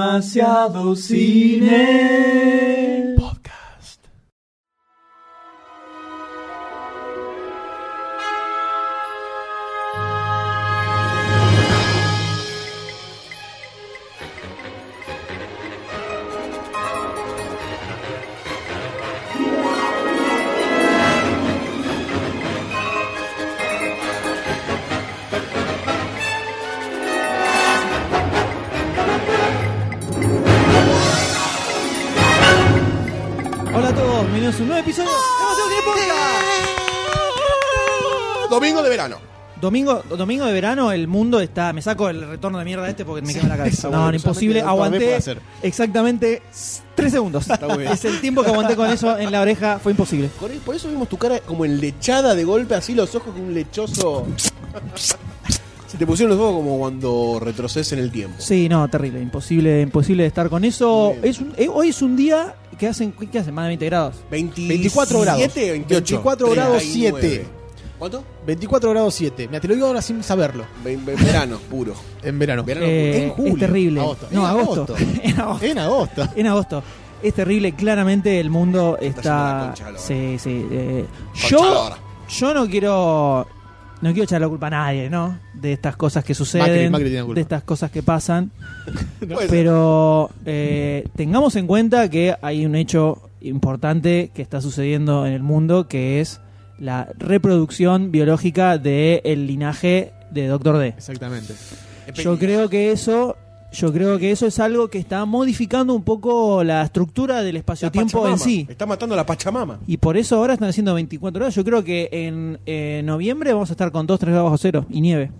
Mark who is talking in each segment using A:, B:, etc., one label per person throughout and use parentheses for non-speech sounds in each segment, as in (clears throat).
A: Demasiado cine. Podcast.
B: Hola a todos, bienvenidos a un nuevo episodio de Demasiado Cine Podcast.
C: Domingo de verano.
B: Domingo, domingo de verano, el mundo está. Me saco el retorno de mierda este porque me quema la cabeza.
C: esa
B: No,
C: hueá,
B: no, imposible.
C: solamente otra
B: Aguanté
C: vez puede hacer.
B: exactamente s- tres segundos.
C: muy bien.
B: Es el tiempo que aguanté con eso en la oreja, fue imposible.
C: Por, por eso vimos tu cara como enlechada de golpe, así los ojos como un lechoso. Se te pusieron los ojos como cuando retrocedes en el tiempo.
B: Sí, no, terrible, imposible, imposible estar con eso.
C: Muy bien.
B: Es un- eh, hoy es un día que hacen, ¿qué hacen? Más de 20 grados.
C: 24
D: grados.
C: 28.
D: 24 grados,
C: 39.
D: 7.
C: ¿Cuánto?
D: 24 grados 7. Mira, te lo digo ahora sin saberlo.
C: Ve- ve- verano puro.
D: En verano.
C: Verano
B: Eh,
D: en julio,
B: es terrible.
D: agosto.
B: No,
D: En
B: agosto.
D: agosto.
B: (laughs) en agosto.
D: En agosto.
B: En agosto. Es terrible, claramente el mundo
C: yendo la
B: está.
C: concha de la
B: sí, sí. eh,
C: Concha de la
B: yo,
C: lora.
B: yo no quiero. No quiero echar la culpa a nadie, ¿no? De estas cosas que suceden,
D: Macri tiene la culpa.
B: de estas cosas que pasan.
C: puro. Puede ser.
B: Pero eh, tengamos en cuenta que hay un hecho importante que está sucediendo en el mundo, que es la reproducción biológica del el linaje de Doctor D.
D: Exactamente.
B: Yo creo que eso, yo creo que eso es algo que está modificando un poco la estructura del
C: La
B: espacio-tiempo en
C: Pachamama.
B: sí.
C: Está matando a la Pachamama.
B: Y por eso ahora están haciendo 24 horas. Yo creo que en eh, noviembre vamos a estar con 2, 3 grados bajo cero y nieve.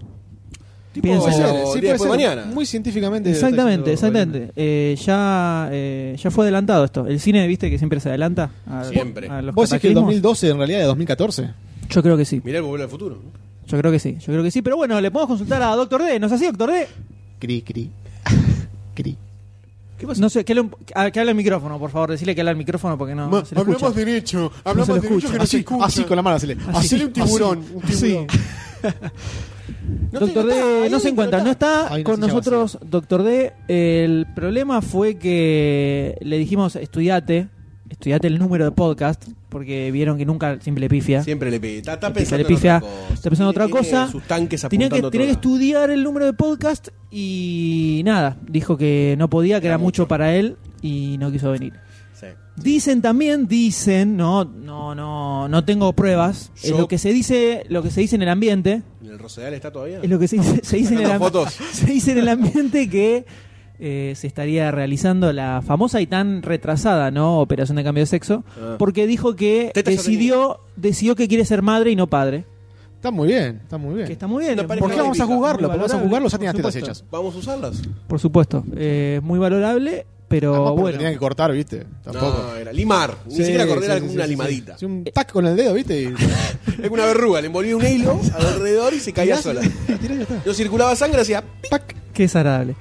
B: Pienso.
C: puede ser.
D: Oh, Sí,
C: día
D: puede
C: después
D: ser.
C: de mañana.
D: Muy científicamente.
B: Exactamente,
D: está diciendo
B: exactamente. Eh, ya, eh, ya fue adelantado esto. El cine, viste, que siempre se adelanta. a-
C: Siempre.
B: a
D: Valdemar.
B: los
D: Vos decís que el
B: cataclismos.
D: 2012 en realidad es 2014.
B: Yo creo que sí.
C: Mirá el volver al futuro. ¿no?
B: Yo creo que sí. Yo creo que sí. Pero bueno, le podemos consultar a Doctor D. ¿No es así, Doctor D? (laughs)
D: Cri, cri. cri.
B: No sé, que hable, un- a- que hable el micrófono, por favor. Decirle que hable el micrófono porque no, no se le escucha.
C: derecho.
B: No se lo escucha.
D: Así, así con la mano. Así,
B: Así,
D: así
C: un tiburón, un tiburón.
D: Así.
B: Doctor D no se encuentra, no está
D: Hay una
B: con
D: silla
B: nosotros. Doctor D, el problema fue que le dijimos estudiate, estudiate el número de podcast, porque vieron que nunca siempre le pifia.
C: Siempre le pifia. Está, está
B: pifia, le
C: pensando
B: pifia.
C: en otra cosa.
B: Está pensando en otra
C: Tiene- tiene
B: cosa.
C: Sus tanques
B: Tenía que,
C: apuntando a
B: tenía que
C: otro lado.
B: estudiar el número de podcast y nada, dijo que no podía, que era,
C: Era
B: mucho
C: mucho.
B: para él y no quiso venir.
C: Sí.
B: Dicen también, dicen, no, no, no, no tengo pruebas. Es
C: Yo-
B: lo que se dice, lo que se dice en el ambiente,
C: ¿En el Rosedal está todavía?
B: es lo que se dice, se dice en el
C: Sacando
B: ambiente. (laughs)
C: fotos.
B: se dice en el ambiente que eh, se estaría realizando la famosa y tan retrasada no operación de cambio de sexo
C: Ah.
B: porque dijo que
C: Teta
B: decidió decidió que quiere ser madre y no padre
D: Está muy bien, está muy bien.
B: que está muy bien
C: Una pareja
D: ¿Por qué vamos a
C: Muy
D: jugarlo? Porque vamos a
B: valorable,
D: jugarlo, ya
B: por
D: tenías tetas
B: supuesto.
D: hechas.
C: Vamos a usarlas.
B: por supuesto eh, muy valorable pero
D: Además, porque
B: bueno
D: Tenían que cortar, ¿viste? Tampoco.
C: No, era limar. Ni
D: Sí,
C: siquiera correr
D: sí, sí,
C: alguna
D: sí, sí.
C: limadita.
D: Sí, un tac con el dedo,
B: (laughs)
D: ¿viste? Y
C: Es una verruga. Le envolvía un hilo
D: (laughs)
C: alrededor y se caía
D: tirás,
C: sola.
D: y (laughs) tirás y ya está.
C: Yo circulaba sangre, hacía.
D: Tac.
B: Qué desagradable.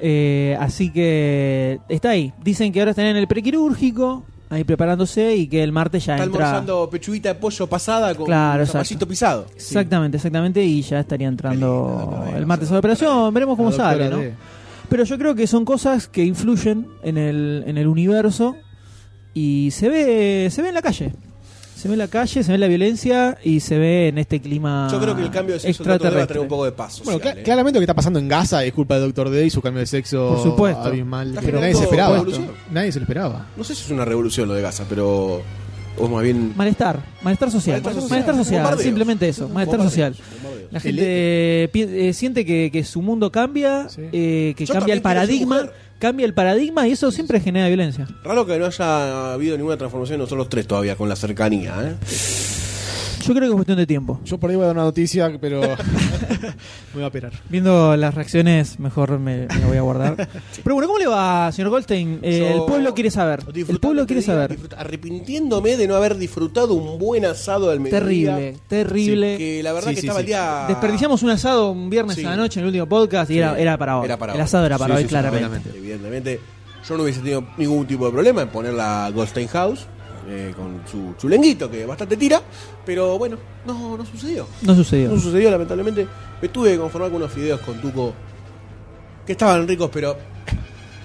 B: Eh, así que está ahí. Dicen que ahora están en el prequirúrgico, ahí preparándose y que el martes ya
C: Está
B: entra.
C: almorzando pechuguita de pollo pasada con
B: Claro,
C: un
B: exacto.
C: zapallito pisado.
B: Exactamente, exactamente. Y ya estaría
C: Qué lindo,
B: entrando
C: doctora D,
B: el
C: no
B: martes a
C: sé,
B: la operación. Veremos cómo
D: La doctora
B: sale, ¿no?
D: D.
B: Pero yo creo que son cosas que influyen en el, en el universo y se ve, se ve en la calle. Se ve en la calle, se ve en la violencia y se ve en este clima
C: Yo creo que el cambio de sexo del otro día va a
B: extraterrestre.
C: tener un poco de paso.
D: Ah, Bueno, cla- claramente lo que está pasando en Gaza es culpa de Doctor D y su cambio de sexo
B: Por supuesto.
D: abismal.
C: Está
D: que nadie
C: generando
D: se esperaba.
C: revolución.
D: Nadie se lo esperaba.
C: No sé si es una revolución lo de Gaza, pero. O más bien.
B: Malestar, malestar social.
C: Malestar
B: Malestar
C: social.
B: social,
C: Bombardeos.
B: simplemente eso, malestar
C: bombardeos,
B: social.
C: bombardeos.
B: La gente pi- eh, siente que, que su mundo cambia,
D: Sí.
B: eh, que
C: Yo
B: cambia
C: también
B: el
C: quiero ser
B: paradigma,
C: mujer.
B: cambia el paradigma y eso siempre genera violencia.
C: Raro que no haya habido ninguna transformación en nosotros tres todavía con la cercanía, ¿eh?
B: Yo creo que es cuestión de tiempo.
D: Yo por ahí voy a dar una noticia, (laughs) pero. voy a operar.
B: Viendo las reacciones, mejor me, me la voy a guardar. Pero bueno, ¿cómo le va, señor Goldstein? Eh,
C: Yo-
B: el pueblo quiere saber. El
C: Disfrutando
B: pueblo
C: este
B: quiere
C: día,
B: saber.
C: disfruta- Arrepintiéndome de no haber disfrutado un buen asado al mediodía.
B: Terrible, terrible.
C: este Que la verdad
D: Sí,
C: que
D: sí,
C: estaba el
D: sí.
C: día.
B: Desperdiciamos un asado un viernes
C: Sí.
B: a la noche en el último podcast y
C: Sí.
B: era, era para hoy. el asado era para
D: Sí,
B: hoy,
D: sí, sí,
B: claramente.
D: claramente.
C: Evidentemente, yo no hubiese tenido ningún tipo de problema en poner la Goldstein House eh, con su chulenguito, que bastante tira, pero bueno, no, no sucedió.
B: No sucedió.
C: No sucedió, lamentablemente. Me tuve que conformar con unos fideos con tuco que estaban ricos, pero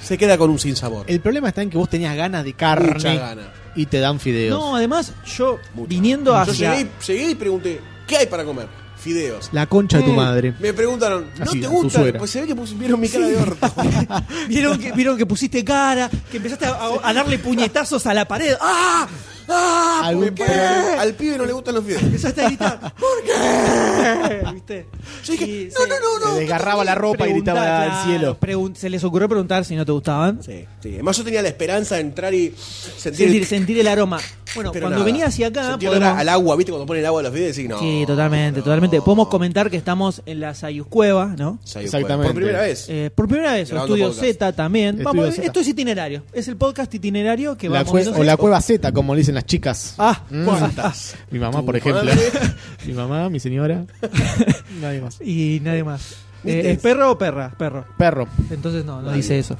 C: se queda con un sinsabor.
D: El problema está en que vos tenías ganas de carne
C: Mucha gana.
D: y te dan fideos.
B: No, además, yo
C: Mucha.
B: viniendo
C: Yo
B: hacia.
C: llegué, y- llegué y pregunté, ¿qué hay para comer? Fideos.
D: La concha de tu
C: Mm.
D: madre.
C: Me preguntaron, ¿no
D: Así,
C: te
D: a tu
C: gusta?
D: suegra.
C: Pues se ve que pus- vieron mi cara de
B: (laughs)
C: orto. Ah, pues
B: Vieron que, vieron que pusiste cara, que empezaste a, a- a darle puñetazos a la pared. ¡Ah! ¡Ah!
D: Algún
B: ¿Por
C: Me
B: qué?
C: parece- Al pibe no le gustan los fideos.
B: Empezaste a gritar. ¿Por
C: (laughs)
B: qué? ¿Viste?
C: Yo dije,
B: Y
C: no,
B: se-
C: no, no, no.
D: Le desgarraba la ropa y
B: Preguntá,
D: gritaba
B: claro,
D: al cielo.
B: pregun- se les ocurrió preguntar si no te gustaban.
C: Sí, sí. Además yo tenía la esperanza de entrar y sentir...
B: Sentir, sentir el aroma. Bueno,
C: pero
B: cuando
C: nada.
B: venía hacia acá.
C: Sentí olor
B: podemos-
C: a- al agua, ¿viste? Cuando ponen el agua a los fideos decís, no.
B: sí, totalmente,
C: no.
B: totalmente. Podemos comentar que estamos en la Sayus Cueva, ¿no?
C: Sayuco,
D: Exactamente.
C: Por primera vez.
B: Eh, por primera vez, o
C: Grabando
B: Estudio
C: podcast.
B: Z también.
D: Estudio
B: Vamos,
D: Z.
B: esto es itinerario. Es el podcast itinerario que
D: La
B: va
D: cue- Mm.
B: moviéndose.
D: o la cueva Z, como le dicen las chicas.
B: Ah,
C: ¿Cuántas?
D: Mi mamá,
C: Tu
D: por ejemplo.
C: madre.
D: (laughs) mi mamá, mi señora. (laughs) Nadie
B: (laughs)
D: más.
B: y nadie más. Eh,
C: ¿Viste?
B: ¿Es perro o perra? Perro.
D: Perro.
B: Entonces no, no
C: Nadie.
B: dice eso.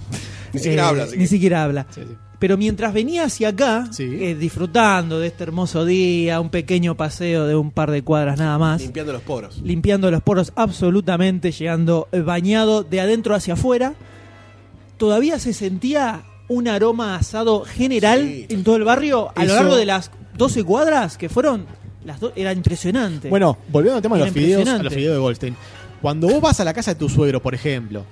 C: Ni siquiera
B: Eh,
C: habla, así
B: Ni
C: que-
B: siquiera habla.
D: Sí, sí.
B: Pero mientras venía hacia acá,
D: Sí.
B: eh, disfrutando de este hermoso día, un pequeño paseo de un par de cuadras nada más,
C: Limpiando los poros.
B: limpiando los poros absolutamente, llegando eh, bañado de adentro hacia afuera, todavía se sentía un aroma a asado general
C: Sí.
B: en todo el barrio a lo
D: Eso-
B: largo de las 12 cuadras que fueron. Las do- era impresionante.
D: Bueno, volviendo al tema de
B: Era
D: los fideos, a los
B: impresionante.
D: fideos de Goldstein. Cuando vos vas a la casa de tu suegro, por ejemplo,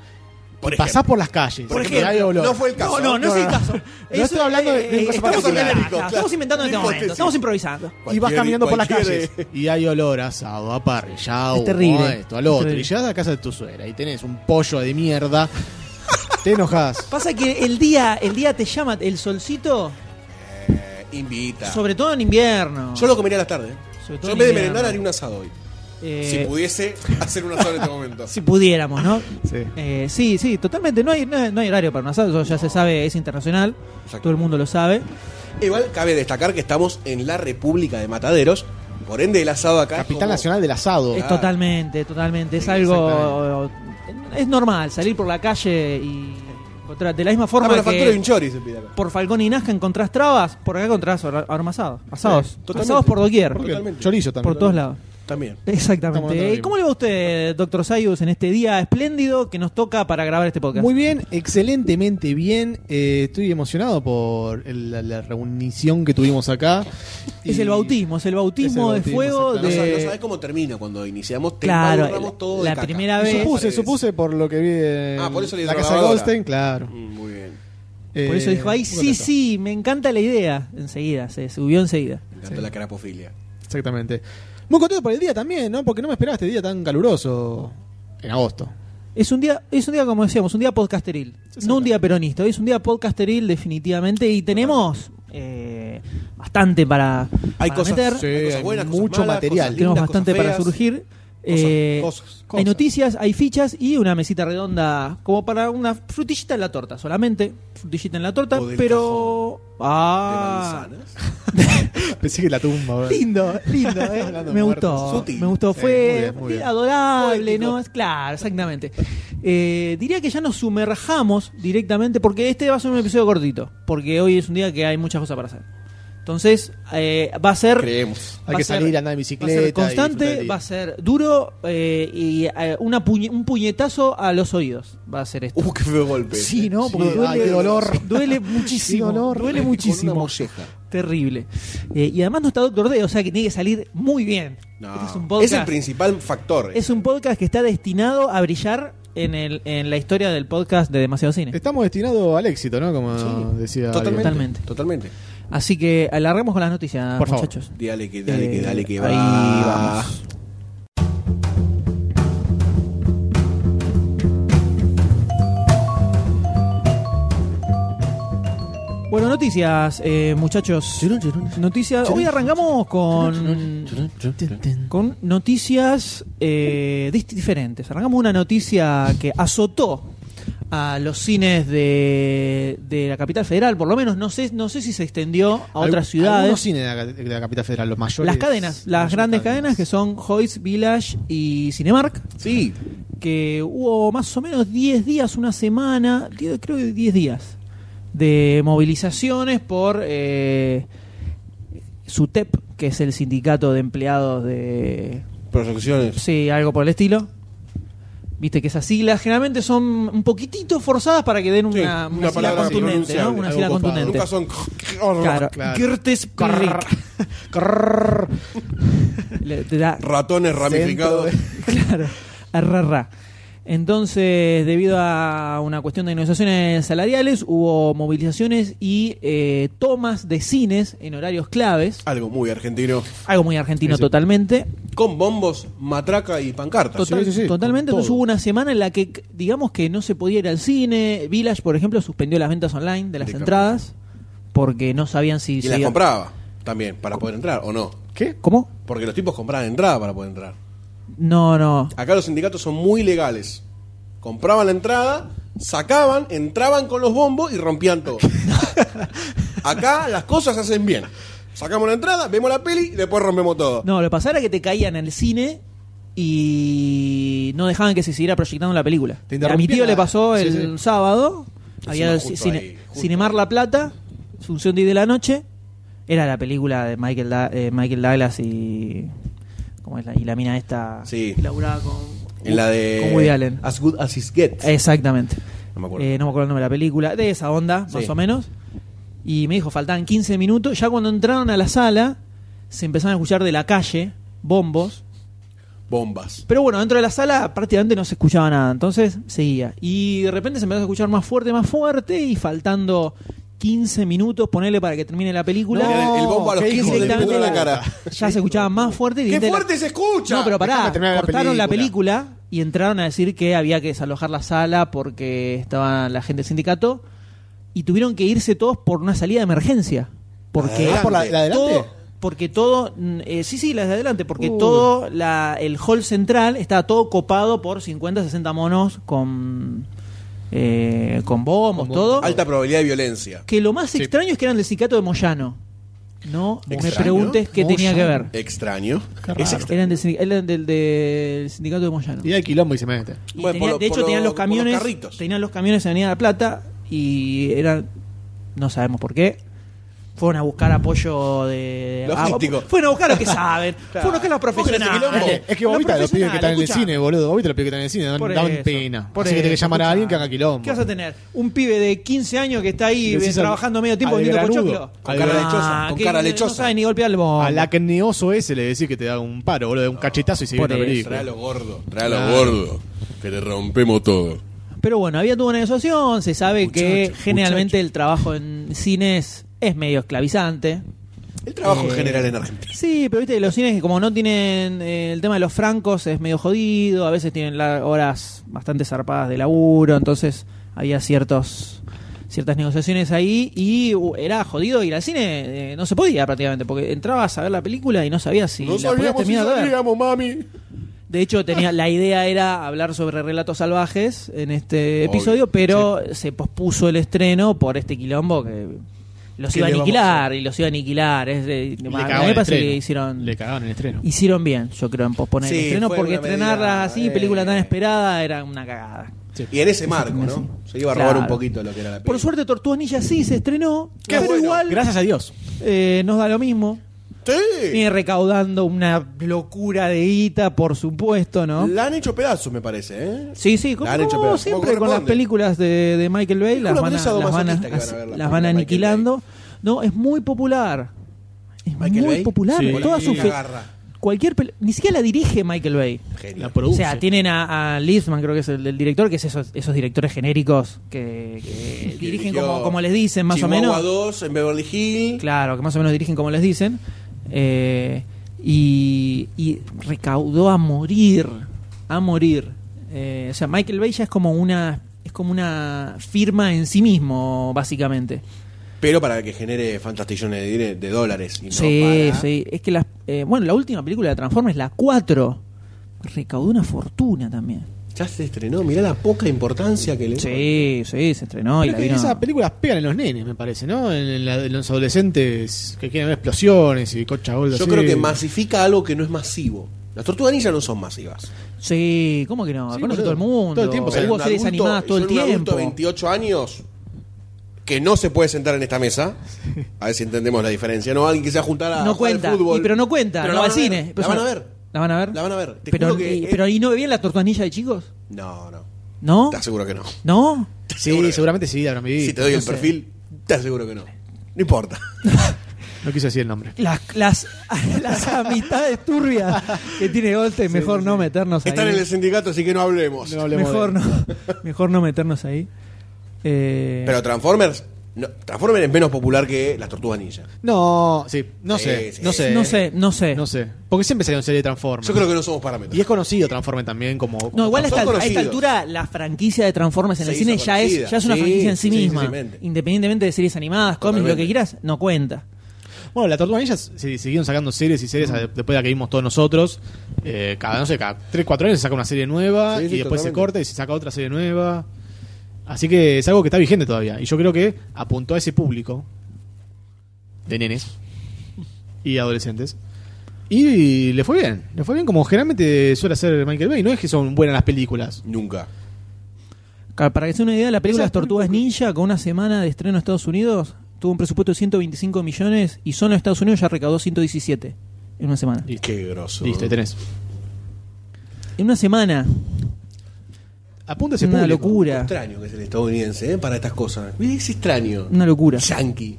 C: Por
D: y pasás por las calles,
C: Por
D: y hay
C: ejemplo,
D: olor.
C: no fue el caso.
B: no, no, no, es el caso. Eso, eh,
D: estoy hablando de- de un caso
B: estamos,
C: particular.
B: inventando,
C: Genérico, claro.
B: estamos inventando en este
C: Una
B: momento,
C: hipótesis.
B: estamos improvisando.
D: y vas
C: Cualquier-
D: caminando por las
C: cualquier,
D: calles y hay olor a asado, a parrillado,
B: Es terrible.
D: a esto, al otro.
B: Es terrible.
D: Y llegas a la casa de tu suegra y tenés un pollo de mierda, (laughs) te enojas.
B: Pasa que el día, el día te llama, el solcito,
C: eh, invita.
B: sobre todo en invierno.
C: Yo lo comería a la tarde.
B: Sobre todo
C: Yo
B: en
C: en vez de
B: invierno.
C: merendar haría un asado hoy.
B: Eh,
C: Si
B: (laughs)
C: pudiese hacer un asado en este momento.
B: si pudiéramos, ¿no?
D: Sí.
B: Eh, sí, sí, totalmente. No hay, no, hay- no hay horario para un asado, eso ya se sabe, es internacional,
C: Exacto.
B: todo el mundo lo sabe.
C: Igual cabe destacar que estamos en la República de Mataderos. Por ende, el asado acá. es
D: Capital
C: como- Ah,
D: Nacional del Asado. Ah,
B: Es totalmente, totalmente. Es
D: Sí,
B: algo. Es normal salir por la calle y encontrar. De la misma
C: Ah,
B: forma
C: por la factura de un
B: que.
C: chori se pide acá.
B: Por Falcón y Nazca encontrás trabas, por acá encontrás ar- arma asado. Asados.
C: totalmente.
B: asados por doquier.
D: Porque
B: Por,
D: el
C: Totalmente.
D: Chorizo también.
B: todos lados.
C: También.
D: Estamos en
B: Exactamente.
D: otro
B: ¿Y cómo le va a usted, doctor Sayus, en este día espléndido que nos toca para grabar este podcast?
D: Muy bien, excelentemente bien. Eh, estoy emocionado por el- la, la reunición que tuvimos acá.
B: es
D: Y-
B: el bautismo, es el bautismo,
D: Es el
B: de
D: bautismo,
B: fuego
C: No,
D: exactamente.
B: de.
C: sabes, no sabes cómo termina cuando iniciamos. Te
B: Eh, Claro, eh,
C: embarramos todo de
B: la
C: caca.
B: primera
D: Y
B: vez-
D: Supuse, supuse por lo que vi en
C: Ah, por eso le
D: la
C: hizo la
D: casa de
C: lavadora.
D: Goldstein, claro.
C: Mm, Muy bien.
B: Por eso
D: Eh,
B: dijo ahí,
D: un
B: sí,
D: contacto.
B: sí, me encanta la idea. Enseguida, se subió enseguida.
C: Me encantó la carapofilia.
D: Exactamente. Muy contento por el día también, ¿no? Porque no me esperaba este día tan caluroso
B: (laughs)
D: en agosto.
B: Es un día, es un día como decíamos, un día podcasteril, no un día peronista, hoy es un día podcasteril definitivamente y tenemos eh, bastante para,
C: Hay
B: para
C: cosas,
B: meter,
D: sí,
C: hay cosas
D: hay
C: buenas,
D: mucho
C: cosas malas,
D: material.
C: cosas
B: tenemos
C: lindas,
B: bastante
C: cosas
B: para
C: feas.
B: surgir. eh,
C: cosas,
B: Hay
C: cosas.
B: noticias, hay fichas y una mesita redonda como para una frutillita en la torta solamente, frutillita en la torta,
C: O del
B: pero ah,
C: De manzanas.
B: (laughs)
D: Pensé que la tumba. ¿verdad?
B: Lindo, lindo, eh.
D: Hablando
B: me
D: de
B: gustó.
D: muertos.
C: Sutil.
B: Me gustó,
D: Sí,
B: fue
D: muy bien, muy bien.
B: adorable,
C: Poético.
B: ¿no? Es- Claro, exactamente. Eh, diría que ya nos sumerjamos directamente, porque este va a ser un episodio cortito, porque hoy es un día que hay muchas cosas para hacer. Entonces, eh, va a ser
C: Creemos.
B: Va
D: Hay
B: a
D: que
B: ser-
D: salir, andar en
B: Va a ser
D: bicicleta.
B: constante, va a ser duro eh, y eh, una puñe- un puñetazo a los oídos va a ser esto.
C: Uh, qué feo golpe.
B: Sí, ¿no?
D: sí,
B: Porque duele,
D: ay, qué dolor. (laughs)
B: duele muchísimo.
D: Qué dolor.
B: Duele
C: Con una
B: muchísimo.
C: molleja.
B: Terrible. Eh, y además no está Doctor D, o sea que tiene que salir muy bien.
C: No.
B: Este es un
C: es
B: podcast.
C: el principal factor.
B: Es un podcast que está destinado a brillar en, el, en la historia del podcast de Demasiado Cine.
D: Estamos destinados al éxito, ¿no? Como
C: Sí,
D: decía.
C: totalmente,
D: alguien.
B: Totalmente.
C: Totalmente.
B: Así que alarguemos con las noticias,
D: Por favor.
B: muchachos.
C: Dale que dale que
B: Eh,
C: dale que
B: ahí
C: va.
B: vamos. Bueno, noticias, eh, muchachos. Noticias. Hoy arrancamos con. Con noticias eh, dis- diferentes. Arrancamos una noticia que azotó a los cines de, de la capital federal, por lo menos no sé, no sé si se extendió a
D: Algu-
B: otras ciudades.
D: Algunos cines de la, de la capital federal, los mayores.
B: Las cadenas, las
D: mayores
B: grandes cadenas que son Hoyts, Village y Cinemark,
C: Sí.
B: que hubo más o menos 10 días, una semana, 10 creo que 10 días, de movilizaciones por eh, SUTEP, que es el sindicato de empleados de...
C: Proyecciones.
B: Sí, algo por el estilo. Viste que esas siglas generalmente son un poquitito forzadas para que den
C: Sí,
B: una, una sigla
C: palabra
B: contundente, ¿no?
C: pronunciable,
B: Una
D: algo
B: sigla
D: copado.
B: contundente.
C: Nunca son.
B: Claro.
D: Claro.
B: Gertes Pirrik.
D: Crrrr.
B: Le- te da
C: Ratones ramificados.
D: Centro
B: (laughs) Claro, arrarra. Entonces, debido a una cuestión de negociaciones salariales, hubo movilizaciones y eh, tomas de cines en horarios claves.
C: Algo muy argentino.
B: Algo muy argentino
D: Ese.
B: totalmente.
C: Con bombos, matraca y pancartas.
B: Total-
D: Ah, sí, sí,
B: totalmente.
D: con
B: Entonces
D: todo.
B: hubo una semana en la que, digamos que no se podía ir al cine. Village, por ejemplo, suspendió las ventas online de las
C: Directamente.
B: entradas porque no sabían si...
C: Y
B: se
C: las
B: iba-
C: compraba también para poder entrar, ¿o no?
D: ¿Qué?
B: ¿Cómo?
C: Porque los tipos compraban entrada para poder entrar.
B: No, no.
C: Acá los sindicatos son muy legales. Compraban la entrada, sacaban, entraban con los bombos y
B: (laughs)
C: rompían todo. Acá las cosas se hacen bien. Sacamos la entrada, vemos la peli y después rompemos todo.
B: No, lo que pasaba era que te caían al cine y no dejaban que se siguiera proyectando la película.
D: Te
B: A mi
D: interrumpían
B: tío
D: la-
B: le pasó
D: sí,
B: el
D: sí.
B: sábado,
C: Encima
B: había el
C: justo
B: cine-
C: ahí, justo
B: Cinemar
C: ahí.
B: La Plata, función 10 de la noche, era la película de Michael, Da- eh, Michael Douglas y, ¿cómo es la, y la mina esta
C: Sí.
B: que laburaba con,
C: En la
B: con Woody
C: de
B: Allen.
C: As Good As It Gets.
B: Exactamente.
C: No me acuerdo.
B: Eh, no me acuerdo el nombre de la película, de esa onda,
C: Sí.
B: más o menos. Y me dijo, faltaban 15 minutos. Ya cuando entraron a la sala, se empezaron a escuchar de la calle bombos.
C: Bombas.
B: Pero bueno, dentro de la sala prácticamente no se escuchaba nada, entonces seguía. Y de repente se empezó a escuchar más fuerte, más fuerte, y faltando 15 minutos, ponerle para que termine la película.
C: No, el- el bombo a los
D: ¿qué
C: 15 le
D: directamente
C: puso en la
D: la-
B: (laughs)
C: cara.
B: Ya se escuchaba más fuerte. y
C: ¡Qué
B: de-
C: fuerte se escucha!
B: No, pero pará,
D: Déjame terminar la
B: cortaron la
D: película.
B: película y entraron a decir que había que desalojar la sala porque estaba la gente del sindicato y tuvieron que irse todos por una salida de emergencia. Porque
D: Ah, por la, la de
B: todo,
D: adelante.
B: porque todo, mm, eh, sí, sí, las de adelante, porque todo la, el hall central estaba todo copado por 50, 60 monos con, eh, con bombos,
D: Con bombos.
B: todo.
C: Alta probabilidad de violencia.
B: Que lo más
D: Sí.
B: extraño es que eran del sindicato de Moyano. No me
C: ¿Extraño?
B: preguntes qué tenía que ver.
C: Extraño.
D: Qué
C: Es
D: raro.
C: extra-
B: Eran del, sindi- eran del- del sindicato de Moyano.
D: Y hay quilombo y se mete.
B: Y
C: Bueno,
B: tenía-
C: por lo-
B: de hecho
C: por
B: tenían
C: lo-
B: los
C: por los
B: camiones,
C: carritos.
B: tenían los camiones en Avenida de la Plata y eran, no sabemos por qué, fueron a buscar apoyo de
C: Logístico.
B: ah, fueron a buscar lo que
C: (laughs)
B: saben, fueron a buscar los
C: Busquen ese
B: profesionales.
C: quilombo.
D: Es que vos
B: Los
D: viste a los pibes que están en el
B: profesionales,
D: cine, boludo. Vos viste a los pibes que están en el cine.
B: escuchá,
D: Daban,
B: por
D: daban
B: eso,
D: pena.
B: por
D: Así que tenés que
B: eso,
D: llamar a
B: escuchá.
D: alguien que haga quilombo.
B: ¿Qué vas a tener? Un pibe de 15 años que está ahí
D: Decís al-
B: trabajando medio tiempo
D: al Ah,
B: vendiendo
D: granudo,
B: pochoclo.
C: al cara lechosa, con
B: que
C: cara
B: no-
C: lechosa.
B: No sabe ni golpear el bombo.
D: A la que neoso ese le decís que te da un paro, boludo. Un cachetazo y se
B: Por
D: viene la
B: eso.
D: película.
C: Tráelo gordo. Tráelo
D: Claro.
C: gordo. Que le rompemos todo.
B: Pero bueno, había toda una negociación, se sabe que
C: Muchacho,
B: generalmente
C: muchacho.
B: el trabajo en cines es medio esclavizante.
C: El trabajo en
B: Eh,
C: general en Argentina.
B: Sí, pero viste, los cines que como no tienen eh, el tema de los francos es medio jodido, a veces tienen la- horas bastante zarpadas de laburo, entonces había ciertos ciertas negociaciones ahí y uh, era jodido ir al cine, eh, no se podía prácticamente, porque entrabas a ver la película y no sabías si la podías terminar de ver.
C: mami.
B: De hecho, tenía la idea era hablar sobre relatos salvajes en este
C: Obvio,
B: episodio, pero se pospuso el estreno por este quilombo que los
D: ¿Qué
B: iba a
D: le vamos a
B: aniquilar y los iba a aniquilar. Es de- a-
D: Le
B: a mí
D: cagaban
B: me
D: el
B: parece que
D: estreno.
B: hicieron
D: Le cagaban el estreno.
B: hicieron bien, yo creo, en posponer el
C: Sí,
B: estreno
C: fue
B: porque
C: una
B: estrenarlas
C: medida,
B: así,
C: eh.
B: película tan esperada, era una cagada.
C: Y en ese marco, ¿no? Se iba a robar
B: Claro.
C: un poquito lo que era la película.
B: Por suerte, Tortuga Ninja sí se estrenó,
C: Qué
B: pero
C: bueno.
B: igual
D: Gracias a Dios.
B: eh, nos da lo mismo.
C: Sí.
B: Viene recaudando una locura de guita, por supuesto, ¿no?
C: La han hecho pedazos, me parece, ¿eh?
B: Sí, sí, como,
C: La han hecho
B: como
C: pedazos, como
B: siempre con las
C: corresponde.
B: películas de, de Michael Bay, las
C: Una
B: van, a-
C: empresa
B: las van, a-
C: domasoquista que van a ver la
B: las van
C: película de
B: aniquilando. No, es muy popular. Es
C: Michael
B: muy
C: Bay.
B: popular.
D: Sí.
B: Todas sus
C: Sí.
B: pe-
C: Agarra.
B: cualquier pel- ni siquiera la dirige Michael Bay.
C: Genio.
D: La
B: O
D: produce.
B: sea, tienen a, a Liefman, creo que es el, el director, que es esos, esos directores genéricos que, que
C: Que
B: dirigen
C: dirigió
B: como, como les dicen, más
C: Chihuahua
B: o menos.
C: 2 en Beverly Hills.
B: Claro, que más o menos dirigen como les dicen. Eh, y, y recaudó a morir. A morir. Eh, o sea, Michael Bay ya es como una. Es como una firma en sí mismo, básicamente.
C: Pero para que genere fantastillones de, dire- de dólares. Y no
B: sí,
C: para-
B: sí. Es que las, eh, bueno, la última película de Transformers, la 4, recaudó una fortuna también.
C: Ya se estrenó, mirá la poca importancia que le
B: Sí, sí, se estrenó y la
D: Pero es que
B: vieron.
D: esas películas pegan en los nenes, me parece, ¿no? En, en la- en los adolescentes que quieren ver explosiones y cocha
C: Yo creo que masifica algo que no es masivo. Las tortuganillas no son masivas.
B: Sí, ¿cómo que no?
D: Sí,
B: Conoce todo
D: boludo.
B: el mundo.
D: Todo el tiempo,
B: Hubo
D: pero
C: un
B: series
C: adulto-
B: animadas todo
C: yo
B: el
C: era un adulto
B: tiempo.
C: de 28 años que no se puede sentar en
B: (laughs)
C: esta mesa. A ver si entendemos la diferencia. No alguien que se va a juntar a
B: No
C: jugar al
B: cuenta.
C: fútbol.
B: Y pero no cuenta,
C: Pero
B: no va
C: la van
B: al
C: a ver,
B: cine.
C: La
B: Pero
C: van a
B: son-
C: ver.
B: ¿La van a ver?
C: La van a ver. Te
B: pero,
C: juro que-
B: y, pero ¿y no bebían la tortuanilla de chicos?
C: No, no.
B: ¿No?
C: Te aseguro que no.
B: ¿No?
C: (laughs)
D: Sí, seguramente sí, habrán vivido.
C: Si te doy
B: no
C: el
B: sé.
C: perfil, te aseguro que no. No importa.
D: No quise decir el nombre.
B: Las, las, (laughs) las amistades turbias que tiene Golte, mejor no meternos
C: (laughs) Están
B: ahí.
C: en el sindicato, así que no hablemos.
D: No hablemos
B: mejor,
D: de-
B: no, mejor no meternos ahí. Eh,
C: Pero Transformers. no, Transformers es menos popular que las tortugas ninja.
D: No, sí, no
C: Sí,
D: sé,
C: sí.
D: no sé.
B: no sé, no sé.
D: No sé. Porque siempre salió en serie de Transformers.
C: Yo creo que no somos
D: Y
C: parámetros.
D: es conocido Transformers también como.
B: No, igual a
C: Son
B: esta, a esta
C: conocidos.
B: altura la franquicia de Transformers en
C: Se
B: el cine
C: hizo
B: ya
C: conocida.
B: es, ya es una
C: Sí,
B: franquicia en sí,
C: sí,
B: misma.
C: totalmente.
B: Independientemente de series animadas, cómics, lo que
C: Totalmente.
B: quieras, no cuenta.
D: Bueno, la Tortuga Ninja se siguieron sacando series y
C: Mm.
D: series a- después de la que vimos todos nosotros. Eh, cada, no sé, cada 3, 4 años se saca una serie nueva
C: Sí, sí,
D: y después se
C: totalmente.
D: corta y se saca otra serie nueva. Así que es algo que está vigente todavía. Y yo creo que apuntó a ese público de nenes y adolescentes. Y le fue bien. Le fue bien como generalmente suele hacer Michael Bay. No es que son buenas las películas.
C: Nunca.
B: Ca- Para que se den una idea, la película
D: Esa
B: Las Tortugas Ninja, con una semana de estreno en Estados Unidos, tuvo un presupuesto de 125 millones y solo en Estados Unidos ya recaudó 117 en una semana.
D: Listo.
C: Qué grosso.
D: Listo, ahí tenés.
B: En una semana.
D: Apunta a ese
B: Una
D: público.
B: locura.
C: Extraño que es el estadounidense, ¿eh? Para estas cosas. Mira, es extraño.
B: Una locura.
C: Yankee.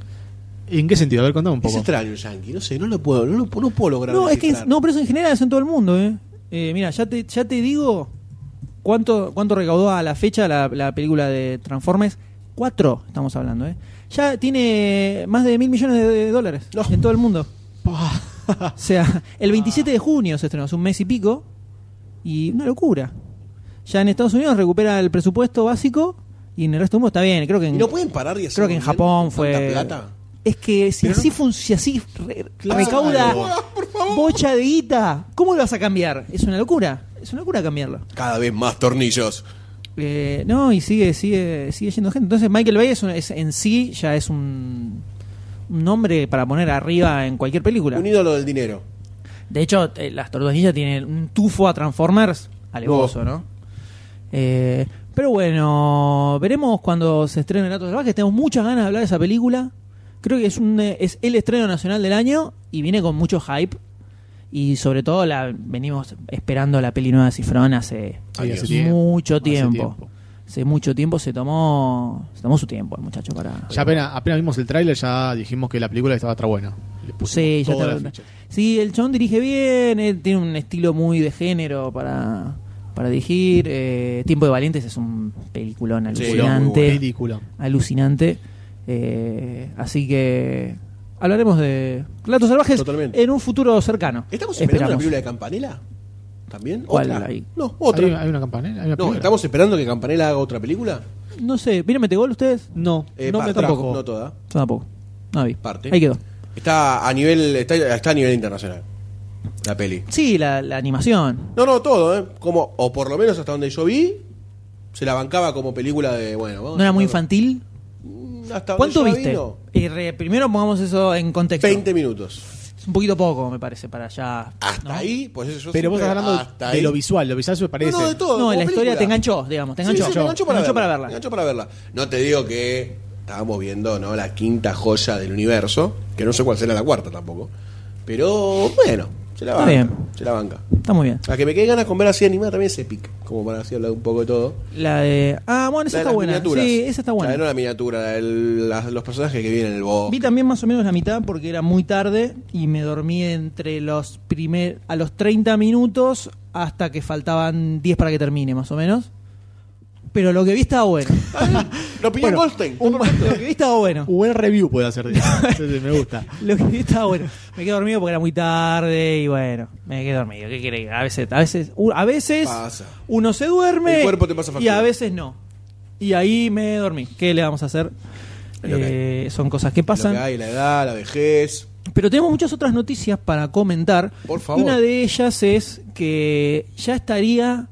D: ¿En qué sentido? A ver, contame un
C: Es
D: poco.
C: extraño el yankee. No sé, no lo puedo, no lo, no puedo lograr.
B: No, es que
C: descifrar.
B: en- no, pero eso en general es en todo el mundo, eh. Eh, mira, ya te, ya te digo cuánto, cuánto recaudó a la fecha la, la película de Transformers. Cuatro estamos hablando, eh. Ya tiene más de mil millones de, de dólares en todo el mundo. O sea, el 27 de junio se estrenó, hace un mes y pico. Y una locura. Ya en Estados Unidos recupera el presupuesto básico y en el resto del mundo está bien. Creo que en,
C: ¿Y no pueden parar y hacer
B: creo que en
C: bien
B: Japón
C: tanta
B: fue.
C: plata?
B: Es que si
C: Pero
B: así, fun- si así re-
C: Claro.
B: recauda
C: Ah, por favor.
B: bocha de guita, ¿cómo lo vas a cambiar? Es una locura. Es una locura cambiarlo.
C: Cada vez más tornillos.
B: Eh, no, y sigue, sigue, sigue yendo gente. Entonces, Michael Bay es, un- es- en sí ya es un, un nombre para poner arriba en cualquier película.
C: Un ídolo del dinero.
B: De hecho, eh, las tortugas tienen un tufo a Transformers alevoso, ¿no? Eh, pero bueno, veremos cuando se estrene El Gato Salvaje. Tenemos muchas ganas de hablar de esa película. Creo que es, un, eh, es el estreno nacional del año y viene con mucho hype. Y sobre todo la venimos esperando la peli nueva de Cifrón hace
D: Sí, hace
B: mucho
D: tiempo. Hace
B: tiempo.
D: tiempo.
B: Hace mucho tiempo se tomó, se tomó su tiempo el muchacho para...
D: (laughs) Ya apenas, apenas vimos el tráiler, ya dijimos que la película estaba otra buena. Le pusimos
B: Sí, ya
D: todas
B: está.
D: las fichas.
B: Sí, el chabón dirige bien, eh, tiene un estilo muy de género para, para dirigir. eh, Tiempo de Valientes es un peliculón
C: Sí,
B: alucinante.
C: muy bueno.
D: Película.
B: alucinante. eh, así que hablaremos de Relatos Salvajes
C: Totalmente.
B: en un futuro cercano.
C: ¿Estamos esperando
B: Esperamos.
C: la película de Campanella? ¿También?
B: ¿Cuál
C: ¿Otra?
B: hay?
C: No, otra.
D: ¿Hay, hay una campanela? ¿Hay
C: no,
D: una película?
C: ¿estamos esperando que Campanella haga otra película?
B: No sé, ¿vieron Metegol ustedes?
D: No,
C: Eh,
D: no
C: pa-
D: me tampoco.
C: No toda.
B: Yo tampoco. No vi.
C: Parte.
B: Ahí quedó.
C: Está a nivel, está, está a nivel internacional. La peli.
B: Sí, la, la animación.
C: No, no, todo, ¿eh? Como, o por lo menos hasta donde yo vi, se la bancaba como película de, bueno... vamos
B: No era
C: a
B: muy
C: hacerlo.
B: infantil.
C: Mm, Hasta donde
B: ¿Cuánto
C: yo la vi,
B: viste?
C: no.
B: Eh, re- primero pongamos eso en contexto.
C: 20 minutos.
B: Es un poquito poco, me parece, para ya.
C: Hasta
B: ¿no?
C: ahí, pues eso yo
D: Pero vos
C: siempre-
D: estás hablando
C: hasta
D: de
C: ahí.
D: lo visual, lo visual se parece.
C: No, no, de todo.
B: No,
C: como
B: la historia
C: película.
B: te enganchó, digamos, te
C: Sí,
B: enganchó.
C: sí, te enganchó para,
B: Te enganchó para
C: verla,
B: verla.
C: te enganchó para verla. No te digo que estábamos viendo ¿no? la quinta joya del universo, que no sé cuál será la cuarta tampoco. Pero bueno, se la
B: Está
C: banca.
B: bien.
C: Se la banca.
B: Está muy bien.
C: A que me quede ganas con ver así animada también es Epic, como para así hablar un poco de todo.
B: La de. Ah, bueno, esa
C: La
B: está
C: de las
B: buena.
C: miniaturas.
B: Sí, esa está
C: La de no
B: buena.
C: la miniatura, la del- las- los personajes que vienen en el bosque.
B: Vi también más o menos la mitad porque era muy tarde y me dormí entre los primer a los 30 minutos hasta que faltaban 10 para que termine, más o menos. Pero lo que vi estaba bueno.
C: La opinión
D: Bueno,
C: Ah, Goldstein.
B: lo que vi estaba bueno.
D: Buen review puede hacer. de-
C: (laughs)
D: Entonces, me gusta.
B: (laughs) Lo que estaba bueno. Me quedé dormido porque era muy tarde y bueno, me quedé dormido. ¿Qué querés? A veces, a veces, u- a veces
C: Pasa.
B: uno se duerme
C: El cuerpo te pasa
B: y
C: factura.
B: a veces no. Y ahí me dormí. ¿Qué le vamos a hacer?
C: Es lo que
B: Eh, son cosas que
C: Lo
B: pasan.
C: que hay, la edad, la vejez.
B: Pero tenemos muchas otras noticias para comentar.
C: Por
B: Y
C: favor.
B: una de ellas es que ya estaría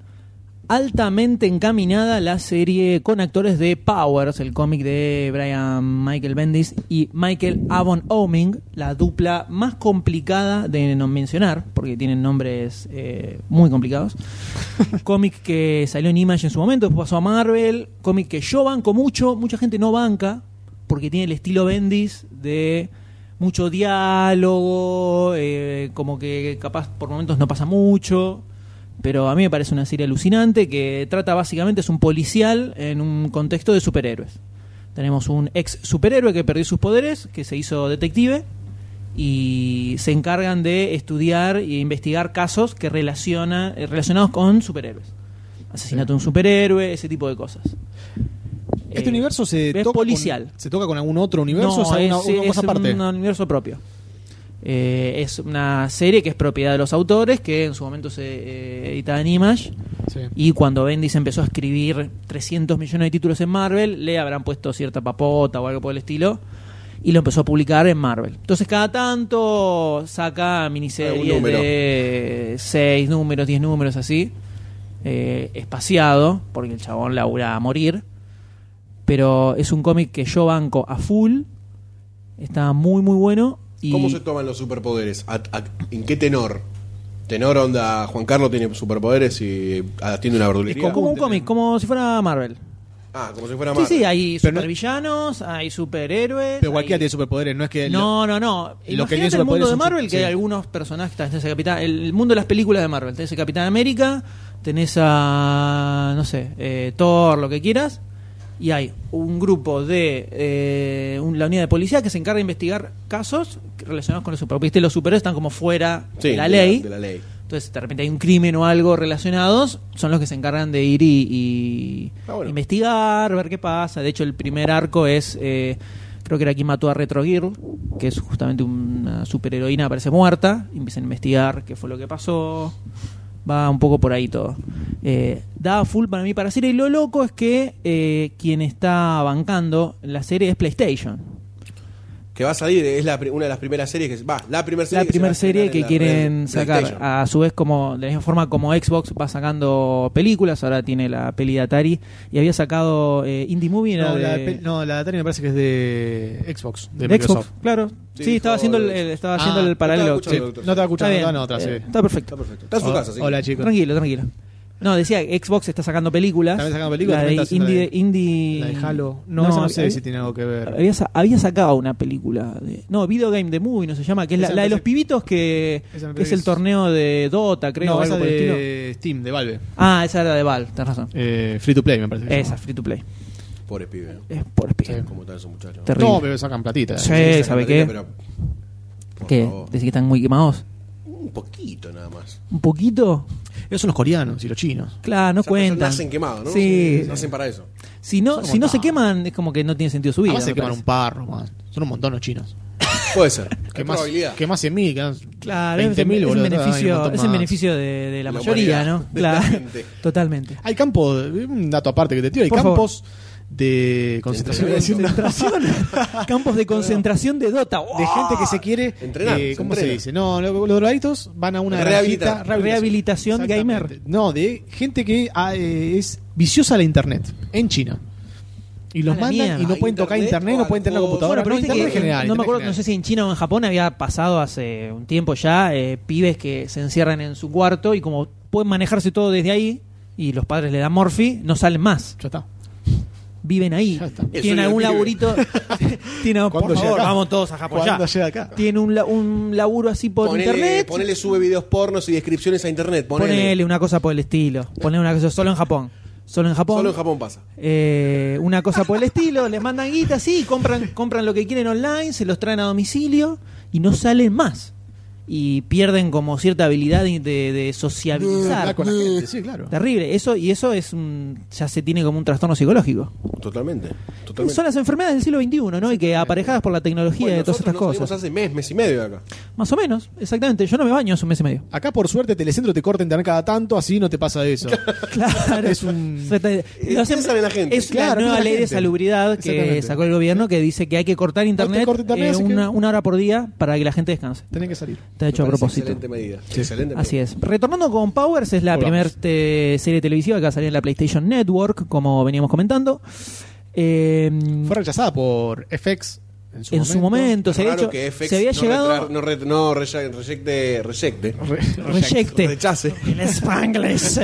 B: altamente encaminada la serie con actores de Powers, el cómic de Brian Michael Bendis y Michael Avon Oming, la dupla más complicada de no mencionar, porque tienen nombres eh, muy complicados. (laughs) cómic que salió en Image en su momento, después pasó a Marvel, cómic que yo banco mucho, mucha gente no banca, porque tiene el estilo Bendis de mucho diálogo, eh, como que capaz por momentos no pasa mucho. Pero a mí me parece una serie alucinante que trata básicamente, es un policial en un contexto de superhéroes. Tenemos un ex superhéroe que perdió sus poderes, que se hizo detective y se encargan de estudiar e investigar casos que relaciona, eh, relacionados con superhéroes. Asesinato de un superhéroe, ese tipo de cosas.
D: ¿Este
B: Eh,
D: universo se
B: es
D: toca
B: policial.
D: Con, se toca con algún otro universo o
B: no,
D: es una,
B: es,
D: una
B: es
D: cosa aparte?
B: un universo propio. Eh, es una serie que es propiedad de los autores, que en su momento se eh, editaba en Image.
D: Sí.
B: Y cuando Bendis empezó a escribir 300 millones de títulos en Marvel, le habrán puesto cierta papota o algo por el estilo. Y lo empezó a publicar en Marvel. Entonces, cada tanto saca miniseries
C: Algún número.
B: de 6 números, 10 números, así. eh, espaciado, porque el chabón labura a morir. Pero es un cómic que yo banco a full. Está muy, muy bueno. Y
C: ¿Cómo se toman los superpoderes? ¿A- a- ¿En qué tenor? Tenor onda, Juan Carlos tiene superpoderes y atiende una
B: es
C: verdulería.
B: como como un cómic, como si fuera Marvel.
C: Ah, como si fuera
B: Sí,
C: Marvel.
B: sí, hay
D: Pero no-
B: supervillanos, hay superhéroes.
D: Pero cualquiera
B: hay-
D: tiene superpoderes, no es que...
B: No, no, no.
D: que
B: Imagínate
D: tiene
B: el mundo
D: superpoderes
B: de
D: son-
B: Marvel, que
D: sí.
B: hay algunos personajes. Tenés el, Capitán, el, el mundo de las películas de Marvel. Tenés el Capitán América, tenés a. No sé, eh, Thor, lo que quieras. Y hay un grupo de. eh, un- la unidad de policía que se encarga de investigar casos relacionados con los superhéroes. Viste, los superhéroes están como fuera
C: Sí,
B: de la ley.
C: de la ley.
B: Entonces, de repente hay un crimen o algo relacionados, son los que se encargan de ir y, y
C: Ah, bueno.
B: investigar, ver qué pasa. De hecho, el primer arco es, eh, creo que era quien mató a Retro Girl, que es justamente una superheroína, aparece muerta, y empiezan a investigar qué fue lo que pasó. Va un poco por ahí todo. Eh, da full para mí para serie. Y lo loco es que eh, quien está bancando la serie es PlayStation.
C: Que va a salir, es la, pri- una de las primeras series que. Va, la primera serie.
B: la
C: que se va
B: primera
C: a
B: serie que
C: estrenar en la
B: quieren
C: red
B: sacar.
C: PlayStation.
B: A su vez, como de la misma forma como Xbox va sacando películas, ahora tiene la peli de Atari y había sacado eh, Indie Movie. era
D: No, la,
B: de-
D: pe- no, la de Atari me parece que es de Xbox, de,
B: de
D: Microsoft.
B: Xbox, claro.
C: Sí,
B: Sí,
C: dijo
B: estaba haciendo el,
C: Xbox.
B: el- estaba
D: Ah,
B: haciendo
D: no
B: el
D: estaba
B: paralelo.
C: escuchando,
B: Sí.
D: No estaba escuchando,
B: bien,
D: no, otra,
B: eh,
D: sí.
B: está perfecto.
C: Está perfecto. Está en su
D: O-
C: casa, sí.
D: Hola, chicos.
B: Tranquilo, tranquilo. No, decía que Xbox está sacando películas.
D: También sacan películas,
B: La de
D: también está haciendo
B: Indie.
D: la de-
B: indie-
D: La de Halo. No, esa no sé
B: había-
D: si tiene algo que ver.
B: Había, sa- había sacado una película. de- no, Video Game de Movie, no se llama, que es la,
D: Esa me
B: la de los
D: parece-
B: pibitos que,
D: esa me
B: que es
D: parece
B: el
D: que-
B: torneo de Dota, creo, o
D: no,
B: algo
D: esa
B: por el estilo.
D: de Steam, de Valve.
B: Ah, esa era de Valve, tenés razón.
D: Eh, free to play, me parece. que
B: Esa,
D: se
B: free to play.
C: Pobre pibe. ¿no?
B: Es por espía.
C: Como tal, esos muchachos.
B: Terrible.
D: llama. No, pero sacan platita.
B: Sí,
C: Esa
B: ¿sabe
C: Catarina,
B: qué?
C: pero- por
B: ¿Qué?
C: favor.
B: ¿Decís que están muy quemados?
C: Un poquito nada más.
B: ¿Un poquito?
D: Esos son los coreanos y los chinos.
B: Claro, no
C: Esas personas
B: cuentan.
C: Nacen quemados, ¿no?
B: Sí.
C: Nacen para eso.
B: Si no,
D: Son
B: si no se
D: montados.
B: queman, es como que no tiene sentido su vida.
D: Además se
B: me
D: queman
B: parece.
D: un par, nomás. Son un montón los chinos.
C: Puede ser. Hay
D: más,
C: probabilidad.
D: que más 100.000, que
B: Claro, es,
D: 20.000,
B: es
D: boludo.
B: el
D: Hay un
B: beneficio,
D: montón
B: es el
D: más.
B: beneficio de, de la
C: La
B: mayoría,
C: humanidad,
B: ¿no?
C: de la
B: Claro,
C: gente.
D: (laughs)
B: totalmente.
D: Hay campos, un dato aparte que te tiro, hay
B: Por favor.
D: campos de concentración.
C: Concentración.
D: iba a (laughs) decir,
B: Concentración, campos de concentración de Dota. ¡Wow!
D: de gente que se quiere
C: Entrenar,
D: eh,
C: se
D: ¿cómo se,
C: entrena.
D: dice? No, lo- los drogadictos van a una
C: Rehabilitar.
D: granjita-
B: Rehabilitación
D: Exactamente.
B: gamer.
D: No, de gente que ah, eh, es viciosa a la internet en China. Y
B: A
D: los
B: la
D: mandan
B: mierda.
D: y no
C: A
D: pueden tocar
C: internet
D: internet,
C: o
D: no
C: al
D: pueden tener la
C: juego.
D: computadora.
B: Pues Bueno, pero
D: no,
B: viste
D: internet
B: que
D: general,
B: no me
D: internet
B: acuerdo,
D: general.
B: no sé si en China o en Japón había pasado hace un tiempo ya eh, pibes que se encierran en su cuarto y como pueden manejarse todo desde ahí y los padres le dan morfi, no salen más.
D: Ya está.
B: Viven ahí.
D: Ya está. El
B: Tienen
C: sueño
B: algún
C: del pibe.
D: (laughs)
B: laburito. Tienen,
D: ¿Cuándo
B: por
D: llega
B: favor,
D: acá?
B: vamos todos a Japón ya.
D: ¿Cuándo llega acá?
B: Tienen un, la- un laburo así por
C: ponele,
B: internet.
C: ponele sube videos pornos y descripciones a internet. Ponele.
B: Ponele una cosa por el estilo. Ponele una cosa solo en Japón. Solo en Japón.
C: Solo en Japón pasa.
B: Eh, una cosa por el estilo, les mandan guita, sí, compran, compran lo que quieren online, se los traen a domicilio y no salen más. Y pierden como cierta habilidad de, de- de sociabilizar.
D: Hablar con la gente, sí, claro.
B: Terrible, eso, y eso es un, ya se tiene como un trastorno psicológico.
C: Totalmente. Totalmente.
B: Son las enfermedades del siglo XXI, ¿no? Y que aparejadas por la tecnología
C: Bueno,
B: y todas estas
C: nosotros nos
B: cosas.
C: salimos hace mes, mes y medio de acá.
B: Más o menos, exactamente. Yo no me baño hace un mes y medio.
D: Acá, por suerte, Telecentro te corta internet cada tanto, así no te
C: (laughs)
D: pasa eso.
B: Claro.
D: Es un-
B: Exactamente.
C: Eh, piensan en la gente.
B: Es la
D: Claro, piensan en
B: nueva
D: la
B: ley de
D: gente.
B: salubridad que
D: Exactamente.
B: sacó el gobierno que dice que hay que cortar internet,
D: corte internet,
B: eh,
D: así que-
B: una, una hora por día para que la gente descanse.
D: Tenés que salir.
B: Está hecho a
C: Me parece
B: propósito.
C: Excelente medida. Excelente medida.
B: Así es. Retornando con Powers, es la
D: Volvamos.
B: primera serie televisiva que va a salir en la PlayStation Network, como veníamos comentando. Eh,
D: Fue rechazada por FX en su
B: en
D: momento.
B: su momento, se había,
C: Raro
B: hecho-
C: que FX
B: se había
C: no
B: llegado.
C: retra- no, re- no reya- reyecte- reyecte.
D: (laughs)
B: Rejecte.
C: Rechace.
B: (laughs) En Spanglish.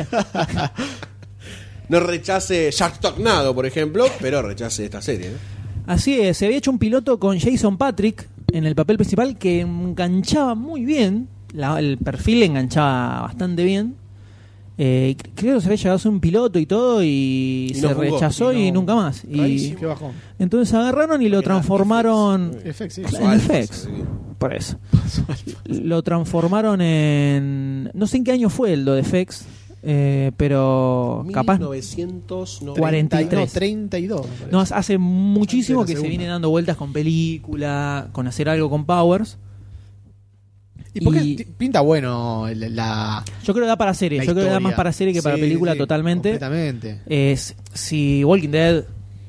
C: No rechace Shark Tornado, por ejemplo, pero rechace esta serie. ¿no?
B: Así es, se había hecho un piloto con Jason Patrick, en el papel principal que enganchaba muy bien, la- el perfil enganchaba bastante bien. Eh, cre- creo que se había llegado a ser un piloto y todo y,
C: Y no
B: se
C: jugó,
B: rechazó
C: y
B: y,
C: no-
B: nunca más. Y
C: Rarísimo.
D: Qué bajón.
B: entonces agarraron y lo
C: Porque era
B: transformaron
D: FX, sí.
B: Claro.
C: Su alfa,
B: FX.
C: sí.
B: por
C: (laughs)
B: eso. Lo transformaron en no sé en qué año fue el lo de FX, eh, pero capaz
C: 1990.
B: 43.
D: No, 32. me parece.
B: No, hace muchísimo
D: Antes de
B: que
D: la
B: se
D: segunda.
B: viene dando vueltas con película, con hacer algo con Powers.
D: ¿Y por qué
B: y-
D: ti- pinta bueno el- la,
B: Yo creo que da para serie,
D: la
B: yo creo que da
D: historia?
B: más para serie que para
D: Sí,
B: película
D: sí,
B: totalmente.
D: Completamente.
B: Es si Walking Dead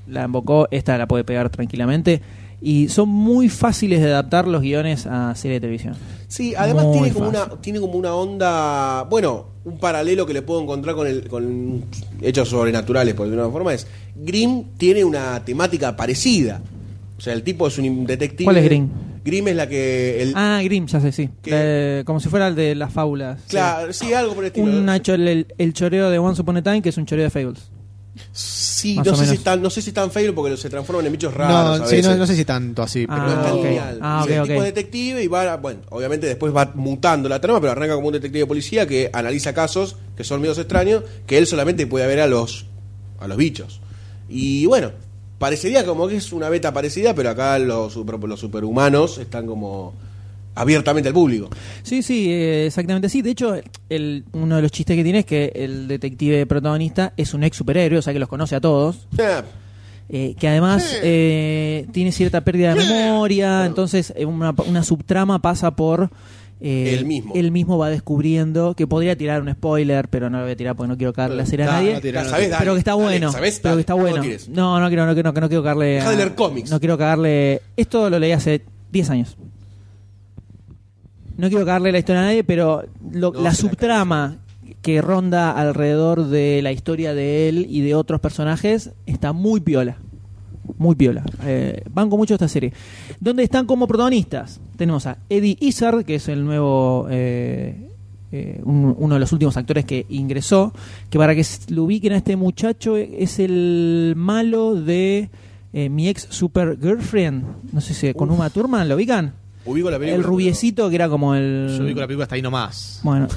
B: la embocó, esta la puede pegar tranquilamente. Y son muy fáciles de adaptar los guiones a serie de televisión.
C: Sí, además
B: Muy
C: tiene como,
B: fácil.
C: una, tiene como una onda. Bueno, un paralelo que le puedo encontrar con, el, con hechos sobrenaturales, por decirlo de una forma, es. Grimm tiene una temática parecida. O sea, el tipo es un detective.
B: ¿Cuál es Grimm?
C: Grimm es la que. El,
B: Ah, Grimm, ya sé, sí.
C: ¿Qué?
B: La de- como si fuera el de las fábulas. sí.
C: claro, sí. algo por el estilo.
B: Un Nacho, el, el choreo de Once Upon a Time, que es un choreo de Fables.
C: Sí,
B: más
C: no
B: o
C: sé, si
B: menos.
C: están, no sé si están feo porque se transforman en bichos raros.
D: No,
C: a
D: sí, no,
C: veces.
D: no sé si tanto así, pero
C: No es
B: Ah,
C: tan
B: ok.
C: lineal.
B: Ah,
C: Dice,
B: ok,
C: el tipo
B: ok.
C: es detective y va, a- bueno, obviamente después va mutando la trama, pero arranca como un detective de policía que analiza casos que son medios extraños, que él solamente puede ver a los a los bichos. Y bueno, parecería como que es una beta parecida, pero acá los super- los superhumanos están como abiertamente al público.
B: Sí, sí, eh, exactamente sí. De hecho, el, uno de los chistes que tiene es que el detective protagonista es un ex superhéroe, o sea que los conoce a todos.
C: Ah,
B: eh, que además eh, tiene cierta pérdida de memoria, entonces eh, una, una subtrama pasa por... eh,
C: Él mismo.
B: Él mismo va descubriendo que podría tirar un spoiler, pero no lo voy a tirar porque no quiero cagarle a hacer a
D: No,
B: nadie.
D: no tira, no
C: ¿sabés?
D: tira.
C: Dale,
B: pero que está
C: dale,
B: bueno.
C: ¿sabés?
B: Pero que está
C: Dale, no
B: bueno.
C: tires.
B: No, no quiero, no quiero, no quiero cagarle.
C: Dejá de
B: a-
C: leer cómics.
B: No quiero cagarle. Esto lo leí hace 10 años. No quiero cagarle la historia a nadie, pero lo-
C: No,
B: la
C: se la
B: subtrama que ronda alrededor de la historia de él y de otros personajes está muy piola. Muy piola. Eh, banco mucho esta serie. Donde están como protagonistas? Tenemos a Eddie Izzard, que es el nuevo. eh, eh, un- uno de los últimos actores que ingresó. Que para que s- lo ubiquen a este muchacho, eh, es el malo de eh, mi ex super girlfriend. No sé si con Uma Thurman, ¿lo ubican?
C: ubico la película,
B: El
C: pero-
B: rubiecito que era como el.
D: Yo ubico la película hasta ahí nomás.
B: (laughs) Bueno,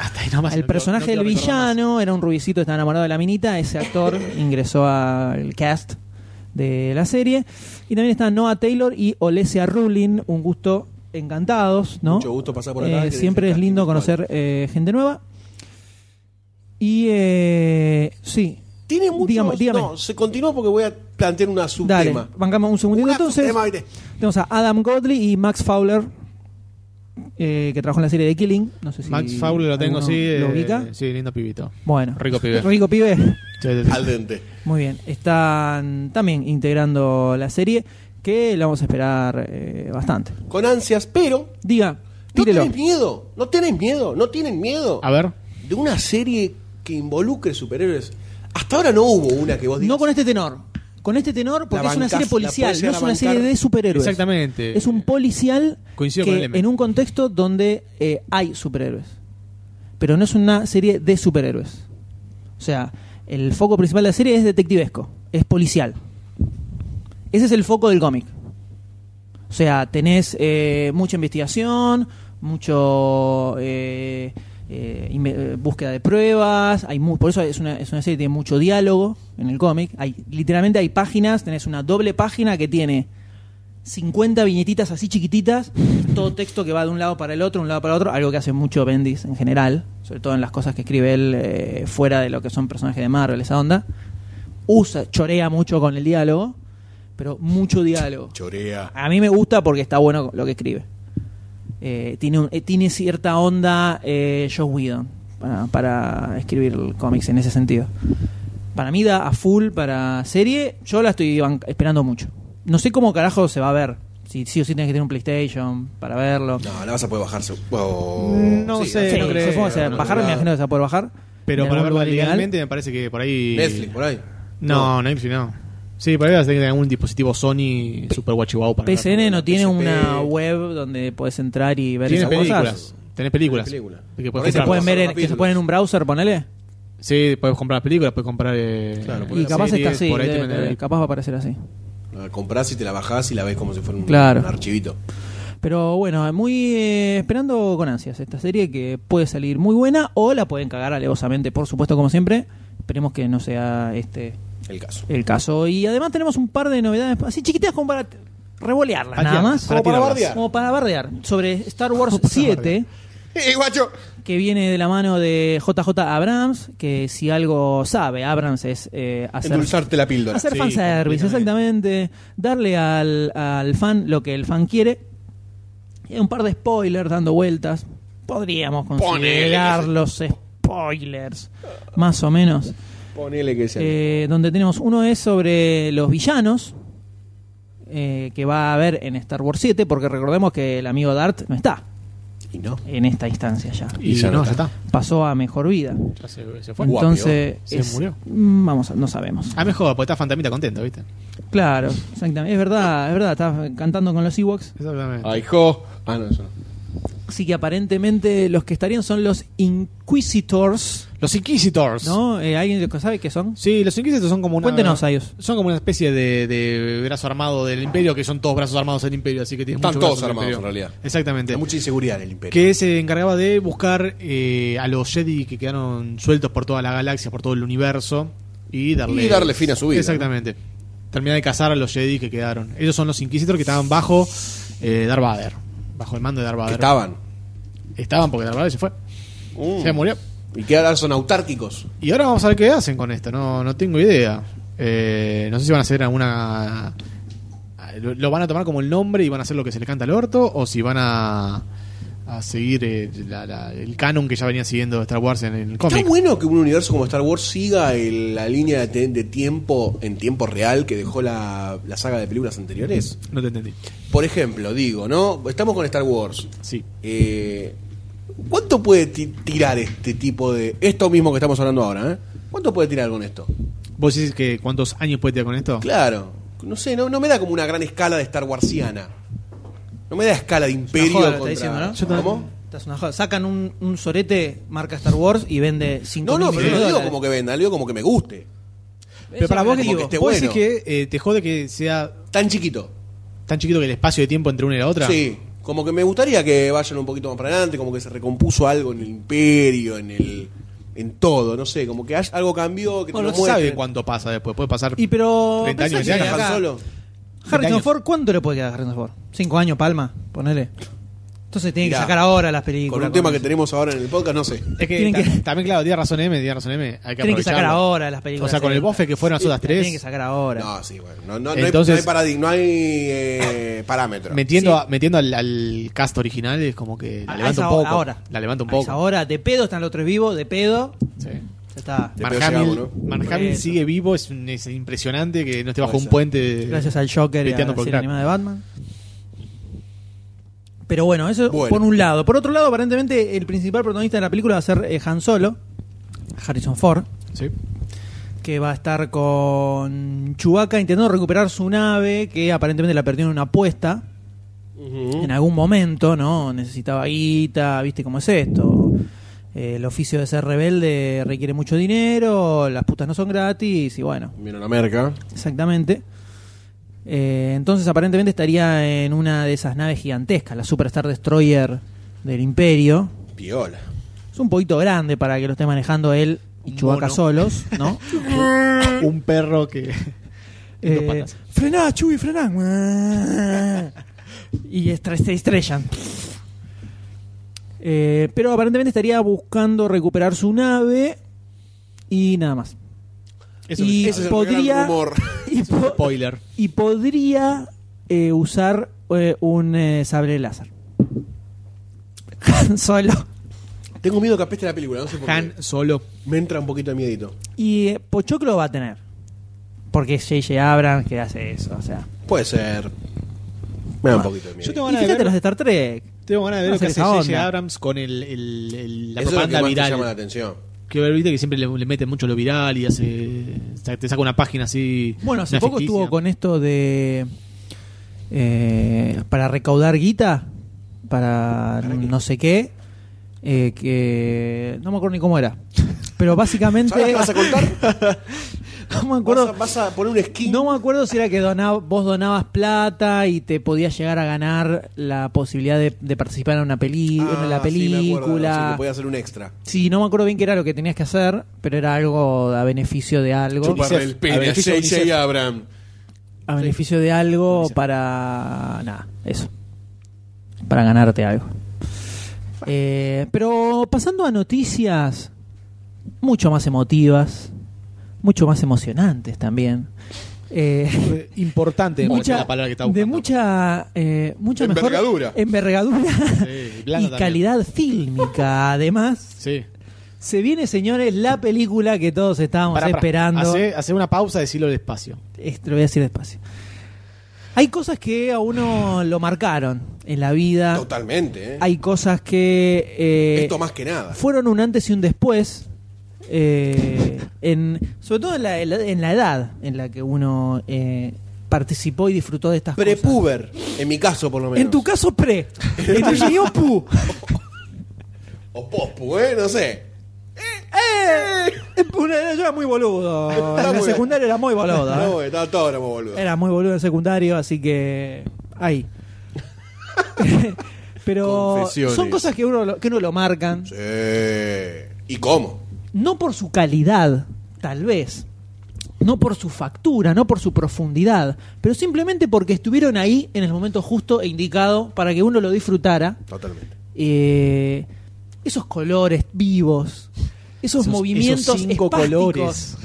D: Hasta ahí nomás.
B: el
D: no
B: personaje
D: quiero-
B: del
D: no quiero recordar más.
B: villano era un rubiecito, estaba enamorado de la minita. Ese actor ingresó al cast de la serie. Y también está Noah Taylor y Olesia Rulin, un gusto encantados, ¿no?
C: Mucho gusto pasar por acá.
B: Eh,
C: que
B: siempre
C: tenés
B: es
C: el
B: lindo
C: casting virtual.
B: conocer eh, gente nueva. Y eh, sí,
C: Tiene muchos...
B: Dígame, dígame.
C: No, se continúa porque voy a plantear una
B: dale,
C: subtema.
B: bancamos un segundito
C: Una
B: entonces.
C: subtema, ¿viste?
B: Tenemos a Adam Godley y Max Fowler, eh, que trabajó en la serie de Killing. No sé si
D: Max Fowler lo tengo,
B: alguno
D: sí.
B: ¿Lo
D: eh,
B: ubica?
D: sí, lindo pibito.
B: Bueno.
D: Rico pibe.
B: (laughs) Rico pibe.
D: Sí, sí, sí.
C: Al dente.
B: Muy bien. Están también integrando la serie que la vamos a esperar eh, bastante.
C: Con ansias, pero
B: Diga,
C: No
B: tírelo.
C: tenés miedo, no tenés miedo, no tienen miedo
D: A ver.
C: de una serie que involucre superhéroes. Hasta ahora no hubo una que vos digas.
B: No con este tenor. Con este tenor, porque
C: La
B: es una
C: bancás,
B: serie
C: la
B: policial,
C: podés
B: no
C: llegar
B: es
C: a
B: una serie
C: bancar.
B: de superhéroes.
D: Exactamente.
B: Es un policial
D: Este, Coincido con
B: que,
D: el M.
B: en un contexto donde eh, hay superhéroes. Pero no es una serie de superhéroes. O sea, el foco principal de la serie es detectivesco, es policial. Ese es el foco del cómic. O sea, tenés eh, mucha investigación, mucho eh, eh, inve- eh, búsqueda de pruebas, hay mu- por eso es una, es una serie que tiene mucho diálogo en el cómic. Hay, literalmente hay páginas, tenés una doble página que tiene 50 viñetitas así chiquititas, todo texto que va de un lado para el otro, un lado para el otro, algo que hace mucho Bendis en general, sobre todo en las cosas que escribe él eh, fuera de lo que son personajes de Marvel, esa onda. Usa, chorea mucho con el diálogo, pero mucho diálogo.
C: Chorea.
B: A mí me gusta porque está bueno lo que escribe. Eh, tiene, un- eh, tiene cierta onda eh, Joss Whedon para, para escribir cómics en ese sentido. Para mí da a full para serie. Yo la estoy ban- esperando mucho. No sé cómo carajo se va a ver. Si sí o sí tienes que tener un PlayStation para verlo.
C: No, la vas a poder bajarse. Oh,
D: No sé,
B: Sí,
D: no creo.
B: supongo que se-
D: No,
B: bajar,
D: no.
B: me imagino que se va a poder bajar.
D: Pero
B: En
D: para
B: algún
D: verlo
B: lugar ilegal.
D: legalmente me parece que por ahí.
C: Netflix, por ahí.
D: No, Netflix no. Sí, por ahí vas a tener que tener algún dispositivo Sony super guachiguau para
B: PCN no tiene
C: PSP.
B: una web donde puedes entrar y ver
D: Tiene
B: esas
D: películas.
B: cosas.
D: Tenés películas.
C: Película.
D: Que
C: Por
D: podés
C: ahí se
B: Se
D: comprar.
B: pueden ver en, que se
C: capítulos.
B: pueden en un browser, ponele.
D: Sí, puedes comprar películas, puedes comprar. eh,
C: Claro,
B: Y capaz está
D: series,
B: así,
D: por ahí te
B: de-
D: venden-
B: de- capaz va a aparecer así.
C: La comprás y te la bajás y la ves como si fuera un,
B: Claro.
C: un archivito.
B: Pero bueno, muy eh, esperando con ansias esta serie que puede salir muy buena o la pueden cagar alevosamente, por supuesto, como siempre. Esperemos que no sea este
C: El caso.
B: el caso. Y además tenemos un par de novedades así chiquitas como para t- revolearlas,
D: Patear,
B: nada más.
C: Como para
D: tirarlas.
C: bardear.
B: Como para bardear. Sobre Star Wars 7,
C: ¡Eh, guacho!
B: que viene de la mano de JJ Abrams, que si algo sabe, Abrams es eh, hacer
C: Endulzarte la píldora.
B: Hacer
D: Sí,
B: fanservice, exactamente. Darle al, al fan lo que el fan quiere. Y hay un par de spoilers dando vueltas. Podríamos considerar los spoilers, más o menos.
C: Ponele que sea.
B: Eh, donde tenemos uno es sobre los villanos eh, que va a haber en Star Wars 7, porque recordemos que el amigo Dart no está
C: y no.
B: en esta instancia ya.
D: Y,
C: ya
D: no,
C: no
D: ya está.
B: Pasó a mejor vida.
D: Ya se, se fue.
C: Guau.
B: Entonces,
D: Se
B: es-
D: murió.
B: mm, vamos, a- no sabemos.
D: Ah, mejor, porque está Fantamita contento, ¿viste?
B: Claro, exactamente. Es verdad, es verdad, estaba cantando con los Ewoks.
D: Exactamente.
C: Ay, jo. Ah, no, eso no.
B: Así que aparentemente los que estarían son los Inquisitors,
D: Los Inquisitors.
B: ¿no? Eh, ¿Alguien que sabe qué son?
D: Sí, los Inquisitors son como una.
B: Cuéntenos a ellos.
D: Son como una especie de, de brazo armado del Imperio, que son todos brazos armados del Imperio, así que tienen
C: Están
D: mucho
C: todos
D: brazo del
C: armados,
D: Imperio.
C: en realidad.
D: Exactamente.
C: Hay mucha inseguridad en el imperio.
D: que se encargaba de buscar eh, a los Jedi que quedaron sueltos por toda la galaxia, por todo el universo y darle,
C: Y darle fin a su vida,
D: Exactamente. Terminar de cazar a los Jedi que quedaron. Ellos son los Inquisitors que estaban bajo eh, Darth Vader, bajo el mando de Darth
C: Que
D: Vader.
C: estaban.
D: Estaban porque Darth Vader se fue,
C: Mm.
D: se murió.
C: Y que ahora son autárquicos.
D: Y ahora vamos a ver qué hacen con esto. No, no tengo idea. Eh, no sé si van a hacer alguna. Lo, lo van a tomar como el nombre y van a hacer lo que se le canta al orto, o si van a, a seguir eh, la- la- el canon que ya venía siguiendo Star Wars en el cómic.
C: Está bueno que un universo como Star Wars siga el- la línea de, te- de tiempo en tiempo real que dejó la, la saga de películas anteriores.
D: No te entendí.
C: Por ejemplo, digo, ¿no? Estamos con Star Wars.
D: Sí.
C: Eh, ¿Cuánto puede ti- tirar este tipo de... Esto mismo que estamos hablando ahora, ¿eh? ¿Cuánto puede tirar con esto?
D: ¿Vos decís que cuántos años puede tirar con esto?
C: Claro. No sé, no, no me da como una gran escala de Star Warsiana. No me da escala de imperio
B: joda, lo
C: contra...
B: está diciendo, ¿no?
D: Yo también-
C: ¿Cómo?
B: Esta es una joda. Sacan un, un sorete marca Star Wars y vende 5
C: No, no, pero no lo digo
B: dólares.
C: como que venda, lo digo como que me guste.
D: Pero para vos, que
C: como que
B: este
C: esté
D: vos decís
C: bueno.
D: que eh, te jode que sea
C: Tan chiquito.
D: tan chiquito que el espacio de tiempo entre una y la otra.
C: Sí, como que me gustaría que vayan un poquito más para adelante, como que se recompuso algo en el imperio, en el en todo, no sé, como que hay- algo cambió, que te
D: Bueno,
C: lo
D: no se sabe
C: muestren.
D: cuánto pasa después. Puede pasar
B: Y pero
D: 30 años,
B: pensá que
C: ¿Era
D: 20 años.
B: acá-
C: Han Solo?
B: Harrison
D: años.
B: Ford, ¿cuánto le puede quedar a Harrison Ford? 5 años, palma, ponele. Entonces tienen
C: Mirá,
B: que sacar ahora las
C: Con
B: películas.
C: un tema que
B: eso.
C: tenemos ahora en el podcast, no sé.
D: Es que,
B: Tienen
D: ta-
B: que-
D: también, claro, tiene razón M, tiene razón M. Hay que
B: Tienen que sacar
D: aprovecharlo.
B: ahora las películas.
D: O sea, con el bofe que fueron las otras
B: Las Tienen que
D: tres,
B: sacar ahora.
C: No, sí, bueno, no, no- no
D: Entonces-
C: hay, no hay paradigma, no hay
D: (laughs)
C: eh, parámetro.
D: metiendo,
B: Sí.
D: a- metiendo al, al cast original es como que la
B: A-
D: levanta
B: a esa
D: un poco.
B: hora, ahora.
D: La levanta un
B: A esa
D: poco.
B: hora, de pedo están los tres vivos, de pedo.
D: Sí.
B: Ya está.
C: De
D: Mark
C: pedo
D: Hamill-
C: llegamos, ¿no?
D: Mark
B: Por
D: Hamill
B: eso.
D: sigue vivo, es, un- es impresionante que no esté bajo
C: Puede
D: un
C: ser.
D: puente. de-
B: Gracias al Joker y a
D: Piteando
B: la
D: por
B: serie
D: crack.
B: animada de Batman. Pero bueno, eso
C: Bueno.
B: por un lado. Por otro lado, aparentemente el principal protagonista de la película va a ser eh, Han Solo, Harrison Ford,
D: Sí.
B: que va a estar con Chewbacca intentando recuperar su nave, que aparentemente la perdió en una apuesta
C: Ujú.
B: en algún momento, ¿no? Necesitaba guita, ¿viste cómo es esto? Eh, el oficio de ser rebelde requiere mucho dinero, las putas no son gratis y bueno.
C: Vino la merca.
B: Exactamente. Eh, entonces, aparentemente estaría en una de esas naves gigantescas, la Superstar Destroyer del Imperio.
C: Piola.
B: Es un poquito grande para que lo esté manejando él y
D: Un
B: Chewbacca
D: mono.
B: solos,
D: (laughs)
B: ¿no?
D: un perro que. (laughs) Dos
B: eh,
D: patas.
B: frená, Chewie, frená. y estre- se estrellan. Eh, pero aparentemente estaría buscando recuperar su nave y nada más.
D: Eso
B: Y-
D: es
C: Ese es el
B: podría-
C: gran rumor.
B: (laughs) Y po-
D: spoiler.
B: y podría eh, usar eh, un eh, sable láser. (laughs) Han Solo.
C: Tengo miedo que apeste la película, no sé por qué.
D: Han solo.
C: Me entra un poquito de miedito.
B: Y eh, Pochoclo va a tener. Porque es J.J. Abrams que hace eso, o sea.
C: Puede ser. Me da un poquito de miedo.
D: Yo tengo
B: Y
D: ganas de
B: fíjate
D: ver,
B: los de Star Trek.
D: tengo ganas de ver
B: no
D: lo que
B: hacer esa
D: hace J.J.
B: onda.
D: Abrams con el, el- el- la
C: Eso es lo que
D: propaganda
C: más te
D: viral.
C: llama la atención.
D: Que viste que siempre le, le meten mucho lo viral y hace. sa- Te saca una página así.
B: Bueno, hace
D: una
B: poco
D: ficticia.
B: estuvo con esto de. eh, para recaudar guita. Para no sé qué. eh, que. No me acuerdo ni cómo era. Pero básicamente.
D: (laughs)
C: ¿Sabes qué vas a contar?
B: (laughs) No me
C: Vas a,
B: acuerdo.
C: vas a poner un skin.
B: No me acuerdo si era que dona- vos donabas plata y te podías llegar a ganar la posibilidad de, de participar en una peli,
C: Ah,
B: en la
C: sí, me acuerdo, sí,
B: película.
C: que podía hacer un extra.
B: Sí, no me acuerdo bien qué era lo que tenías que hacer, pero era algo a beneficio de algo.
D: Chupa.
C: Chuparle
D: Unicef,
C: el pene a
D: a beneficio de
C: J.J.
D: Unicef.
C: Abraham.
B: A beneficio de algo
D: Beneficio.
B: para... Nada, eso. Para ganarte algo. Eh, pero pasando a noticias mucho más emotivas, mucho más emocionantes también. Eh,
D: Eh, Importante me parece
B: mucha,
D: la palabra que está
B: de
D: buscando.
B: mucha, eh, mucha mejor
C: Envergadura.
B: envergadura (laughs)
D: Sí, plano
B: y
D: también.
B: calidad fílmica. Además,
D: Sí.
B: se viene, señores, la película que todos estábamos
D: Pará, pará.
B: esperando.
D: Hacé, hacé una pausa, decirlo despacio.
B: Este, lo voy a decir despacio. Hay cosas que a uno lo marcaron en la vida.
C: Totalmente, ¿eh?
B: Hay cosas que Ah. eh,
C: Esto más que nada.
B: fueron un antes y un después. eh, en, sobre todo en la, en la- en la edad en la que uno eh, participó y disfrutó de estas cosas.
C: Prepuber, en mi caso por lo menos.
B: En tu caso,
C: (laughs)
B: pre. En el mío, pu.
C: O pospu, ¿eh? No sé.
B: Eh, Yo era muy boludo.
C: Está
B: En la
C: muy bien.
B: secundaria era muy boludo. ¿eh?
C: No, estaba todo éramos boludo.
B: Era muy boludo en secundario, así que.
C: (laughs)
B: Ahí. Pero
C: Confesiones.
B: son cosas que uno lo, que uno lo marcan.
C: Sí. ¿Y cómo?
B: No por su calidad, tal vez. No por su factura, no por su profundidad. Pero simplemente porque estuvieron ahí en el momento justo e indicado para que uno lo disfrutara.
C: Totalmente.
B: Eh, esos colores vivos. Esos,
D: Esos-
B: movimientos
D: esos cinco
B: espásticos,
D: colores.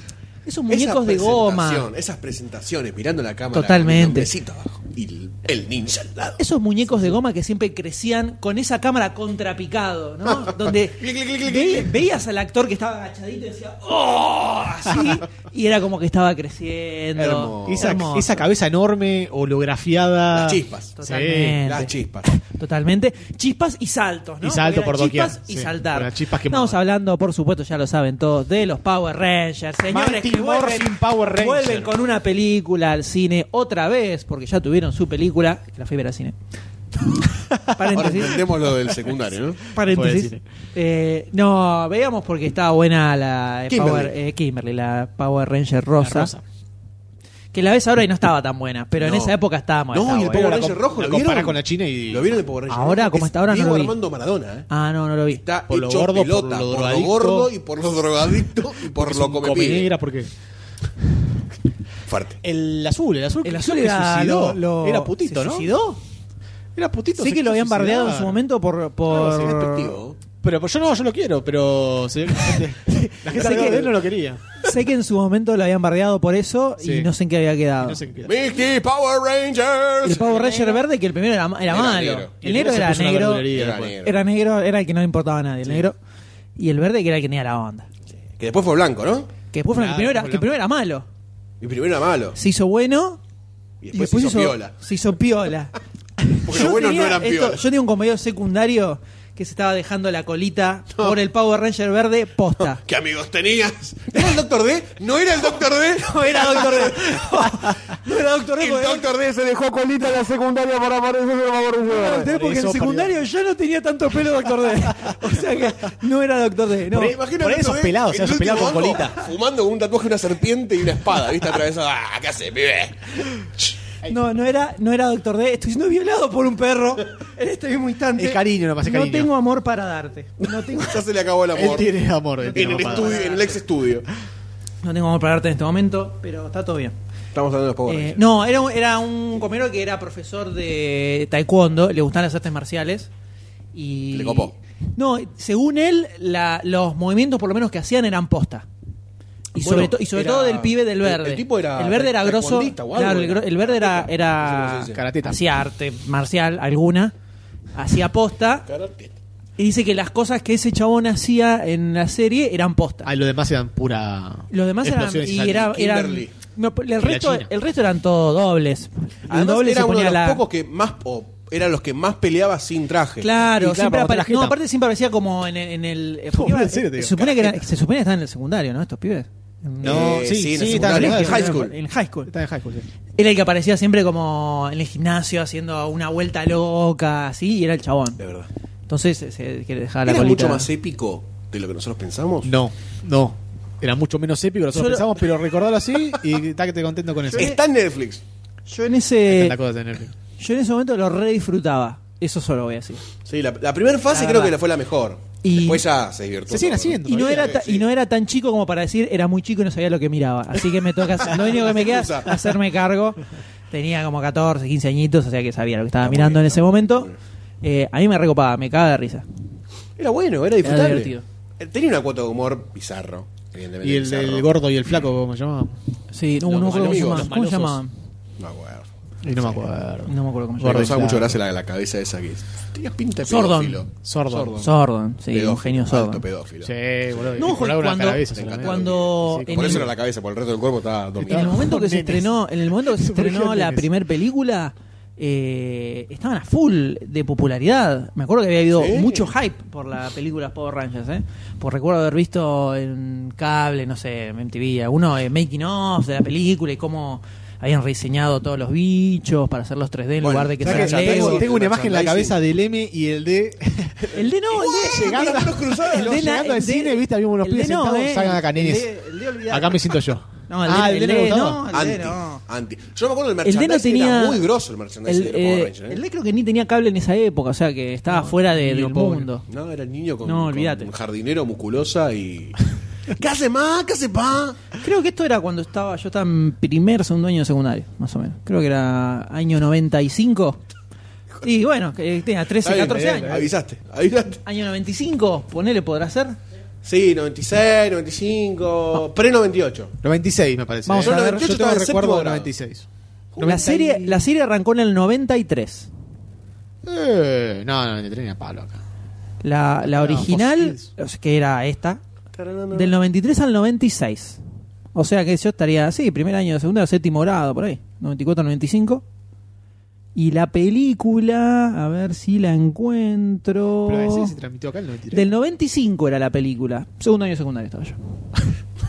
B: Esos
C: Esa
B: muñecos de goma.
C: presentación, Esas presentaciones, mirando la cámara.
B: Totalmente.
C: con el hombrecito abajo y el- el ninja al lado.
B: Esos muñecos de goma que siempre crecían con esa cámara contrapicado,
C: (laughs)
B: ¿no? Donde
C: Clic, clic, clic, clic,
B: ve-
C: clic.
B: veías al actor que estaba agachadito y decía ¡Oh! Así,
C: (laughs)
B: y era como que estaba creciendo.
C: Hermoso.
D: Esa,
B: Oh. Hermoso.
D: esa cabeza enorme, holografiada.
C: Las chispas.
B: Totalmente.
C: Las chispas.
B: Totalmente. Chispas y saltos, ¿no?
D: Y salto
B: Porque
D: por
B: eran
D: doquier.
B: Chispas y
D: Sí,
B: saltar.
D: eran chispas que
B: Estamos
D: mueven.
B: hablando, por supuesto, ya lo saben todos, de los Power Rangers. Señores,
D: Mighty
B: que vuelven-
D: Morphin Power Ranger.
B: Vuelven con una película al cine otra vez, porque ya tuvieron su película. La fui a ver al
D: (laughs)
B: cine.
C: Ahora
B: Paréntesis.
C: entendemos lo del secundario, ¿no?
D: Fue
B: Paréntesis.
D: decir.
B: Eh, no, veíamos porque estaba buena la eh,
C: Kimberly.
B: Power, eh, Kimberly, la Power Ranger rosa,
D: La
B: Que la ves ahora y no estaba tan buena, pero en
C: No.
B: esa época estábamos.
C: No, y el Power
D: La
C: Ranger
D: com-
C: rojo,
D: la
C: ¿lo vieron?
D: comparás con la china y.
C: ¿Lo vieron el Power Ranger?
B: Ahora,
C: rojo?
B: como
C: Es
B: hasta ahora, no
C: Diego
B: lo vi.
C: Armando Maradona, ¿eh?
B: Ah, no, no lo vi.
C: Está
D: Por lo
C: hecho
D: gordo, por
C: pelota,
D: lo
C: por lo,
D: drogadicto.
C: gordo y por lo drogadicto y por lo come pibe.
D: comenegra, porque.
C: Fuerte.
D: El azul, el azul.
B: El
D: creo
B: azul
D: que
B: era,
D: suicidó.
B: lo- lo-
D: Era putito,
B: ¿se
D: ¿no?
B: suicidó?
D: Era putito.
B: Sí
D: se
B: que
D: quiso
B: lo habían bardeado en
D: suicidar.
B: su momento por... por...
C: Sí, (laughs) despectivo.
D: Pero pues, yo no, yo lo quiero, pero. se- (laughs) la gente, la
B: Sé que-
D: gente alrededor de él no lo quería.
B: sé que en su momento lo habían bardeado por eso y
D: Sí.
B: no sé en qué había quedado.
D: No sé qué.
C: Mighty Power
B: El
C: Rangers.
B: Power Ranger verde, que el primero era, era malo.
C: negro.
D: Y
B: El negro
D: se
B: era
D: puso una
B: negro.
D: verdulería
C: Era
D: después.
C: negro.
B: Era negro, era el que no le importaba a nadie, el negro. Y el verde que era el que tenía la onda.
C: Que después fue blanco, ¿no?
B: Que después fue el
D: Claro,
B: primero, era,
D: fue
B: que primero era malo.
C: Y primero era malo.
B: Se hizo bueno
C: Y después, se hizo, piola.
B: Se hizo piola.
C: (laughs) Porque los buenos no
B: tenía
C: eran
B: esto-
C: piola.
B: Yo tenía un compañero secundario que se estaba dejando la colita por el Power Ranger verde posta.
C: (laughs) ¿Qué amigos tenías? ¿Era el Doctor D? ¿No era el Doctor
D: (laughs)
C: D?
B: No era Doctor D. (laughs) No era Doctor D
C: El
B: porque,
C: Doctor D se dejó colita en la secundaria para aparecer en
B: era
C: la
B: Doctor D porque en el secundario ya no tenía tanto pelo Doctor D. O sea que no era Doctor D. No.
D: Por ahí- Por ahí esos pelados, o sea, esos pelados con colita.
C: Fumando con un tatuaje, una serpiente y una espada, ¿viste? Atravesada. Ah, ¿qué hace,
D: (laughs)
C: pibe?
B: No, no era, no era Doctor D. Estoy siendo violado por un perro en este mismo instante.
D: Es cariño, nomás, es
B: No
D: cariño.
B: tengo amor para darte. No tengo,
C: Ya se le acabó el
D: Él
C: amor.
D: tiene amor. él
C: en,
D: tiene
C: el
D: papá.
C: estudio, en el ex estudio.
B: no tengo amor para darte en este momento, pero está todo bien.
C: Estamos hablando de los Power
B: Eh,
C: Rangers.
B: no, era, un- era un compañero que era profesor de taekwondo, le gustaban las artes marciales. Y,
C: Le copó.
B: No, según él, la- los movimientos por lo menos que hacían eran posta. Y
C: Bueno,
B: sobre, to- y sobre
C: era-
B: todo del pibe del
C: el-
B: verde.
C: el tipo era
B: El verde era grosso.
C: taekwondista o algo,
B: claro, el,
C: era.
B: gro- el verde era.
C: No sé cómo
B: era
C: se dice.
D: Karateta.
B: hacía arte marcial alguna. Hacía posta.
C: Karate.
B: Y dice que las cosas que ese chabón hacía en la serie eran posta.
D: Ah, y los demás eran pura.
B: Los demás eran,
D: explosiones
B: y
D: saltos.
B: era, eran
C: Kimberly.
B: no, el, resto,
D: China.
B: el resto eran todos dobles. El
C: Además,
B: doble
C: era
B: se
C: uno
B: ponía
C: de los
B: la.
C: pocos que más. o eran los que más peleaba sin
B: Claro,
C: traje.
D: Y
B: siempre
D: claro, para mostrar
B: apare-
D: la jeta.
B: no, aparte siempre aparecía como en, el- en el.
D: (laughs)
B: eh, porque
D: No,
B: iba-
D: en serio te
B: eh,
D: digo.
B: se, supone que era- se supone que estaban en el secundario, ¿no? Estos pibes.
D: No,
C: Eh,
D: sí,
C: sí, en
D: sí,
C: el
D: estaban en
C: secundario,
D: el
C: en high
D: high
C: school.
D: school.
B: En high school.
D: Estaban en high school, sí.
B: Era el que aparecía siempre como en el gimnasio haciendo una vuelta loca, así, y era el chabón.
C: De verdad.
B: Entonces se, se- que le dejaba la
C: Era
B: colita.
C: mucho más épico de lo que nosotros pensamos.
D: No, no. era mucho menos épico, nosotros
B: Solo-
D: pensamos, pero recordarlo así y está que te contento con eso.
C: Está en Netflix.
B: Yo en
D: Hay
B: ese.
D: tantas cosas en Netflix.
B: Yo en ese momento lo re disfrutaba. Eso solo voy a decir.
C: Sí, la, la primera fase
B: La
C: creo
B: verdad.
C: que la fue la mejor.
B: Y-
C: Después ya se divirtió.
D: Se siguen haciendo.
B: Y no,
D: Todavía,
B: era ta-
C: sí.
B: y no era tan chico como para decir, era muy chico y no sabía lo que miraba. Así que me toca, hacer- lo único que me queda es
C: Excusa.
B: hacerme cargo. Tenía como 14, 15 añitos, o sea que sabía lo que estaba
C: Está muy
B: mirando
C: bien,
B: en
C: está
B: ese
C: muy
B: momento.
C: bien.
B: Eh, a mí me recopaba, me caga de risa.
C: Era bueno, era disfrutable.
B: divertido.
C: Eh, Tenía una cuota de humor bizarro. evidentemente
D: Y el,
C: bizarro.
D: el gordo y el flaco, ¿cómo se llamaba?
B: Sí, no,
D: Los
B: no me acuerdo cómo se
C: amigos,
B: llamaban.
D: los
B: ¿Cómo se
D: malosos.
B: llamaban?
C: No, bueno.
D: Y no me acuerdo.
B: No me acuerdo cómo se
C: Me
D: Gordo
B: llamaban.
D: y
C: causaba mucho
D: flaco.
C: gracia la, la cabeza esa que tenías pinta de
B: Sordon.
C: pedófilo.
D: Sordo.
B: Sordon, sí,
C: Pedófilo,
B: un genio
C: alto
B: Sordon.
C: pedófilo.
D: Sí, boludo.
B: No,
D: y por ahí una
B: cuando-
D: cabeza
B: me
D: solamente.
B: cuando-
D: Sí,
B: en
C: Por
B: el-
C: eso era la cabeza, por el resto del cuerpo estaba
B: En el
C: dominado.
B: momento que se
D: Nenes.
B: estrenó, en el momento
D: (laughs)
B: que se
D: Surgió
B: estrenó la
D: nenes.
B: primera película, eh, estaban a full de popularidad. Me acuerdo que había habido
C: Sí.
B: mucho hype por la película Power Rangers, ¿eh? Por recuerdo haber visto en cable, no sé, en MTV, uno eh, making of de la película y cómo habían rediseñado todos los bichos para hacerlos 3D en
C: Bueno,
B: lugar de que
D: ¿sabes
B: sean
D: que
C: Lego,
D: tengo,
B: Lego.
D: tengo una imagen en la
C: merchandising.
D: cabeza del M y el D.
B: El de no, el de
D: Llegando-
B: el de- el de-
D: llegando al
B: el de-
D: cine, viste, había unos
B: el de
D: pibes
B: no,
D: sentados,
B: eh,
D: salgan acá,
B: el de-
D: nenes.
B: el de olvidar.
D: Acá me siento yo.
B: No, el
D: ah,
B: de-
D: el D no
B: el
D: le
B: de
D: gustaba.
B: no, el
C: Anti,
B: de no.
C: anti. Yo me acuerdo del
B: El D
C: merchandising,
B: no tenía.
C: era muy grosso el merchandising
B: el,
C: de Power
B: eh,
C: Rangers, ¿eh?
B: el D creo que ni tenía cable ni esa época, o sea que estaba fuera de-
D: niño
B: del
D: pobre.
B: mundo.
C: No, era el niño con,
B: No,
C: con
B: olvídate.
C: un jardinero musculosa y... (laughs) ¿Qué hace más? ¿Qué hace más?
B: Creo que esto era cuando estaba yo estaba en primer, segundo año de secundario, más o menos. Creo que era año 95. Y bueno, que tenía 13, 14 años.
C: Avisaste, avisaste.
B: Año 95, ponele, podrá ser.
C: Sí, 96, 95, pre-98.
D: 96 me parece.
B: Vamos
D: ¿eh?
B: a ver,
D: yo
C: yo
D: tengo
C: estaba en
D: recuerdo
C: séptimo
D: de
C: grado.
D: 96.
B: La serie, la serie arrancó en el 93.
D: Eh, no, no, 93 ni a palo acá.
B: La,
C: Ah,
B: la original,
D: Fox
B: o sea, que era esta, del 93 al 96. O sea que yo estaría así, primer año de segundo, séptimo grado, por ahí. 94, 95. Y la película, a ver si la encuentro.
D: Pero la serie se transmitió acá en el 93.
B: Del 95 era la película. Segundo año de secundario estaba yo. (laughs)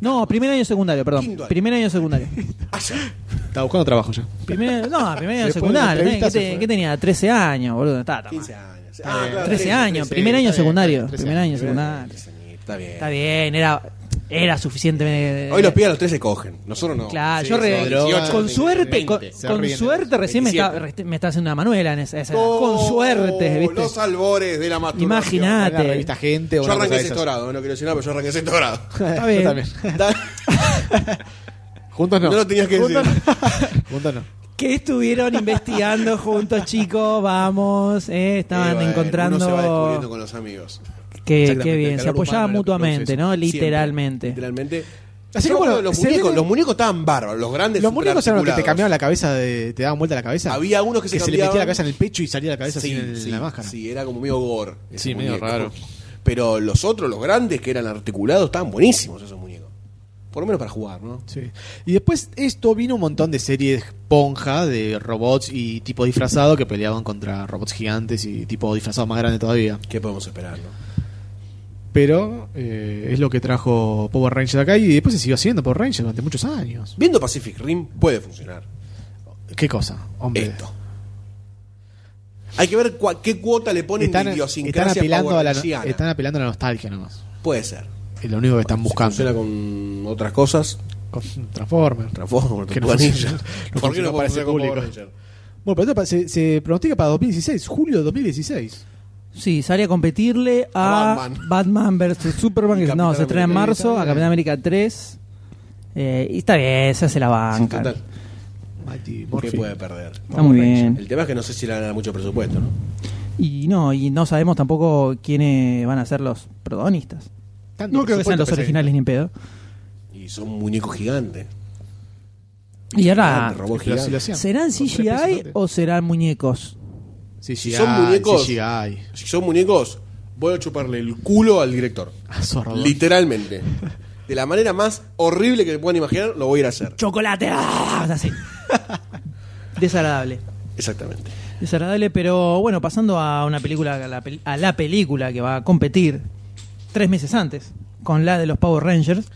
B: No, primer año de secundario, perdón.
C: Quinto año.
B: Primer año de secundario.
C: Ah,
D: Estaba buscando trabajo ya.
B: Primer,
D: (laughs)
B: no, primer año de
D: Después de la
B: secundario. ¿Qué,
D: entrevista
B: te-
D: se fue.
B: qué tenía? 13 años, boludo. Estaba, estaba
C: 15
B: mal.
C: años.
D: Ah, claro,
B: 13 años, primer año de
D: está bien,
B: secundario.
D: está bien,
B: Primer año de
D: 13
B: secundario.
C: Está bien.
B: Está bien, era, era suficientemente.
C: Hoy los pibes a los 13 cogen, nosotros no.
B: Claro,
D: Sí,
B: yo re-
D: se drogan,
B: con
D: se-
B: suerte,
D: veinte,
B: con,
D: se
B: con
D: ríen.
B: suerte recién me está,
C: 27.
B: me está haciendo una manuela en esa, esa edad.
C: No,
B: Con suerte, ¿viste?
C: Los albores de la masturbación.
B: Imaginá.
D: Era la revista Gente o
C: Yo
D: una cosa
C: arranqué
D: de
C: sexto
D: esas.
C: grado, no quiero decir nada, pero yo arranqué
B: (laughs)
C: sexto grado.
B: (laughs) Está
D: Yo
B: bien.
D: también. Juntos no.
C: No lo tenías que
D: Juntos
C: decir.
D: no. Juntos no.
B: Que estuvieron investigando juntos, chicos. Vamos, eh, estaban
C: Y bueno,
B: encontrando.
C: Uno se va descubriendo con los amigos.
B: Que,
D: Exactamente,
B: qué
D: el
B: bien, se
D: calor
B: apoyaban
D: humano es lo que
B: mutuamente,
D: produce
B: ¿no?
C: Siempre.
B: Literalmente.
C: Literalmente.
D: Así
C: Yo
D: como
C: me acuerdo de los
D: se
C: muñecos,
D: ve-
C: los muñecos estaban bárbaros, los grandes
D: Los muñecos eran los que te
C: superarticulados.
D: cambiaban la cabeza, de- te daban vuelta la cabeza.
C: Había unos que se
D: le metía la
C: cambiaban.
D: cabeza en el pecho y salía la cabeza
C: Sí,
D: sin
C: sí,
D: la máscara.
C: sí, era como medio gore. ese
D: Sí, medio raro.
C: Pero los otros, los grandes que eran articulados, estaban buenísimos esos muñecos. Por lo menos para jugar, ¿no?
D: Sí. Y después esto vino un montón de series ponja de robots y tipo disfrazado que peleaban contra robots gigantes y tipo disfrazado más grande todavía.
C: ¿Qué podemos esperar, no?
D: Pero eh, es lo que trajo Power Rangers acá y después se siguió haciendo Power Rangers durante muchos años.
C: Viendo Pacific Rim puede funcionar
D: ¿Qué cosa? Hombre.
C: esto. Hay que ver cua- qué cuota le ponen
D: Están,
C: de
D: están
C: idiosincrasia
D: apelando a la,
C: powerrangiana.
D: están apelando a la nostalgia nomás.
C: Puede ser.
D: Es lo único que están
C: Si
D: buscando.
C: funciona con otras cosas,
D: Con Transformers.
C: transformo,
D: Que no funciona. No
C: ¿Por qué
D: funciona
C: no
D: para
C: puede
D: ese
C: ser como
D: público.
C: Power Ranger?
D: Bueno, pero esto pa- se, se pronostica para 2016, julio de 2016.
B: Sí, sale a competirle a,
C: A Batman.
B: vs. Superman.
C: Y
B: que
C: Capitán
B: no, se estrena en
C: América.
D: Está
B: marzo, a
D: bien.
B: Capitán América 3. Eh, y está bien, se hace la
C: Sí,
B: banca.
C: total.
D: Mighty
C: ¿Qué
D: Morphin.
C: puede perder?
B: Está muy bien.
C: El tema es que no sé si le van a dar mucho presupuesto, ¿no?
B: Y no, y no sabemos tampoco quiénes van a ser los protagonistas.
D: Tanto
B: No creo que sean
D: presupuesto
B: los
D: se-
B: originales ni en pedo.
C: Y son muñecos gigantes.
B: Y ahora,
C: Gigante, robot
D: Pero si
C: gigante.
D: lo hacían.
B: ¿serán
D: Son tres
B: CGI
D: pesos, ¿no?
B: o serán muñecos?
D: CGI,
C: Si son muñecos-
D: CGI.
C: Si son muñecos, voy a chuparle el culo al director.
D: Ah, zorro.
C: Literalmente. De la manera más horrible que se puedan imaginar, lo voy a ir a hacer.
B: ¡Chocolate! ¡Ah! Así. Desagradable.
C: Exactamente.
B: Desagradable, pero bueno, pasando a una película, a la, pel- a la película que va a competir tres meses antes con la de los Power Rangers,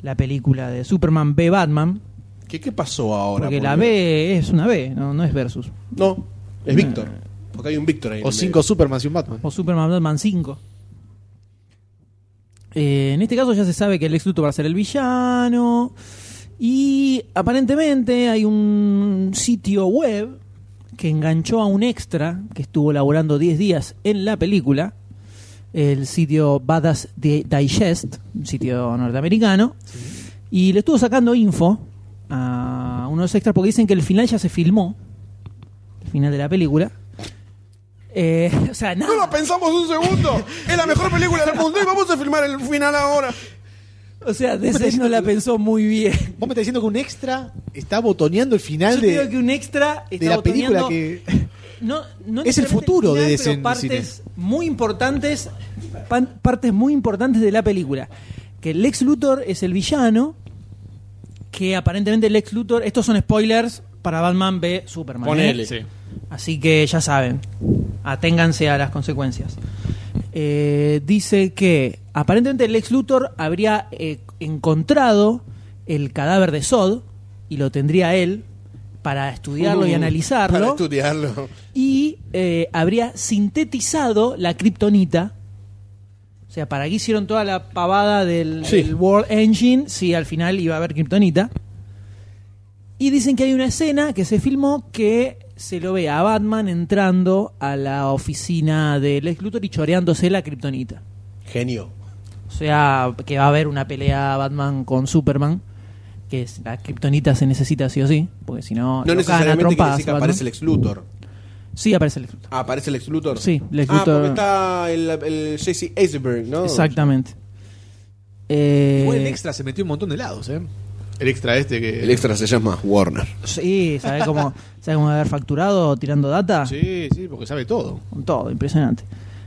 B: la película de Superman B Batman,
C: ¿Qué, qué pasó ahora?
B: porque
C: por
B: la
C: Dios?
B: B Mm. es una B, no, no es versus.
C: No, es Víctor. Porque hay un Víctor ahí. en
D: O
C: el
D: cinco Superman y un Batman.
B: O Superman Batman 5. Eh, en este caso ya se sabe que el ex Luthor va a ser el villano. Y aparentemente hay un sitio web que enganchó a un extra que estuvo laborando 10 días en la película. El sitio Badass Di- Digest, un sitio norteamericano. Y le estuvo sacando info a unos extras porque dicen que el final ya se filmó. El final de la película. Eh, (laughs) o sea, nada.
C: No lo pensamos
B: (laughs)
C: un segundo. Es la mejor película del mundo y vamos a filmar el final ahora.
B: O sea, DC no la pensó muy bien.
D: Vos me estás diciendo que un extra está botoneando el final
B: Yo
D: de,
B: creo que un extra está
D: de la película
B: botoneando-
D: que.
B: No, no
D: es el
B: necesariamente
D: futuro de DC
B: pero
D: en
B: partes muy importantes, pan- partes muy importantes de la película. Que Lex Luthor es el villano, que aparentemente Lex Luthor, estos son spoilers para Batman v Superman. ¿eh?
C: Ponele.
D: Sí.
B: Así que ya saben, aténganse a las consecuencias. Eh, dice que aparentemente el ex Luthor habría eh, encontrado el cadáver de Sod y lo tendría él para estudiarlo y
C: Uh,
B: analizarlo
C: Para estudiarlo.
B: y eh, habría sintetizado la kriptonita. O sea, ¿para qué hicieron toda la pavada del,
C: Sí.
B: del World Engine si al final iba a haber kriptonita? Y dicen que hay una escena que se filmó que se lo ve a Batman entrando a la oficina del Lex Luthor y choreándose la kriptonita.
C: Genio.
B: O sea, que va a haber una pelea Batman con Superman. Que es- la kriptonita se necesita sí o sí, porque si no,
C: No
B: lo cagan a
C: necesariamente quiere
B: trompadas
C: decir que
B: a Batman.
C: aparece el ex Luthor.
B: Sí, aparece el Lex Luthor.
C: Ah, aparece el ex Luthor.
B: Sí, Lex
C: Ah,
B: Luthor.
C: porque está el, el Jesse Eisenberg, ¿no?
B: Exactamente. Eh,
D: Igual el extra se metió (laughs) un montón de lados, ¿eh? El extra este que.
C: El extra se llama Warner.
B: Sí,
C: (laughs)
B: ¿sabes cómo, sabe cómo haber facturado tirando data?
D: Sí, sí, porque sabe todo.
B: Con todo, impresionante.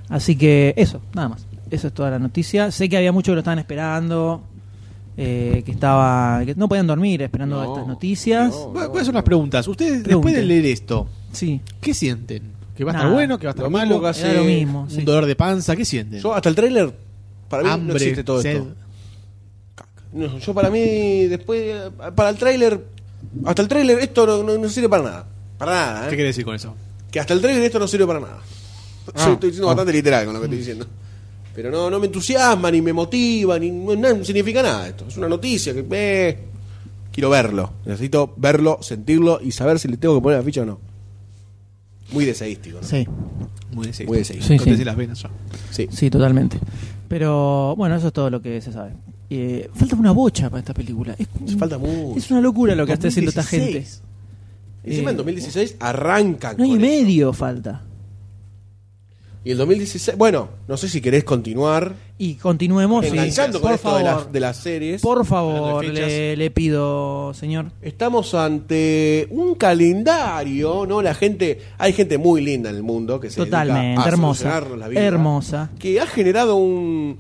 B: Así que eso, nada más. Eso es toda la noticia. Sé que había muchos que lo estaban esperando, eh, que estaba, que no podían dormir esperando
C: No,
B: estas noticias.
C: no.
D: Voy voy a hacer unas preguntas. Ustedes, después
B: Pregunten.
D: de leer esto,
B: Sí,
D: ¿qué sienten? ¿Que va a estar
B: Nada.
D: bueno? ¿Que va a estar
C: Lo mismo
D: malo?
C: que hace-
B: era lo mismo.
D: ¿Un
B: sí.
D: dolor de panza? ¿Qué sienten?
C: Yo hasta el tráiler para mí
D: Hambre,
C: no existe todo
D: sed.
C: esto. ¿eh? No, yo para mí después eh, para el tráiler hasta el tráiler esto no, no- no sirve para nada. Para nada, ¿eh?
D: ¿Qué quiere decir con eso?
C: Que hasta el tráiler esto no sirve para nada.
B: Ah.
C: Yo estoy diciendo bastante literal con lo que estoy diciendo. Pero no, no me entusiasma, ni me motiva, ni no, no significa nada esto. Es una noticia que eh, quiero verlo. Necesito verlo, sentirlo y saber si le tengo que poner la ficha o no. Muy deseístico, ¿no?
B: sí,
D: Muy deseado.
C: Muy deseístico.
B: Sí,
D: No te
B: sí.
D: sé las venas ya.
C: Sí.
B: sí, totalmente. Pero bueno, eso es todo lo que se sabe. Eh, falta una bocha para esta película. Es,
C: Falta mucho.
B: es una locura lo que está haciendo esta
D: 2016.
B: gente.
C: Encima
B: Eh,
C: en 2016 arrancan.
B: Un año y
C: con esto.
B: medio falta.
C: Y el 2016, bueno, no sé si querés continuar
B: Y continuemos. y-
C: enganchando con
B: por
C: esto
B: favor,
C: de, las- de las series.
B: por
D: Hablando
B: favor,
D: de fechas.
B: le, le pido, señor.
C: Estamos ante un calendario, ¿no? La gente, hay gente muy linda en el mundo que se dedica
B: Totalmente,
C: a
B: hermosa.
C: solucionarnos la vida,
B: Hermosa.
C: que ha generado un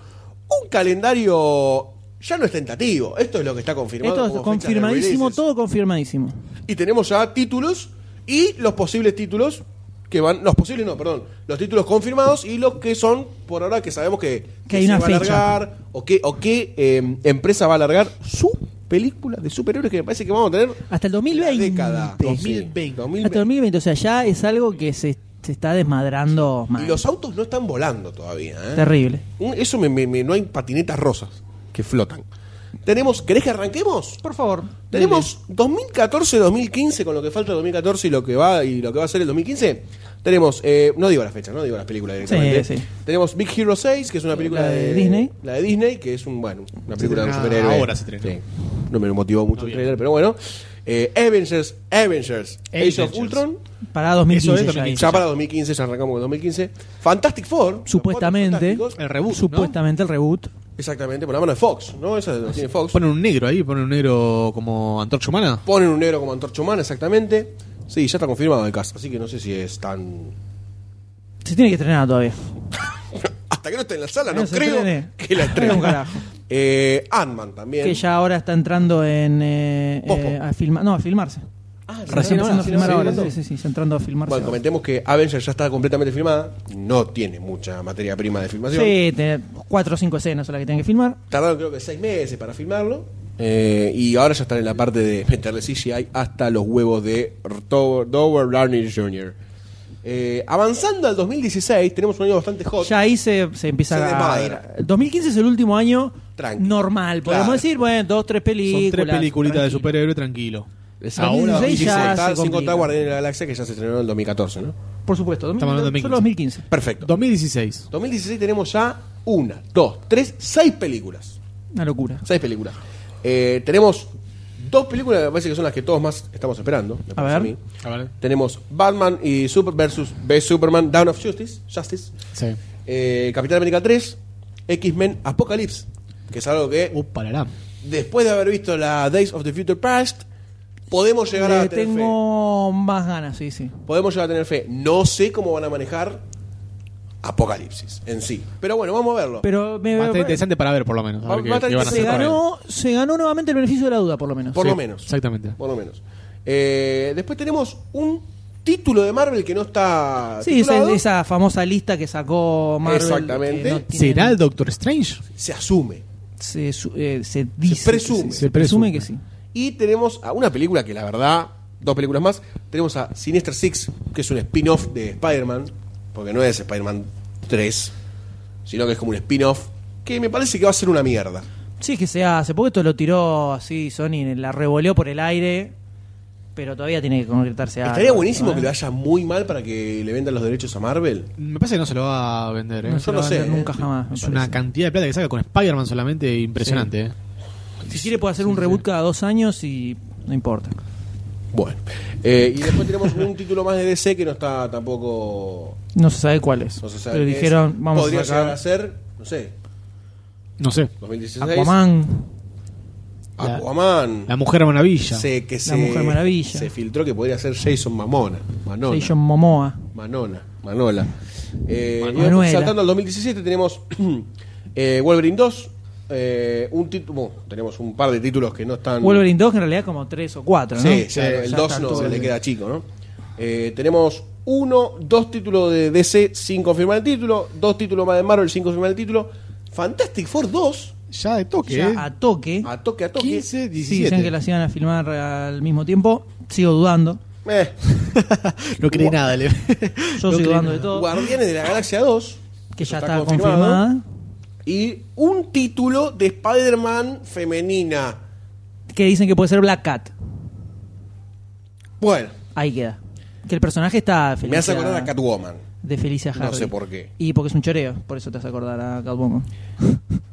C: un calendario ya no es tentativo, esto es lo que está confirmado.
B: Esto es
C: como fechas de
B: confirmadísimo,
C: releases.
B: todo confirmadísimo.
C: Y tenemos ya títulos y los posibles títulos que van. Los posibles no, perdón. Los títulos confirmados y los que son por ahora que sabemos que,
B: hay
C: se
B: una
C: va a
B: fecha.
C: largar o que, o que eh, empresa va a largar su película de superhéroes que me parece que vamos a tener
B: Hasta el
C: la
B: 2020.
C: década.
D: 2020.
C: 2020.
B: Hasta el 2020. O sea, ya es algo que se, se está desmadrando mal.
C: Y los autos no están volando todavía. ¿eh?
B: Terrible.
C: Un- Eso me, me- me- no hay patinetas rosas que flotan. Tenemos, ¿querés que arranquemos?
B: Por favor.
C: Tenemos 2014-2015 con lo que falta el 2014 y lo que va y lo que va a ser el 2015. Tenemos, eh, no digo la fecha, no digo las películas directamente.
B: Sí, sí.
C: Tenemos Big Hero 6, que es una película
B: La de Disney.
C: La de Disney, que es un bueno, una película de un
D: estrena
C: superhéroe.
D: Ah, ahora, se estrena.
C: Sí. No me motivó mucho el
D: bien.
C: trailer, pero bueno. Eh, Avengers, Avengers, Age of
D: Avengers.
C: Ultron.
B: Para 2015.
D: Eso es
B: ya
D: 2015.
C: Ya para 2015, ya arrancamos con 2015. Fantastic Four. los
B: Supuestamente.
C: cuatro fantásticos.
D: El reboot. Supuestamente.
B: Supuestamente el reboot.
C: Exactamente, por la mano de Fox, ¿no? Esa la tiene Fox.
D: Ponen un negro ahí, ponen un negro como antorcha humana.
C: Ponen un negro como antorcha humana, exactamente. Sí, ya está confirmado el cast, así que no sé si es tan.
B: Se tiene que estrenar todavía.
C: Hasta que no esté en la sala,
B: Que
C: no
B: se
C: creo
B: estrene. (laughs)
C: que la
B: Un
C: estrenen.
B: carajo.
C: Eh, Ant-Man también.
B: Que ya ahora está entrando en. eh,
C: Pospo.
B: eh, a filmar. No, a filmarse.
C: Ah,
B: Está
D: Recién
B: empezando
D: ahora,
B: a filmar
D: sí,
B: ahora.
D: ¿cuándo?
B: Sí, sí, sí, está entrando a filmarse.
C: Bueno,
B: ahora.
C: comentemos que Avengers ya está completamente filmada. No tiene mucha materia prima de filmación.
B: Sí, tiene cuatro o cinco escenas son las que tienen que filmar.
C: Tardaron creo que seis meses para filmarlo. Eh, y ahora ya están en la parte de meterle CGI hasta los huevos de Dover Dover Downey Jr. Eh, avanzando al 2016, tenemos un año bastante hot.
B: Ya ahí se, se empieza
C: Se
B: a
C: desmadra.
B: ir. 2015 es el último año
C: Tranqui.
B: normal. Podemos
C: Claro.
B: decir, bueno, dos, tres películas.
D: Son tres películitas de
B: tranquilo.
D: superhéroe tranquilo.
B: Ahora, 2016
C: sin
B: ya
C: contar-
B: se
C: sin
B: complica.
C: contar Guardianes de la Galaxia, que ya se estrenó en el 2014, ¿no?
B: Por supuesto,
D: Estamos hablando de
B: solo 2015.
C: Perfecto.
D: 2016.
C: 2016 tenemos ya una, dos, tres, seis películas.
B: Una locura.
C: Seis películas. Eh, tenemos dos películas que me parece que son las que todos más estamos esperando. me parece
B: ver.
C: mí.
D: A ver.
C: Tenemos Batman y Super versus B Superman Down of Justice, Justice
D: Sí.
C: eh, Capitán América 3, X-Men Apocalypse, que es algo que
D: Upa, la, la.
C: después de haber visto la Days of the Future Past, podemos llegar a
B: Le
C: tener
B: Eh, tengo más ganas, sí, sí.
C: fe. Podemos llegar a tener fe. No sé cómo van a manejar Apocalipsis en sí. Pero bueno, vamos a verlo.
B: Pero me
D: Va a estar interesante para ver, por lo menos. A
C: Va-
D: ver qué,
C: va a estar
D: qué van a
B: se
D: hacer con él.
B: ganó, se ganó nuevamente el beneficio de la duda, por lo menos.
C: Por
D: Sí,
C: lo menos.
D: Exactamente.
C: Por lo menos. Eh, después tenemos un título de Marvel que no está.
B: Sí, esa,
C: titulado.
B: esa famosa lista que sacó Marvel.
C: Exactamente.
B: que no tiene-
D: ¿Será el Doctor Strange?
C: Se asume.
B: Se, su- eh, se dice. que
C: presume.
B: sí, Se,
D: Se
B: presume
D: presume.
B: que sí.
C: Y tenemos a una película que la verdad, dos películas más. Tenemos a Sinister Six, que es un spin-off de Spider-Man, porque no es Spider-Man 3, sino que es como un spin-off, que me parece que va a ser una mierda.
B: Sí, es que se hace. Porque esto lo tiró así, Sony la revoleó por el aire. Pero todavía tiene que concretarse algo,
C: Estaría buenísimo
B: ¿no?
C: que le vaya muy mal para que le vendan los derechos a Marvel.
D: Me parece que no se lo va a vender, ¿eh?
B: No
C: Yo
B: se lo
C: no
B: va a
C: sé,
B: vender
C: eh.
B: nunca jamás. me
D: Es una
B: parece.
D: cantidad de plata que saca con Spider-Man solamente impresionante, ¿eh?
B: Si quiere, puede hacer un reboot cada dos años y no importa.
C: Bueno, eh, y después tenemos un título más de DC que no está tampoco.
B: No se sabe cuál es.
C: No se sabe
B: pero
C: qué es.
B: dijeron, vamos
C: Podría
B: a sacar
C: llegar a ser, no sé,
D: No sé.
C: 2016.
B: Aquaman.
C: Aquaman.
D: La Mujer Maravilla.
C: Se- que se,
B: Mujer Maravilla.
C: Se filtró que podría ser Jason Mamona. Manona.
B: Jason Momoa.
C: Manona, Manola. Eh, y
B: Manuela.
C: después, saltando al 2017 tenemos (clears throat) eh, Wolverine 2, eh, un título, bueno, tenemos un par de títulos que no están...
B: Wolverine 2, que en realidad como 3 o 4, ¿no?
C: Sí, ya
B: Claro,
C: el
B: ya
C: 2
B: está
C: no
B: todo
C: se le
B: el-
C: queda chico, ¿no? Eh, tenemos uno, dos títulos de DC sin confirmar el título, dos títulos más de Marvel sin confirmar el título, Fantastic Four 2,
D: Ya de toque,
B: ya
D: ¿eh?
B: a toque.
C: a toque a toque.
D: 15,
B: Sí, decían que
D: 17.
B: las iban a filmar al mismo tiempo. Sigo dudando.
C: Eh,
D: No creí nada,
B: (laughs)
D: le. (laughs)
B: Yo
D: No
B: sigo
D: creí
B: dudando
D: nada.
B: de todo.
C: Guardianes de la Galaxia 2,
B: Que ya
C: eso
B: está, confirmada.
C: y un título de Spider-Man femenina.
B: Que dicen que puede ser Black Cat.
C: Bueno,
B: Ahí queda. Que el personaje está Felicia,
C: me hace acordar a Catwoman.
B: de Felicia
C: No
B: Hardy.
C: sé por qué.
B: Y porque es un choreo, por eso te hace acordar a Catwoman.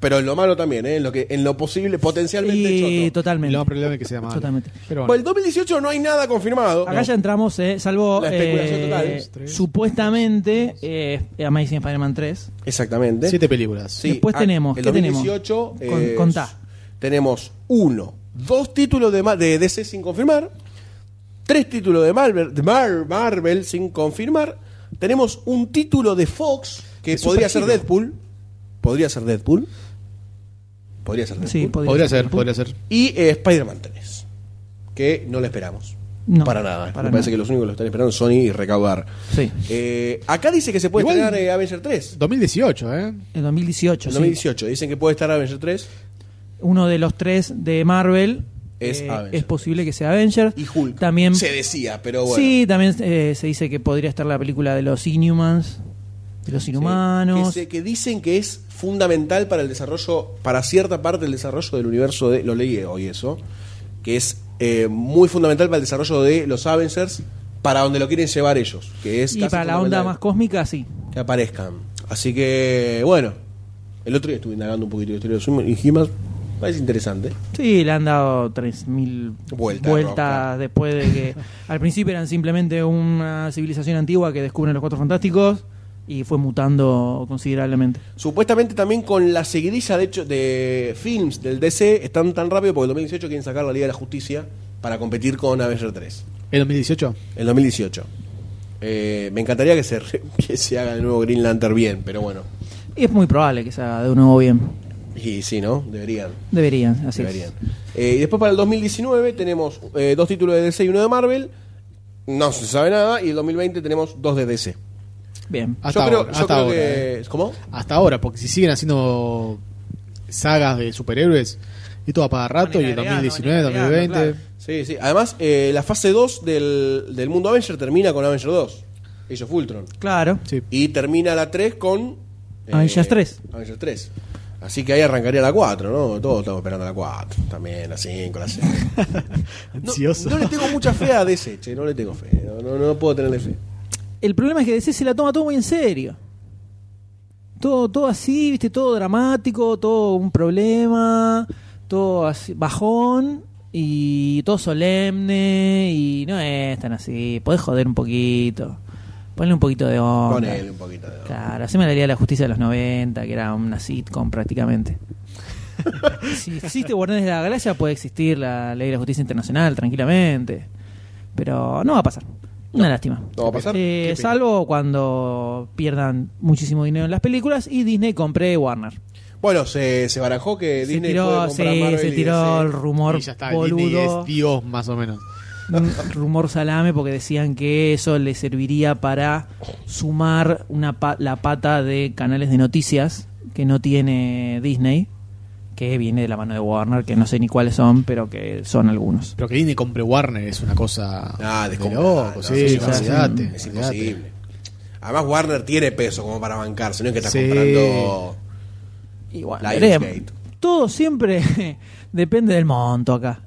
C: Pero en lo malo también, ¿eh? en, lo que, en lo posible, potencialmente
B: Y
C: choto.
D: Y
B: totalmente.
D: Lo más probable es que sea malo.
B: Totalmente.
D: Pero
C: Bueno,
D: bueno.
C: el 2018 no hay nada confirmado.
B: Acá ya entramos, eh, salvo
C: La especulación
B: eh,
C: total.
D: Dos, tres,
B: supuestamente eh, Amazing Spider-Man 3.
C: Exactamente.
D: Siete películas.
C: Sí,
B: Después
C: ah,
B: tenemos,
C: El
B: ¿qué tenemos?
C: 2018
B: Con-
C: eh,
B: contá.
C: Tenemos uno, dos títulos de, ma- de DC sin confirmar, tres títulos de Marvel, de Mar- Marvel sin confirmar. Tenemos un título de Fox que
D: De
C: podría ser
D: superhéroe.
C: Deadpool. Podría ser Deadpool. Podría ser Deadpool.
B: Sí, podría,
D: Podría ser, podría ser.
C: Y eh, Spider-Man 3, que no lo esperamos.
B: No,
C: para nada. eh,
B: para
C: Me parece
B: nada.
C: que los únicos que lo están esperando son Sony y recaudar.
B: Sí.
C: Eh, acá dice que se puede
D: Igual-
C: estrenar eh, Avenger 3.
D: 2018, ¿eh?
B: En 2018,
C: En
B: sí.
C: 2018. Dicen que puede estar Avenger 3
B: Uno de los tres de Marvel eh,
C: Es Avengers.
B: es posible que sea Avengers.
C: y Hulk.
B: También,
C: Se decía, pero bueno.
B: Sí, también eh, se dice que podría estar la película de los Inhumans, de los
C: Sí.
B: Inhumanos.
C: Que, se- que dicen que es fundamental para el desarrollo, para cierta parte del desarrollo del universo de. Lo leí hoy eso. Que es eh, muy fundamental para el desarrollo de los Avengers, para donde lo quieren llevar ellos. Que es
B: y
C: casi
B: para la onda
C: fundamental.
B: más cósmica, sí.
C: que aparezcan. Así que, bueno, el otro día estuve indagando un poquitito de historia de Sumer y He-Man. Parece interesante.
B: Sí, le han dado 3.000
C: Vuelta, Rockstar.
B: vueltas después de
C: (laughs)
B: que al principio eran simplemente una civilización antigua que descubren los Cuatro Fantásticos y fue mutando considerablemente.
C: Supuestamente también con la seguidilla de hecho de films del DC están tan rápido porque el 2018 quieren sacar la Liga de la Justicia para competir con Avenger 3.
D: ¿El 2018?
C: El 2018. Eh, me encantaría que se, (laughs) re- que se haga de nuevo Green Lantern bien, pero bueno.
B: Es muy probable que se haga de un nuevo bien.
C: Y sí, ¿no? Deberían.
B: Deberían, así
C: Deberían.
B: es.
C: Eh, y después para el 2019 tenemos eh, dos títulos de DC y uno de Marvel. No se sabe nada. Y el 2020 tenemos dos de DC.
B: Bien.
D: Hasta
C: yo creo,
D: ahora,
C: yo
D: hasta
C: creo
D: ahora, eh.
C: que. ¿Cómo?
D: Hasta ahora, porque si siguen haciendo sagas de superhéroes, esto va para
B: Van
D: rato
B: a
D: y
B: ir
D: el
B: agregando,
D: 2019,
B: van a ir agregando,
D: 2020.
C: Sí, sí. Además, eh, la fase 2 del, del mundo Avenger termina con Avenger 2. Age of Ultron.
B: Claro.
D: Sí.
C: Y termina la 3 con. eh,
B: Avengers 3.
C: Avengers 3. Así que ahí arrancaría la 4, ¿no? Todos estamos esperando la 4. También la 5,
B: (laughs)
C: la 6. No,
D: Ansioso.
C: no le tengo mucha fe a DC, che. No le tengo fe. No, no, no puedo tenerle fe.
B: El problema es que DC se la toma todo muy en serio. Todo, todo así, viste, todo dramático, todo un problema, todo así, bajón y todo solemne y no es tan así. Podés joder un poquito, ponle un poquito de onda.
C: Ponele un poquito de.
B: Oh, Claro, así me la haría la justicia de los 90, que era una sitcom prácticamente. si existe Guardianes de la Galaxia, puede existir la ley de la justicia internacional tranquilamente. Pero no va a pasar. Una lástima.
C: ¿No va a pasar?
B: Eh, salvo cuando pierdan muchísimo dinero en las películas y Disney compre Warner.
C: Bueno, se, se barajó que Disney
B: se tiró,
C: puede comprar
B: sí,
C: Marvel
B: se
C: y
B: tiró el
C: DC.
B: rumor
D: Y ya está, Disney
B: boludo,
D: es Dios, más o menos.
B: un rumor salame, porque decían que eso le serviría para sumar una pa- la pata de canales de noticias que no tiene Disney, que viene de la mano de Warner, que no sé ni cuáles son, pero que son algunos.
D: Pero que Disney compre Warner es una cosa.
C: Ah,
D: de
C: descomunal,
D: loco,
C: no,
D: sí,
C: sí,
B: o sea,
D: olvidate,
C: Es
D: olvidate.
C: imposible. Además, Warner tiene peso como para bancarse, no es que está
D: Sí.
C: comprando.
B: Y bueno,
C: Lionsgate.
B: veremos. todo siempre (laughs) depende del monto acá.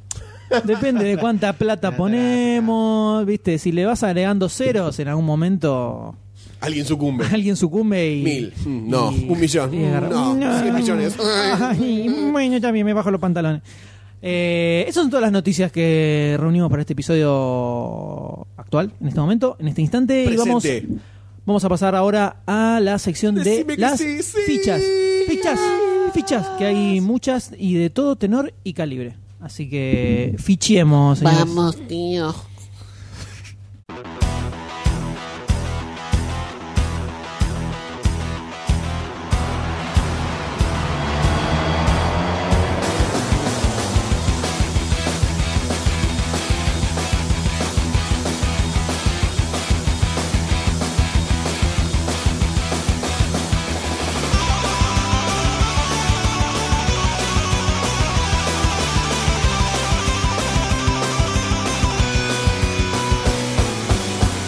B: Depende de cuánta plata ponemos, viste, si le vas agregando ceros en algún momento
C: Alguien sucumbe.
B: (laughs) alguien sucumbe y
C: Mil. No,
B: y-
C: un millón.
B: y agarra-
C: No, cien millones.
B: (laughs) Ay, bueno, también me bajo los pantalones. Eh, esas son todas las noticias que reunimos para este episodio actual, en este momento, en este instante. Y vamos,
C: Presente.
B: vamos a pasar ahora a la sección
C: Decime
B: de
C: que
B: las
C: sí, sí.
B: fichas. Fichas, fichas, que hay muchas y de todo tenor y calibre. Así que fichemos. señores.
A: Vamos, tío.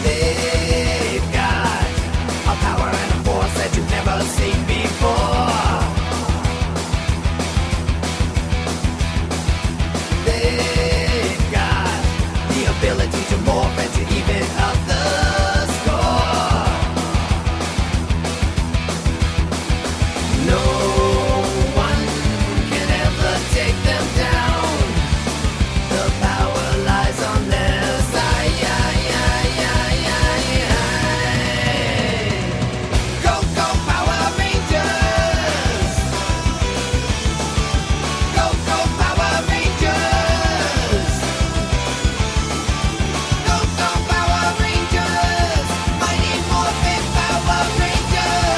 E: They've got a power and a force that you've never seen before. They've got the ability to morph and to even up the score. No one can ever take them down. The power lies on their side. Go, go, Power Rangers! Go, go, Power Rangers! Go, go, Power Rangers! Mighty Morphin Power Rangers!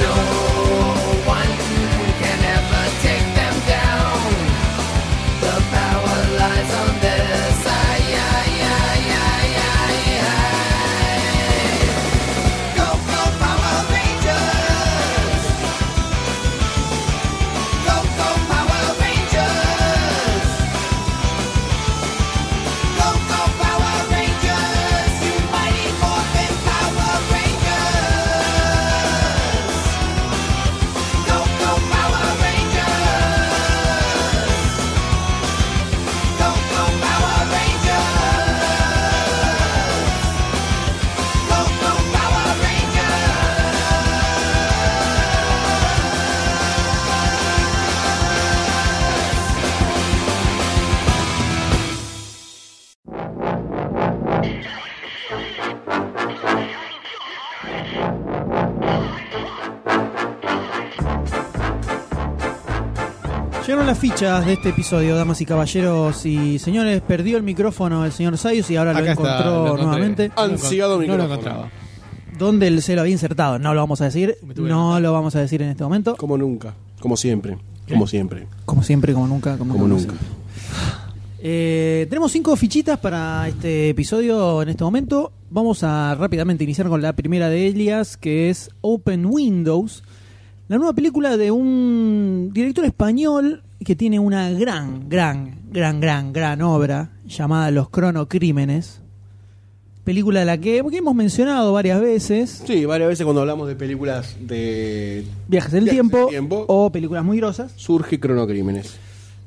E: No one can ever take them down. The power lies on their side. Go, go, Power Rangers! Go, go, Power Rangers! Go, go, Power Rangers! You mighty morphin' Power Rangers! Go, go, Power Rangers! Go, go, Power Rangers! Go, go, Power Rangers!
F: Thank
B: Llegaron las fichas de este episodio, damas y caballeros y señores. Perdió el micrófono el señor Sayus y ahora lo
D: Acá está,
B: encontró
D: lo encontré.
B: nuevamente.
D: No lo
C: Han
D: encont-
C: cegado
D: No lo
C: micrófono.
D: encontraba.
B: Donde él se lo había insertado. No lo vamos a decir.
D: Me tuve
B: No lo vamos a decir en este momento.
C: Como nunca. Como siempre. Como siempre.
B: Como siempre, como nunca. Como,
C: Como nunca.
B: Eh, tenemos cinco fichitas para este episodio en este momento. Vamos a rápidamente iniciar con la primera de ellas, que es Open Windows, la nueva película de un director español que tiene una gran, gran, gran, gran, gran obra llamada Los Cronocrímenes. Película de la que, que hemos mencionado varias veces,
C: Sí, varias veces cuando hablamos de películas de.
B: Viajes del
C: Viajes del
B: tiempo,
C: Tiempo.
B: o películas muy grosas.
C: Surge cronocrímenes.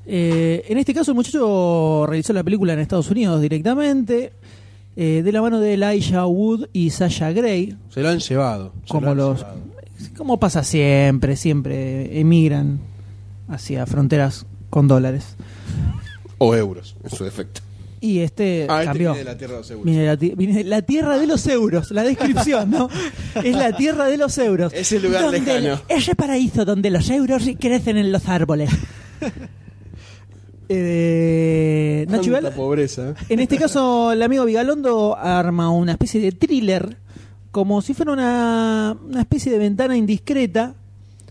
B: Eh, en este caso, el muchacho realizó la película en Estados Unidos directamente, eh, de la mano de Elijah Wood y Sasha Gray,
C: Se lo han llevado. se lo
B: como
C: han
B: los.
C: llevado.
B: Como pasa siempre, siempre emigran hacia fronteras con dólares.
C: O euros, en su defecto.
B: Y este
C: Ah, este
B: cambió.
C: viene de la tierra de los euros.
B: Viene de la ti- viene de la tierra de los euros, la descripción,
C: (laughs)
B: ¿no? Es la tierra de los euros.
C: Es el lugar
B: Donde
C: lejano.
B: el- Ese paraíso donde los euros crecen en los
C: (laughs)
B: árboles. Eh, Nacho
C: Tanta
B: Vidal,
C: pobreza. ¿eh?
B: En este caso, el amigo Vigalondo arma una especie de thriller, como si fuera una, una especie de ventana indiscreta,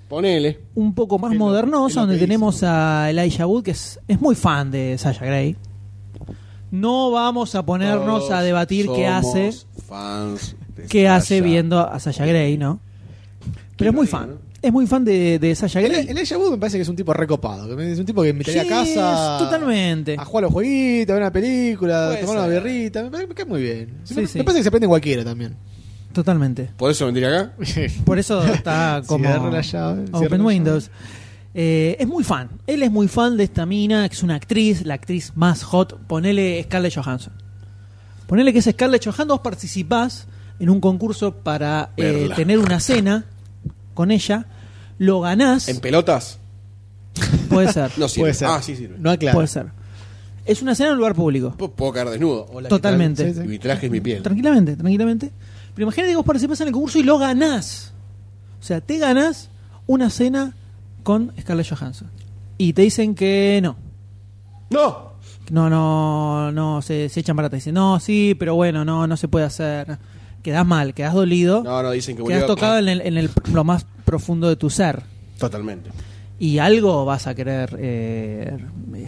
C: Ponele.
B: un poco más
D: Es lo- es
B: modernosa,
D: lo
B: donde
D: que hizo.
B: tenemos a Elijah Wood, que es, es muy fan de Sasha Gray. No vamos a ponernos
C: Todos
B: a debatir qué
C: somos
B: hace,
C: Fans de
B: qué hace
C: Sasha.
B: viendo a Sasha Gray, ¿no? Pero es muy fan. Es muy fan de, de Sasha
D: El, E-
B: Gray.
D: el Elijah Wood me parece que es un tipo recopado. que Es un tipo que invitaría
B: Sí,
D: a casa.
B: totalmente.
D: A jugar a los jueguitos, a ver una película, a
C: Puede
D: tomar una
C: ser.
D: birrita. Me, parece- me cae muy bien.
B: Sí,
D: me,
B: sí.
D: me parece que se aprende en cualquiera también.
B: Totalmente.
C: ¿Por eso vendría acá?
B: Por
D: (laughs)
B: eso está como
D: Cierra la llave, cierra
B: Open
D: la
B: Windows. Eh, es muy fan. Él es muy fan de esta mina, que es una actriz, la actriz más hot. Ponele Scarlett Johansson. Ponele que es Scarlett Johansson. Vos participás en un concurso para eh,
C: Verla.
B: tener una cena con ella. Lo ganás.
C: ¿En pelotas?
B: Puede ser.
C: No sirve.
D: Puede ser.
C: Ah, sí sirve.
D: No aclara.
B: Puede ser. Es una cena en un lugar público.
C: P- Puedo caer desnudo. Hola, ¿qué tal?
B: Totalmente.
D: Sí, sí.
C: Y mi traje es mi piel.
B: Tranquilamente, tranquilamente. Pero imagínate que vos participás en el concurso y lo ganás. O sea, te ganás una cena con Scarlett Johansson. Y te dicen que no.
C: ¡No!
B: No, no, no, se, se echan para atrás. Dicen, no, sí, pero bueno, no, no se puede hacer. Quedás mal, quedás dolido.
C: No, no, dicen que
B: quedás
C: volvió-
B: tocado en, el- en el- lo más profundo de tu ser.
C: Totalmente.
B: Y algo vas a querer eh,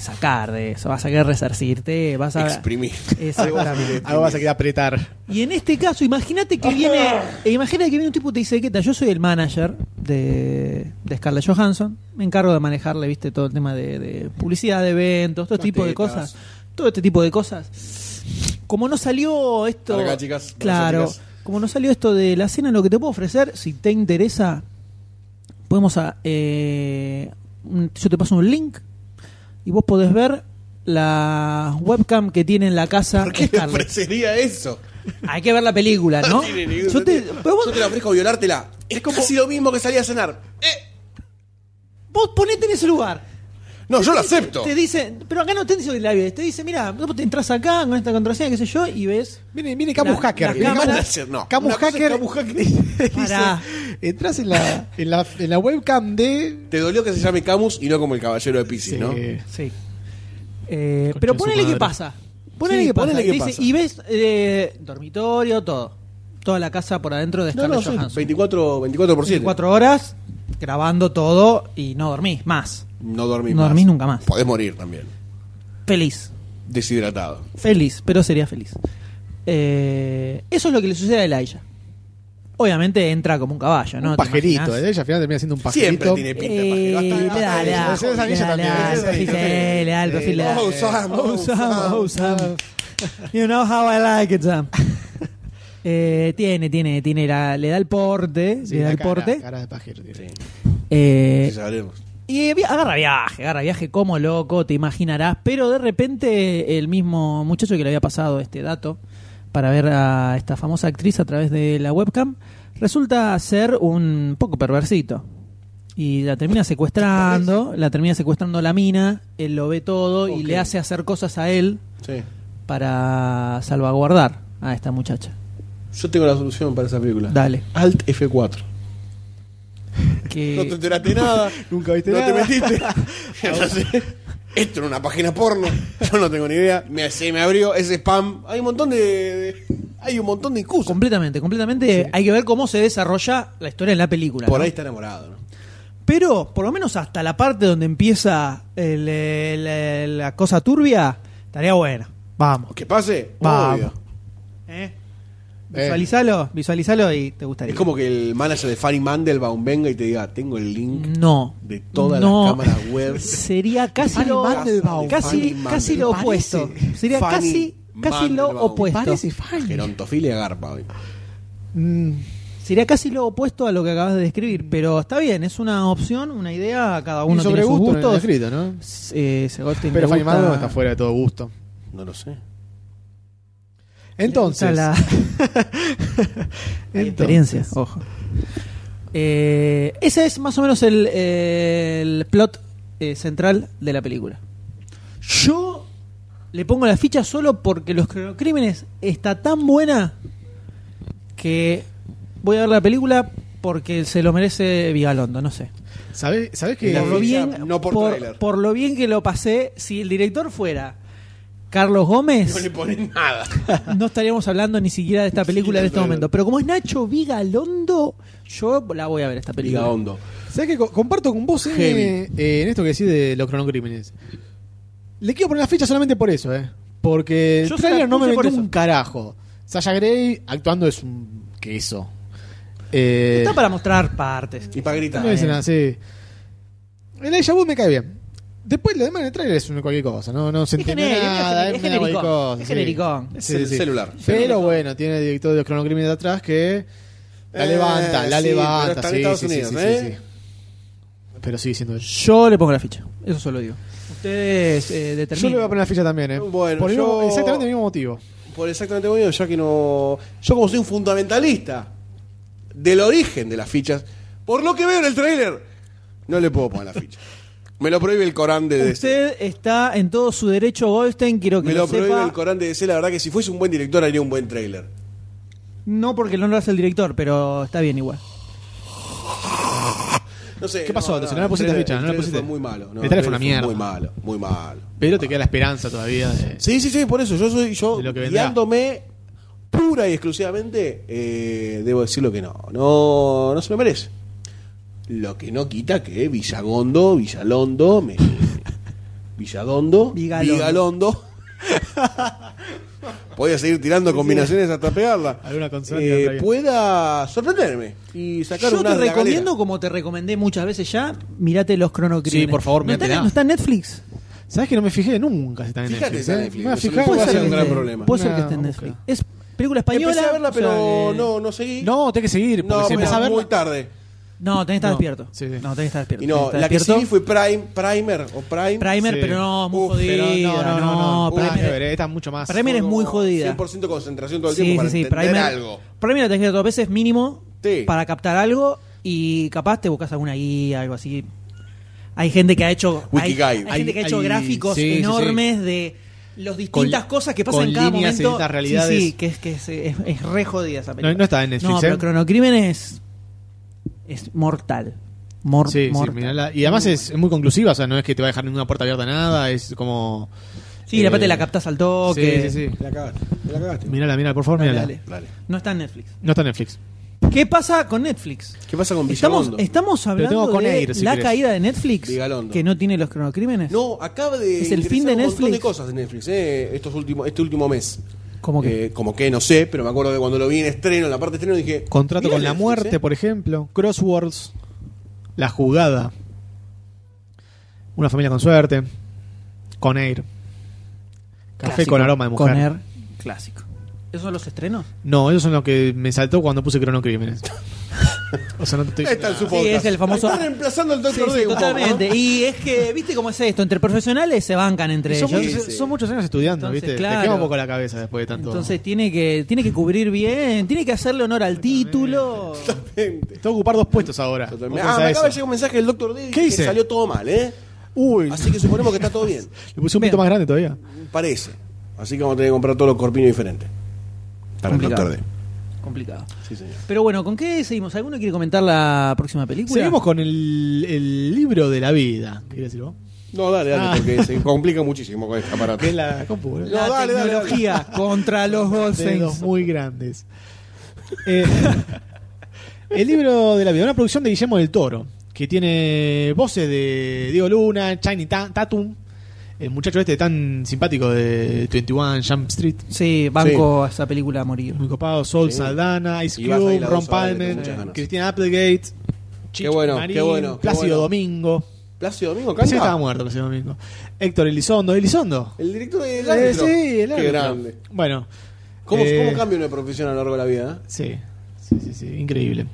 B: sacar de eso, vas a querer resarcirte, vas a...
C: Exprimir.
B: eh, Exactamente.
D: Algo vas a querer apretar.
B: Y en este caso, imagínate que viene, e imagínate que viene un tipo y te dice, ¿qué tal? Yo soy el manager de, de Scarlett Johansson, me encargo de manejarle, viste, todo el tema de, de publicidad, de eventos, todo este tipo de
C: Maquetas.
B: cosas, todo este tipo de cosas. Como no salió esto,
C: Larga, chicas, larga,
B: claro,
C: chicas.
B: como no salió esto de la cena, lo que te puedo ofrecer, si te interesa, podemos a, eh, un- yo te paso un link y vos podés ver la webcam que tiene en la casa
C: (laughs) ¿Por qué le
B: Scarlett.
C: ofrecería eso?
B: Hay que ver la película, ¿Eh? ¿no?
C: tiene ningún
B: Yo te,
C: sentido.
B: pero vos,
C: Yo te la ofrezco violártela. Es casi lo mismo que salir a cenar. Eh,
B: vos ponete en ese lugar.
C: No, yo lo acepto.
B: Te dicen, pero acá no te dice la vida, te dice, mira, vos te entras acá con esta contraseña, qué sé yo, y ves.
D: Viene, viene Camus
B: La- la
D: Hacker. Viene
B: cámara-
D: Camus,
C: No,
D: Camus
C: una cosa es
D: Hacker.
C: Camus Hacker.
D: y te (laughs) dice,
B: Pará.
D: Entrás en la, en, la, en la webcam de.
C: Te dolió que se llame Camus y no como el caballero de Pisces,
D: Sí.
C: ¿no?
B: Sí. Eh,
D: Concha
B: pero
D: de su
B: ponele que
D: madre.
B: pasa. Ponele
C: Sí,
B: que pasa.
C: ponele que
B: Y te dice-
C: pasa.
B: Y ves eh, dormitorio, todo. Toda la casa por adentro de
C: No, no,
B: Scarlett
C: sí,
B: Johansson.
C: 24, 24 por 7.
B: 24 horas grabando todo y no dormís más.
C: No dormí
B: No
C: más.
B: dormís nunca más.
C: Podés morir también.
B: Feliz.
C: Deshidratado.
B: Feliz, pero sería feliz. Eh, eso es lo que le sucede a Elijah. Obviamente entra como un caballo, ¿no?
D: un
B: ¿Te
D: pajerito.
B: imaginas?
D: eh, Ella al final termina siendo un pajerito.
C: Siempre tiene pinta de Ah,
B: Eh,
C: pajero.
B: le
C: Hasta-
B: da, le
C: hasta-
B: da,
D: Esa- esa
B: le
D: ella
B: da, le
D: también,
B: da,
D: esa
B: el perfil,
D: ella
B: eh,
D: también.
B: le da el perfil, le da.
C: Oh, Sam, oh,
D: Ah,
C: Sam.
B: oh, Sam. You know how I like it, Sam. (laughs) Eh, tiene, tiene, tiene, la- le da el porte,
D: Sí,
B: le da
D: la
B: el
D: cara-
B: porte.
D: cara de pajero tiene.
B: Eh,
C: Sí, sabremos.
B: y vi- agarra viaje, agarra viaje como loco, te imaginarás. Pero de repente el mismo muchacho que le había pasado este dato para ver a esta famosa actriz a través de la webcam, resulta ser un poco perversito. Y la termina secuestrando, la termina secuestrando la mina, él lo ve todo y
C: Ok.
B: le hace hacer cosas a él
C: Sí.
B: para salvaguardar a esta muchacha.
C: (laughs) Yo tengo la solución para esa película.
B: Dale.
C: Alt F4.
B: que
C: No te enteraste nada.
D: Nunca viste
C: no
D: nada.
C: te metiste. Entonces, esto era una página porno. Yo no tengo ni idea. Me, se me abrió ese spam. Hay un montón de. de- hay un montón de incursos.
B: completamente, completamente hay que ver cómo se desarrolla la historia en la película.
C: Por
B: ¿no?
C: ahí está enamorado. ¿no?
B: Pero, por lo menos hasta la parte donde empieza el, el- el- la cosa turbia, estaría buena. Vamos.
C: Pues Que pase.
B: Vamos.
C: obvio.
B: ¿Eh? Visualizalo, visualizalo y te gustaría.
C: Es como que el manager de Fanny Mandelbaum venga y te diga: Tengo el link
B: No.
C: de todas
B: No. (laughs)
C: las cámaras web.
B: Sería casi
C: Fanny
B: lo,
C: Mandelbaum.
B: casi,
C: Fanny
B: casi lo
C: Mandelbaum.
B: opuesto.
C: Parece
B: Sería
C: Fanny
B: casi, casi lo
C: Mandelbaum.
B: opuesto.
C: Gerontofilia garpa hoy.
B: Mm, Sería casi lo opuesto a lo que acabas de
C: Mm.
B: describir, pero está bien, es una opción, una idea, cada uno
D: Y sobre
B: tiene sus
D: gusto, no está
B: gustos.
D: escrito, ¿no?
B: Eh, Segotin
D: Pero
B: le
D: Fanny
B: gusta-
D: Mandel está fuera de todo gusto.
C: No lo sé. (laughs)
D: Entonces,
B: La,
D: entonces,
B: experiencia, ojo. Eh, ese es más o menos el, el plot eh, central de la película. Yo le pongo la ficha solo porque los crímenes está tan buena que voy a ver la película porque se lo merece Vigalondo, no sé.
D: ¿Sabés, sabés que
C: La
B: por lo
C: ficha,
B: bien,
C: no por
B: por,
C: tráiler.
B: por lo bien que lo pasé, si el director fuera Carlos Gómez,
C: No le pones nada.
B: no estaríamos hablando ni siquiera de esta película en este
C: claro.
B: momento. Pero como es Nacho Vigalondo, yo la voy a ver esta
C: Liga
B: película.
C: hondo.
D: ¿Sabes que comparto con vos eh, eh, en esto que decís de los cronocrímenes? Le quiero poner la fecha solamente por eso, ¿eh? Porque
B: Yo
D: el
B: se la
D: trailer no me
B: puse por
D: metió
B: eso.
D: un carajo. Sasha Grey actuando es un queso. Eh,
B: Está para mostrar partes.
C: Y para gritar.
D: no dice nada, sí. El Elijah Wood me cae bien. Después lo demás en el trailer es una cualquier cosa, no, no se
B: Es
D: entiende
B: genérico,
D: nada,
B: es
D: es, una
B: genérico,
D: cualquier cosa,
B: es
D: sí.
B: genérico.
C: Es el celular.
D: Pero bueno, tiene el director de los cronocrímenes de atrás que la
C: Eh,
D: levanta, la
C: sí, pero
D: levanta,
C: está en
D: sí,
C: Estados
D: sí, sí,
C: Unidos,
D: sí, sí,
C: ¿eh?
D: sí. Pero sigue siendo él.
B: Yo le pongo la ficha, eso solo digo. Ustedes eh,
D: Yo le voy a
B: determinan.
D: poner la ficha también, ¿eh?
C: Bueno,
D: Por el
C: yo-
D: mismo- exactamente el mismo motivo.
C: Por exactamente lo mismo, ya que no. Yo, como soy un fundamentalista del origen de las fichas, por lo que veo en el trailer, no le puedo poner
B: (laughs)
C: la ficha. Me lo prohíbe el Corán de DC.
B: Usted está en todo su derecho, Goldstein, quiero que
C: Me
B: lo,
C: lo prohíbe
B: sepa.
C: el Corán de DC. La verdad, que si fuese un buen director, haría un buen trailer.
B: No porque no lo hace el director, pero está bien igual.
C: No sé.
D: ¿Qué pasó? Entonces, no le
C: el
D: pusiste
C: trailer-
D: ficha, no
C: el
D: le
C: trailer
D: pusiste.
C: fue muy malo. No,
D: El trailer
C: el
D: fue una
C: trailer
D: mierda.
C: Muy malo, muy malo.
D: Pero te queda la esperanza todavía de-
C: Sí, sí, sí, por eso. Yo soy yo
D: De lo que vendrá.
C: guiándome pura y exclusivamente, eh, debo decirlo que no. No, no se lo merece. Lo que no quita que Villagondo, Villalondo,
D: (laughs)
C: me- Villadondo,
B: Vigalondo.
D: (laughs)
C: Vigalondo. Podía seguir tirando combinaciones hasta pegarla.
D: Alguna consonante
C: Eh,
D: otra bien.
C: pueda sorprenderme y sacar
B: Yo
C: una
B: te
C: de la
B: recomiendo,
C: galera.
B: como te recomendé muchas veces ya, mirate los cronocrímenes.
D: Sí, por favor,
B: ¿No está,
D: míratela.
B: ¿No está en Netflix?
D: ¿Sabes que no me fijé nunca si está en
C: Fíjate
D: Netflix?
C: si está en
D: eh?
C: Netflix,
D: Me voy a
C: eso
D: fijar,
C: puede
D: voy a
C: ser
D: hacer-
C: un gran
B: esté-
C: problema.
B: Puede ser
D: Una
B: que esté en
D: búsqueda.
B: Netflix. Es película española.
C: Empecé a verla,
B: o sea eh,
C: pero
B: que-
C: no, no seguí.
D: No, tenés que seguir, porque
C: No,
D: si
C: pero
D: empezás a
C: muy
D: verla...
C: tarde.
B: No, tenés que estar
D: No.
B: despierto.
D: Sí, sí.
B: No, tenés que estar despierto.
C: Y no,
B: Tenés que estar
C: la que
B: despierto.
C: sí vi fue Prime, Primer o Prime.
B: Primer,
D: Sí.
B: pero no, muy
C: Uf,
D: Pero
B: jodida.
D: no, no, no, no.
C: Uy,
D: nada que
B: Primer,
D: ver, eh, Está mucho más...
B: Primer es muy
C: como
B: jodida.
C: 100% concentración todo el
B: Sí,
C: tiempo para
B: sí, sí.
C: entender
B: Primer,
C: algo.
B: Primer la tenés que ver dos veces mínimo
C: Sí.
B: para captar algo y capaz te buscas alguna guía, algo así. Hay gente que ha hecho. hay-
C: Wikiguide.
B: Hay, gente que ha
D: Hay-
B: hecho
D: hay-
B: gráficos
D: sí, sí, sí.
B: enormes de las distintas
D: Con-
B: cosas que pasan
D: con
B: en cada
D: líneas y
B: momento.
D: distintas realidades.
B: Sí, sí, que es, que es, es- es re jodida esa película.
D: No, no está en Netflix,
B: No, pero
D: ¿eh?
B: Cronocrimen es, es mortal. Mor-
D: Sí, sí,
B: mortal.
D: mirala. Y además es muy conclusiva, o sea, no es que te va a dejar ninguna puerta abierta a nada, es como...
B: Sí, la parte
D: eh,
B: la captás al toque.
D: Sí, sí, sí.
C: Te la cagaste, te la cagaste.
D: Mírala, mírala, por favor,
B: Dale,
D: mírala.
B: dale.
C: Dale.
B: No está en Netflix.
D: No está en Netflix.
B: ¿Qué pasa con Netflix?
C: ¿Qué pasa con
B: Estamos,
C: Villagondo?
B: estamos hablando
D: tengo con
B: de
D: Air, si
B: la
D: querés.
B: caída de Netflix,
C: Vigalondo.
B: que no tiene los cronocrímenes.
C: No, acaba de
B: Es el
C: ingresar
B: fin de
C: un montón de
B: Netflix.
C: cosas de Netflix, eh, estos últimos, este último mes.
B: ¿Cómo que?
C: Eh, como que no sé, pero me acuerdo de cuando lo vi en estreno, en la parte de estreno dije.
D: Contrato
C: "Mirá
D: con la
C: Netflix,
D: muerte,
C: eh".
D: por ejemplo. Crosswords. La jugada. Una familia con suerte. Con Air. Café
B: Clásico.
D: con aroma de mujer.
B: Con Air, clásico. ¿Esos son los estrenos?
D: No, esos son los que me saltó cuando puse cronocrímenes. (laughs) o sea, no te estoy
C: Ahí está el
D: diciendo
C: su
B: Sí,
C: podcast.
B: es el famoso-
C: Está reemplazando al
B: Sí,
C: Doctor
B: sí,
C: D. un poco, ¿no?
B: totalmente. Y es que, ¿viste cómo es esto? Entre profesionales se bancan entre
D: nada. Son,
B: ellos.
C: Sí,
D: muchos,
C: sí.
D: son muchos años estudiando,
B: Entonces,
D: ¿viste?
B: claro.
D: Te quema un poco la cabeza después de tanto.
B: Entonces tiene que, tiene que cubrir bien, tiene que hacerle honor al título.
C: Gente.
D: Tengo que ocupar dos puestos ahora.
C: Ah,
D: Vos
C: me
D: pensá
C: acaba de
D: eso.
C: llegar un mensaje del Doctor D.
D: ¿Qué
C: que
D: hice?
C: salió todo mal, ¿eh?
D: Uy,
C: Así que suponemos que está todo bien.
D: Ah, le puse un
B: Bien.
D: pito más grande todavía.
C: Parece. Así que vamos a tener que comprar todos los corpinos diferentes. Para el
B: Complicado.
C: Doctor D.
B: complicado.
C: Sí, señor.
B: Pero bueno, ¿con qué seguimos? ¿Alguno quiere comentar la próxima película?
D: Seguimos con el, el libro de la vida. ¿Qué decir vos?
C: No, dale, dale,
D: Ah.
C: porque
D: (laughs)
C: se complica muchísimo con este aparato.
D: Que es la compu, ¿no?
B: la
C: No, dale, dale, dale.
B: tecnología
C: (laughs)
B: contra los
D: de dos
B: Goldsteins.
D: muy grandes. Eh, (laughs) el libro de la vida, una producción de Guillermo del Toro, que tiene voces de Diego Luna, Chiny Ta- Tatum, el muchacho este tan simpático de 21 Jump Street,
B: Sí, banco a esa película a morir.
D: muy copado, Sol
C: Sí.
D: Saldana, Ice
C: Y vas ahí
D: Cube,
C: las
D: Ron
C: dos horas que tengo
D: Palmer,
C: muchas ganas.
D: Cristina Applegate, Chicho
C: bueno, qué
D: Marín,
C: bueno, qué
D: Plácido
C: bueno.
D: Domingo.
C: Plácido Domingo
D: Pensé que estaba
C: canta.
D: muerto Plácido Domingo. Héctor Elizondo, Elizondo.
C: El director del
D: Eh,
C: árbitro.
D: sí, el árbitro.
C: Qué grande.
D: Bueno.
C: ¿Cómo,
D: eh,
C: ¿Cómo cambia una profesión a lo largo de la vida? eh?
D: Sí, sí, sí, sí, increíble.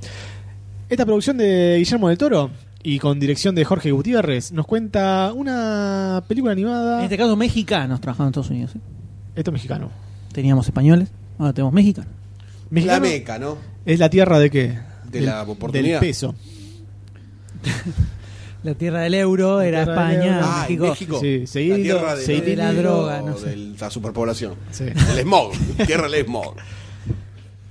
D: Esta producción de Guillermo del Toro y con dirección de Jorge Gutiérrez nos cuenta una película
B: En
D: animada.
B: este caso, mexicanos trabajando en Estados Unidos. ¿eh?
D: Esto es mexicano.
B: Teníamos españoles, ahora tenemos mexicanos.
C: ¿eh? La
D: Mexicano
C: meca, ¿no?
D: es la tierra de qué?
C: De
D: Del-
C: la oportunidad.
D: Del peso.
B: La tierra del euro era
D: tierra del
B: España,
D: euro.
C: Ah, en
B: México.
C: México.
D: Sí, seguido,
C: la tierra de,
D: seguido.
B: de la droga, no sé.
C: de la superpoblación.
D: Sí.
C: El smog. (laughs) tierra del smog.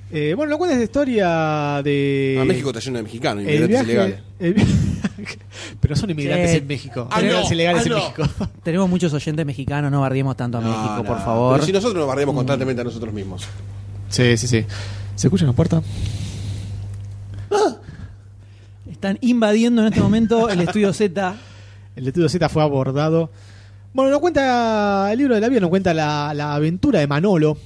D: Eh, bueno, lo cual es la historia de.
C: A Ah, México está lleno de mexicanos,
D: Eh, el
C: inmigrantes
D: viaje,
C: ilegales.
D: el vi- (laughs) Pero son inmigrantes
B: Sí.
D: en México.
C: Ah,
D: inmigrantes
C: no,
D: ilegales
C: ah,
D: en
C: no.
D: México.
B: Tenemos muchos oyentes mexicanos, no bardiemos tanto a
C: No,
B: México,
C: no,
B: por favor.
C: Pero si nosotros nos
D: Mm.
C: bardeamos constantemente a nosotros mismos.
D: sí, sí, sí. ¿Se escucha en la puerta?
B: Están invadiendo en este momento el estudio
C: (laughs)
B: Z.
D: El de Estudio Z fue abordado. Bueno, nos cuenta el libro de la vida, nos cuenta la, la aventura de Manolo,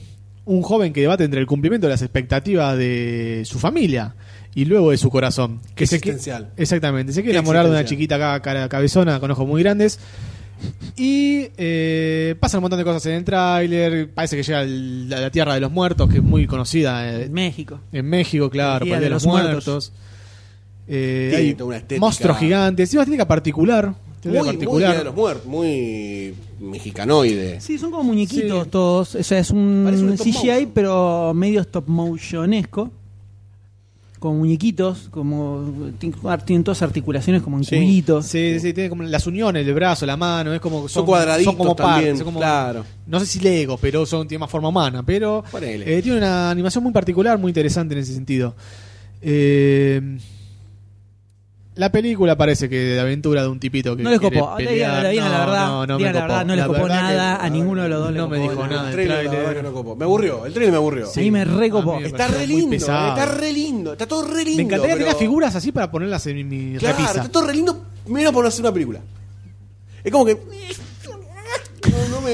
D: un joven que debate entre el cumplimiento de las expectativas de su familia y luego de su corazón. Que se que-
C: Existencial.
D: exactamente, se quiere enamorar de una
C: Existencial.
D: chiquita acá, cara- cabezona, con ojos muy grandes. Y eh, pasan un montón de cosas en el tráiler, parece que llega al- a la Tierra de los Muertos, que es muy conocida eh,
B: México.
D: en México, claro,
B: El
D: por
B: Día
D: el
B: de
D: Día de los,
B: los
D: Muertos. Eh,
C: Tiene
D: hay
C: toda una estética-
D: monstruos gigantes, tiene una estética particular.
C: Muy,
D: Tiene una
C: muy
D: particular.
C: Día de los muertos, muy mexicanoide.
B: Sí, son como muñequitos
D: Sí.
B: todos. O sea, es un,
C: Parece un stop
B: CGI,
C: motion.
B: pero medio stop motionesco. Con muñequitos, como tienen todas articulaciones como en
C: Sí,
B: cubitos.
D: Sí, sí, sí, tiene como las uniones, el brazo, la mano, es como
C: Son cuadraditos
D: son como
C: también,
D: son como-
C: claro.
D: No sé si Lego, pero son tiene más forma humana, pero
C: Ponele.
D: eh, tiene una animación muy particular, muy interesante en ese sentido. Eh, la película parece que de aventura de un tipito que
B: No les
D: quiere
B: copó. Digan
D: pelear.
B: la- digan la
D: No,
B: verdad.
D: no, no me
B: digan la
D: copó.
B: verdad, no les
D: La
B: copó
D: verdad que-
B: nada. A ninguno de los dos les
D: no me
B: copó
D: dijo
B: nada.
D: nada.
C: El
D: el
C: trailer, la
D: tráiler.
C: verdad que no copó. Me aburrió, el trailer me aburrió.
B: Sí. Ahí me recopó.
D: A mí me
C: Está
D: pareció
C: re
D: muy
C: lindo,
D: pesado.
C: está re lindo, está todo re lindo.
D: Me encantaría
C: pero-
D: tener figuras así para ponerlas en mi
C: Claro,
D: repisa.
C: está todo re lindo, menos por no hacer una película. Es como que. No, no me.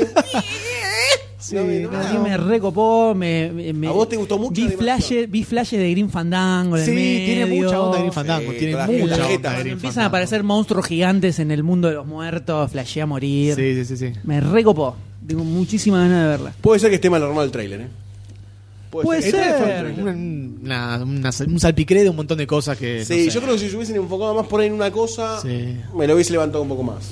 D: Sí,
C: no me- no
D: no,
C: me-
B: A mí me recopó, me, me- me-
C: ¿A vos te gustó mucho
B: Vi
C: la animación?
B: flashes, vi flashes de Green Fandango en el
D: Sí, tiene
B: medio.
D: mucha onda Green Fandango,
C: Sí,
D: tiene
C: con la-
D: mucha
C: con la
D: onda
C: jeta.
D: Green
B: Cuando empiezan a
D: Fandango.
B: aparecer monstruos gigantes en el mundo de los muertos, flashé a morir.
D: Sí, sí, sí, sí.
B: Me recopó. Tengo muchísimas ganas de verla.
C: Puede ser que esté mal armado el trailer, ¿eh?
B: Puede
C: Este
B: ser.
C: fue el tráiler.
D: Eh, Una- una- una- un salpicré de un montón de cosas que. no
C: Sí,
D: sé.
C: yo creo que si se hubiesen enfocado más por ahí en una cosa,
D: Sí.
C: me lo hubiese levantado un poco más.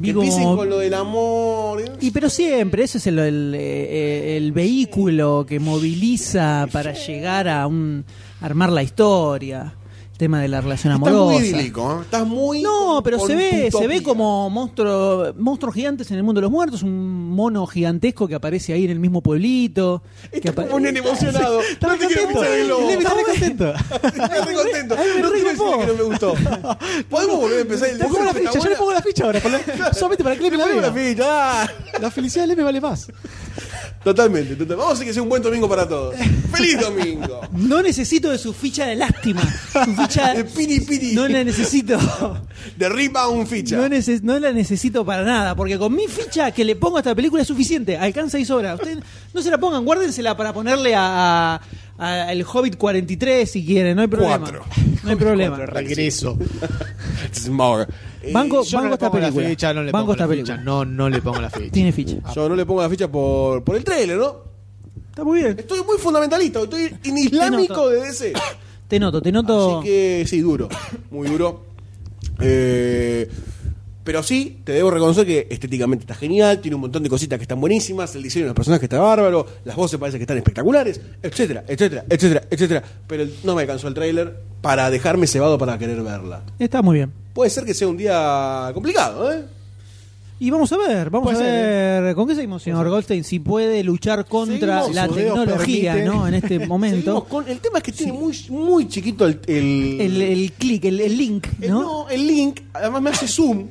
B: Vi
C: Que empiecen
B: como-
C: con lo del amor. ¿eh?
B: Y pero siempre, ese es el, el, eh, el vehículo que moviliza para llegar a un armar la historia. El tema de la relación
C: Estás muy
B: amorosa.
C: idílico, ¿eh? estás muy.
B: No,
C: con-
B: pero
C: con
B: se ve, se ve
C: utopía.
B: como monstruo, monstruos gigantes en el mundo de los muertos, un mono gigantesco que aparece ahí en el mismo pueblito. que
C: Estás
B: apa-
C: como un nene
B: (laughs)
C: emocionado.
B: re
C: No te quiero
B: contento.
C: pisar el lobo.
B: Está
D: Estaba
B: bueno.
D: contento.
C: (laughs) Estás re contento.
B: Ay, me
C: No quiero decir
B: recopó.
C: que no me gustó. Podemos volver a empezar el
D: Le pongo la ficha, yo le pongo la ficha ahora. por la- Solamente para que Clemen la
C: Ponemos la
D: vea.
C: ficha, ah.
D: La felicidad de me vale más.
C: Totalmente, total- Vamos a hacer que sea un buen domingo para todos. ¡Feliz domingo!
B: No necesito de su ficha de lástima. Su
C: (laughs)
B: ficha
C: De piri piri.
B: no la necesito.
C: De rebound ficha.
B: No, neces- no la necesito para nada, porque con mi ficha que le pongo a esta película es suficiente, alcanza y sobra. Ustedes no se la pongan, guárdensela para ponerle a, a- a El Hobbit 43 si quieren, no hay problema.
C: Cuatro.
B: No hay problema.
D: Regreso.
C: Smog. Eh,
B: Banco,
D: Yo
B: banco
D: no le
B: esta
D: pongo la
B: película.
D: ficha, no le
B: banco
D: pongo
B: esta
D: la
B: película.
D: ficha. No, no le pongo la ficha.
B: Tiene ficha.
C: Yo no le pongo la ficha por, por el trailer, ¿no?
B: Está muy bien.
C: Estoy muy fundamentalista, estoy en islámico
B: noto.
C: de DC.
B: Te noto, te noto.
C: Así que sí, duro, muy duro. Eh, pero sí, te debo reconocer que estéticamente está genial, tiene un montón de cositas que están buenísimas, el diseño de los personajes está bárbaro, las voces parece que están espectaculares, etcétera, etcétera, etcétera, etcétera. Pero el- no me alcanzó el tráiler para dejarme cebado para querer verla.
B: Está muy bien.
C: Puede ser que sea un día complicado, ¿eh?
B: Y vamos a ver, vamos
D: Puede
B: a
D: ser,
B: ver con qué seguimos, señor Goldstein, si puede luchar contra
C: Seguimos,
B: la
C: sus dedos
B: tecnología,
C: permiten.
B: ¿no? En este
C: (laughs) Seguimos
B: momento.
C: con- el tema es que tiene muy, muy chiquito el, el,
B: El, el clic, el, el link,
D: Eh,
C: el-
B: ¿no?
C: no, el link. Además me hace zoom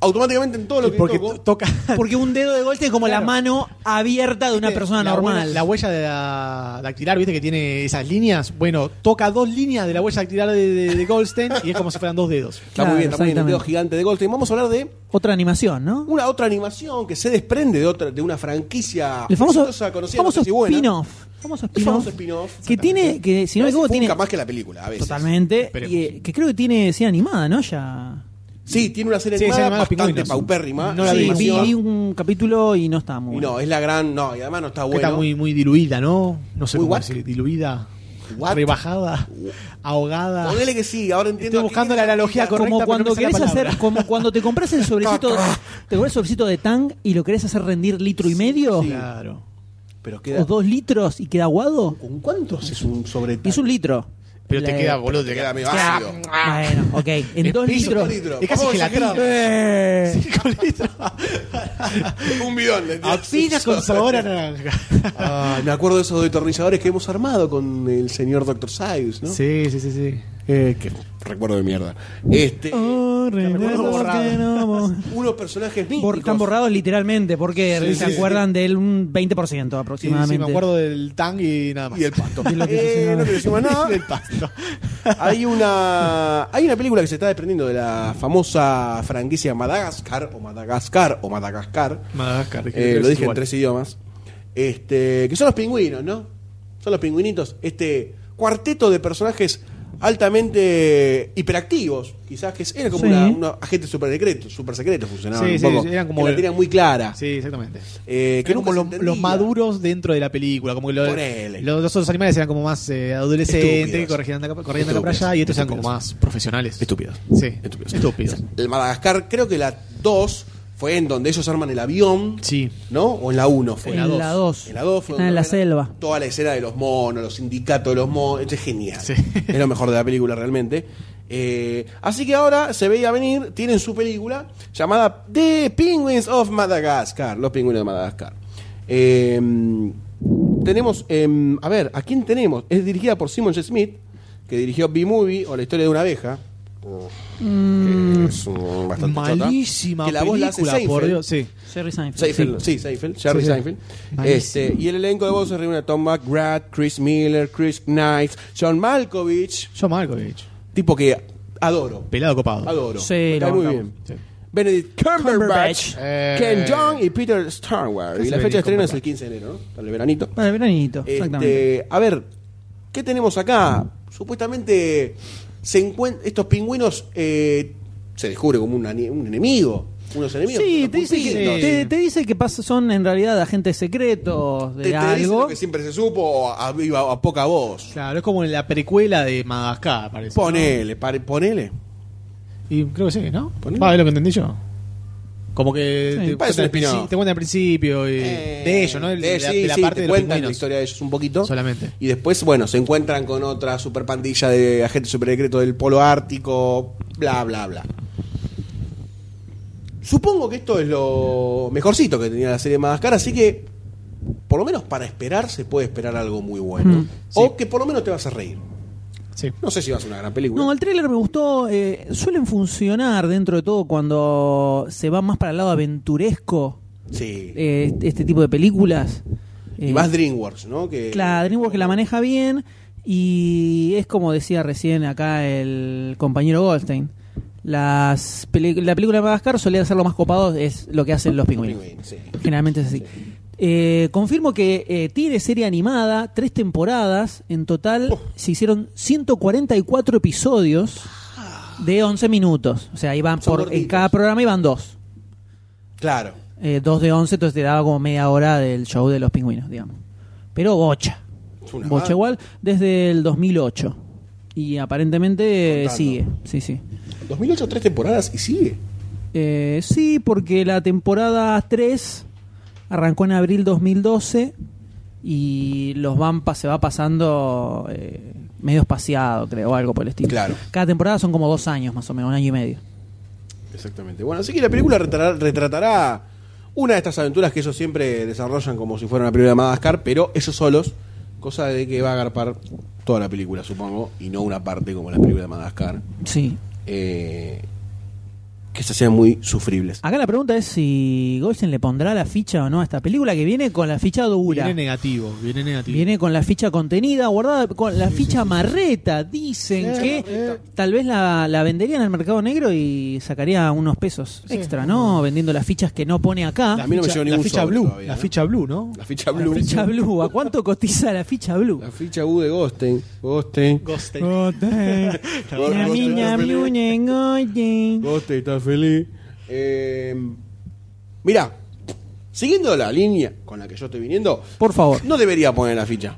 C: automáticamente en todo lo que
D: Porque
C: toco.
D: (laughs) toca
B: (laughs) Porque un dedo de Goldstein es como la
D: Claro.
B: mano abierta de una
D: ¿Viste?
B: persona
D: la
B: normal.
D: Huella, la huella de la dactilar, ¿viste? Que tiene esas líneas. Bueno, toca dos líneas de la huella dactilar de, de- de Goldstein y es como si fueran dos dedos.
C: Está muy bien,
B: Claro,
C: está muy bien. El dedo
B: exactamente.
C: gigante de Goldstein. Vamos a hablar de
B: Otra animación, ¿no?
C: una otra animación que se desprende de otra de una franquicia
B: El famoso,
C: exitosa, conocida,
B: famoso
C: no sé si buena.
B: spin-off. Famoso
C: El
B: spin-off.
C: famoso spin-off.
B: que tiene, que si no me
C: A veces
B: equivoco,
C: funca
B: tiene.
C: más que la película, a veces.
B: Totalmente.
D: Esperemos.
B: Y, eh, que creo que tiene, sí, animada, ¿no? Ya.
C: Sí, tiene una serie
D: Sí, se
C: animada
D: llama Los
C: bastante
D: Pingüinos.
C: paupérrima.
D: No la
B: sí,
D: vi.
B: vi,
C: animación.
B: vi un capítulo y no estaba muy
C: Y
B: bueno.
C: no, es la gran. No, y además no está
D: Que
C: bueno.
D: está muy, muy diluida, ¿no? No sé
C: Muy
D: cómo
C: what?
D: decir. Diluida,
C: What?
D: rebajada, ahogada.
C: Ponele que sí, ahora entiendo.
D: Estoy buscando la analogía
C: correcta.
D: correcta.
B: Como
D: pero
B: cuando
D: no me sale
B: querés
D: la palabra.
B: hacer, como cuando te compras el sobrecito, te compras el sobrecito de Tang y lo querés hacer rendir litro y medio
D: Claro.
C: Pero
B: o
C: queda.
B: dos litros y queda aguado.
C: ¿Con cuántos es un sobre
B: Y es un litro.
D: Pero te
B: Le-
D: queda, boludo,
C: Te
D: te (laughs)
C: queda
D: queda.
C: medio ácido.
B: Bueno, ok. En dos
D: Espeso,
B: litros.
C: litro.
D: Es casi
C: Vamos a
D: gelatina.
C: exagerar.
B: Eh,
D: Cinco litros. (laughs)
C: un bidón. le tiro.
D: Apenas Ah, con sabor a naranja.
C: Ay, Ah, me acuerdo de esos detornilladores que hemos armado con el señor Dr. Sayus, ¿no?
D: Sí, sí, sí, sí.
C: Eh, que recuerdo de mierda. Este.
B: oh,
D: recuerdo
B: recuerdo
D: borrado.
B: que no mo-
C: unos personajes míticos.
B: Bor- están borrados literalmente porque
D: Sí,
B: se
D: sí, sí.
B: acuerdan del un 20%
D: Sí, sí,
B: aproximadamente.
D: me acuerdo del tang (laughs) y nada más.
C: Y el pasto.
B: Y lo que se
C: Eh,
B: llama-
C: no te
B: (laughs)
C: decimos nada.
D: del pasto.
C: Hay una, hay una película que se está desprendiendo de la famosa franquicia Madagascar, o Madagascar, o Madagascar.
D: Madagascar.
C: Eh, lo dije en tres idiomas. Este, que son los pingüinos, ¿no? Son los pingüinitos. Este cuarteto de personajes altamente hiperactivos, quizás que es- era como
B: Sí.
C: una, una agente super secreto, super secreto funcionaba
D: Sí,
C: un
D: sí,
C: poco.
D: sí, eran como-
C: que la tenían muy clara.
D: Sí, exactamente.
C: eh, que
D: Eran como
C: nunca
D: los,
C: se
D: los
C: entendía.
D: maduros dentro de la película. Como que lo-
C: Ponele.
D: los, los otros animales eran como más eh, adolescentes,
C: Estúpidos.
D: que corrían de acá, corrían de acá para
C: Estúpidos.
D: allá, y estos eran
C: Estúpidos.
D: como más profesionales.
C: Estúpidos.
D: Sí.
C: Estúpidos.
D: Estúpidos.
C: El Madagascar, creo que la 2 fue en donde ellos arman el avión.
D: Sí.
C: ¿No? O en la 1 fue.
B: En la 2.
C: En la 2 fue
B: Están Ah, en
C: donde
B: la
C: arman
B: selva.
C: Toda la escena de los monos, los sindicatos de los monos. Esto es genial.
D: Sí.
C: Es lo mejor de la película realmente. Eh, así que ahora se veía venir, tienen su película llamada The Penguins of Madagascar. Los pingüinos de Madagascar. Eh, tenemos, em, a ver, ¿a quién tenemos? Es dirigida por Simon J. Smith, que dirigió B-Movie o La historia de una abeja que es un- bastante chota.
D: Mm. Malísima
C: que la voz la hace
D: película, por
C: Seinfeld.
D: Dios. Sí.
B: Jerry Seinfeld.
C: Seinfeld,
B: Sí.
C: sí, Seinfeld, Jerry
D: Sí, sí.
C: Seinfeld.
D: Malísimo.
C: Este, y el elenco de voces reúne a Tom McGrath, Chris Miller, Chris Knight, John Malkovich,
D: Yo Malkovich.
C: tipo que adoro,
D: Pelado copado.
C: adoro.
B: Sí,
C: Me
B: lo
C: cae muy
B: bancamos.
C: bien.
D: Sí.
C: Benedict Cumberbatch,
B: Cumberbatch.
D: Eh.
C: Ken Jeong y Peter Starward. Y
D: Casi
C: la fecha de
D: Benedict
C: estreno es
D: Cumberbatch.
C: el 15 de enero, ¿no? Para el veranito.
B: Para el veranito,
C: Este,
B: exactamente.
C: a ver, ¿qué tenemos acá? Supuestamente se encuent- estos pingüinos eh, se descubre como un, ani- un enemigo, unos enemigos.
B: Sí,
C: unos
B: te dice, que,
C: pulpitos.
D: Sí.
B: te, te dice que pasa- son en realidad agentes secretos de
C: Te- te dicen
B: algo.
C: lo que siempre se supo a, viva- a poca voz.
D: Claro, es como la precuela de Madagascar, parece. ¿no?
C: Ponele, pare- ponele.
D: Y creo que sí, ¿no?
C: Ponele.
D: Va, es lo que entendí yo. Como
B: Sí.
D: que
C: Parece
D: te, cuentan
C: un spin-off.
D: al princi- te cuentan al principio y-
C: Eh,
D: de ellos, ¿no? El-
C: de-
D: De, la,
C: sí,
D: de la
C: sí,
D: parte
C: te
D: de los
C: cuentan la
D: pingüinos.
C: historia de ellos un poquito.
D: Solamente.
C: Y después, bueno, se encuentran con otra super pandilla de agentes superdecretos del polo ártico, bla, bla, bla. Supongo que esto es lo mejorcito que tenía la serie de Madagascar, así que por lo menos para esperar se puede esperar algo muy bueno.
B: Mm.
C: O que por lo menos te vas a reír.
D: Sí.
C: No sé si vas a ser una gran película.
B: No, el tráiler me gustó. eh, suelen funcionar dentro de todo cuando se va más para el lado aventuresco
C: sí.
B: eh, este tipo de películas.
C: y
B: Eh,
C: más DreamWorks, ¿no? Que,
B: Claro, DreamWorks que la maneja bien y es como decía recién acá el compañero Goldstein. Las peli- la película de Madagascar solía ser lo más copado, es lo que hacen los pingüinos.
C: Pingüino, sí.
B: Generalmente es así. Eh, confirmo que eh, tiene serie animada, tres temporadas. En total
C: Uf.
B: se hicieron 144 episodios de 11 minutos. O sea, iban
C: Son
B: por, en
C: cortitos.
B: cada programa iban dos.
C: Claro.
B: Eh, dos de 11, entonces te daba como media hora del show de los pingüinos, digamos. Pero bocha.
C: Es una
B: Bocha
C: banda.
B: igual desde el 2008. Y aparentemente eh,
C: Contando.
B: sigue. Sí, sí.
C: 2008, tres temporadas y sigue.
B: Eh, sí, porque la temporada 3 arrancó en abril 2012 y los van pa- se va pasando eh, medio espaciado, creo, o algo por el estilo.
C: Claro.
B: Cada temporada son como dos años más o menos, un año y medio.
C: Exactamente. Bueno, así que la película retratará, retratará una de estas aventuras que ellos siempre desarrollan como si fuera una película de Madagascar, pero ellos solos, cosa de que va a agarpar toda la película, supongo, y no una parte como la película de Madagascar,
B: Sí.
C: eh, que se hacían muy sufribles.
B: Acá la pregunta es si Goldstein le pondrá la ficha o no a esta película que viene con la ficha dura.
D: Viene negativo, viene negativo.
B: Viene con la ficha contenida, guardada, con la ficha marreta. Dicen que tal vez la, la vendería en el mercado negro y sacaría unos pesos extra, ¿no? Vendiendo las fichas que no pone acá.
C: A mí no me llegó ningún
D: la ficha
C: sobre
D: blue,
C: todavía,
D: la
C: ¿no?
D: ficha blue, ¿no?
C: (laughs) La ficha
B: La
C: Blue.
B: ficha blue. ¿A cuánto cotiza la ficha blue?
C: La ficha U de Gosten. Gosten.
B: Goldstein.
C: Goldstein
B: La niña
C: está feliz.
B: Mune, Goldstein.
C: Gosten está feliz. Eh, mirá, siguiendo la línea con la que yo estoy viniendo,
B: Por favor.
C: no debería poner la ficha.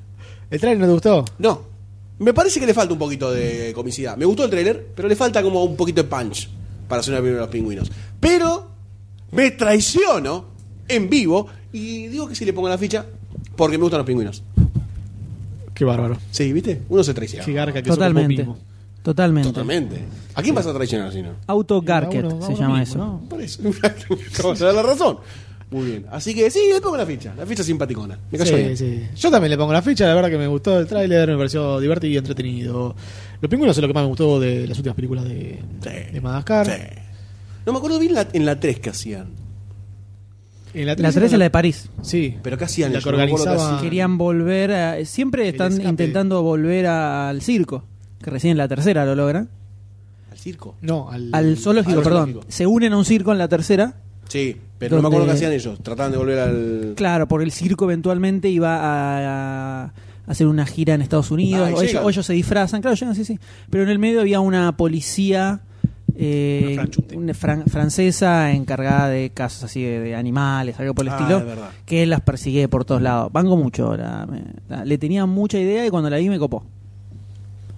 D: ¿El trailer no te gustó?
C: No. Me parece que le falta un poquito de comicidad. Me gustó el trailer, pero le falta como un poquito de punch para hacer una película de los pingüinos. Pero me traiciono en vivo y digo que si le pongo la ficha porque me gustan los pingüinos.
D: Qué bárbaro.
C: Sí, ¿viste? Uno se traiciona.
D: Qué garca que somos
B: Totalmente.
D: vos mismo.
B: Totalmente.
C: Totalmente. ¿A quién vas a traicionar si no?
B: Auto
D: Va
B: Garket
D: uno- va
B: se
D: uno
B: llama
D: mismo,
B: eso.
D: ¿no?
C: Por eso. (laughs) Acabas de dar la razón. Muy bien. Así que sí, le pongo la ficha. La ficha simpaticona. Me cayó
D: Sí,
C: bien.
D: sí. Yo también le pongo la ficha, la verdad que me gustó el tráiler, me pareció divertido y entretenido. Los pingüinos es lo que más me gustó de las últimas películas de,
C: Sí.
D: de Madagascar.
C: Sí. No me acuerdo bien la- en la 3 que hacían.
D: En
B: La 3 es la de París.
D: Sí.
C: Pero que hacían
D: La
C: ellos?
D: que
C: No me acuerdo qué
D: organizaba-
C: hacían.
B: Querían volver a- Siempre
D: El
B: están
D: escape.
B: intentando volver al circo. Que recién la tercera lo logran.
C: ¿Al circo?
D: No, al,
B: Al zoológico,
C: al
B: perdón.
C: zoológico.
B: Se unen a un circo en la tercera.
C: Sí, pero no me
B: Donde-
C: acuerdo qué hacían ellos. Trataban de volver al.
B: Claro, porque el circo eventualmente iba a, a hacer una gira en Estados Unidos.
C: Ah, y
B: o, ellos,
C: llegan.
B: o ellos se disfrazan. Claro, llegan, sí, sí. Pero en el medio había una policía. eh,
D: Una franchute.
B: una fran- francesa encargada de casos así de, de animales, algo por el
C: Ah,
B: estilo,
C: es verdad.
B: que las persigue por todos lados. Vango mucho ahora. me- la- le tenía mucha idea y cuando la vi me copó.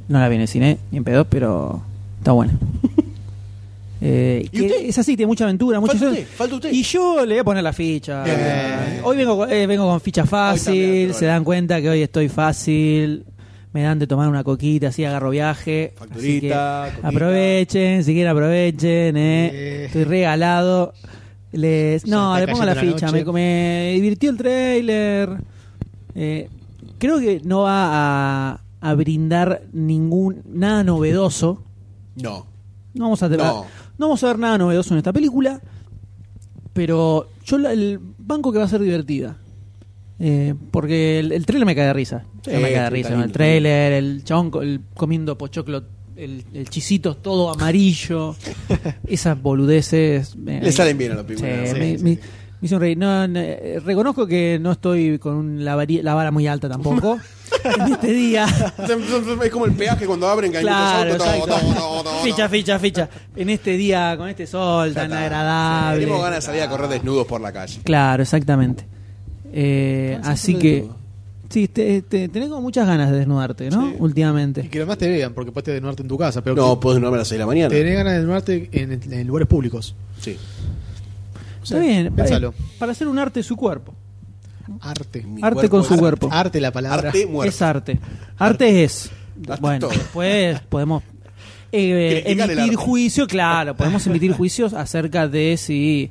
B: No la vi en el cine, ni en pedos, pero está buena. (laughs) Eh,
C: ¿Y
B: que
C: usted?
B: Es así, tiene mucha aventura, mucha
C: Falta
B: acción.
C: usted, falta usted.
B: Y yo le voy a poner la ficha. Eh, Hoy vengo, con- eh, vengo con ficha
C: Hoy también,
B: fácil,
C: pero
B: se dan cuenta que hoy estoy fácil. Me dan de tomar una coquita, así agarro viaje. Así
C: Facturita,
B: que
C: coquita.
B: aprovechen, si quieren aprovechen. eh.
D: Eh.
B: Estoy regalado. Les,
D: Ya
B: no,
D: está
B: le pongo la
D: cayendo la
B: ficha.
D: noche.
B: me, me divirtió el trailer. creo que no va a, a brindar ningún nada novedoso.
C: No.
B: No vamos a tener-
C: No.
B: no vamos a ver nada novedoso en esta película, pero yo la- el banco que va a ser divertida. Eh, porque el, el trailer me cae de risa.
C: Sí,
B: me cae
C: está
B: de risa.
C: lindo,
B: ¿no? El trailer, el chabón co- el comiendo pochoclo, el, el chisito todo
C: (laughs)
B: amarillo. esas boludeces. me-
C: Le salen bien a los pingüinos.
B: Sí,
D: Sí,
B: me,
D: sí,
B: me-
D: sí.
B: me hizo reír. No, no, eh, reconozco que no estoy con un- la, vari- la vara muy alta
C: (laughs)
B: tampoco. en este día.
C: (laughs) Es como el peaje cuando abren que hay
B: Claro,
C: muchos autos. todo,
B: exacto.
C: todo, todo, todo.
B: Ficha, ficha, ficha. En este día, con este sol tan agradable.
C: Tenemos ganas de salir a correr desnudos por la calle.
B: Claro, exactamente. Eh,
C: Cansado
B: así
C: de
B: que.
C: todo.
B: Sí, te, te- tenés como muchas ganas de desnudarte, ¿no?
C: Sí.
D: Y
B: Últimamente.
D: que además te vean, porque puedes desnudarte en tu casa, pero
C: No,
D: que
C: puedo desnudarme a las 6 de la mañana.
D: tenés ganas de desnudarte en, en lugares públicos.
C: Sí.
D: O sea,
B: Está bien,
D: Pensalo.
B: para, para hacer un arte es su cuerpo.
D: Arte.
C: Mi
B: Arte con
C: es
B: su
C: arte.
B: cuerpo.
D: Arte la palabra.
C: Arte muerto.
B: Es arte. Arte es.
C: Arte
B: bueno,
C: es todo.
D: (laughs)
B: después podemos eh,
C: Criticar el
B: emitir
C: arte.
B: juicio,
D: (laughs)
B: claro, podemos emitir juicios acerca de si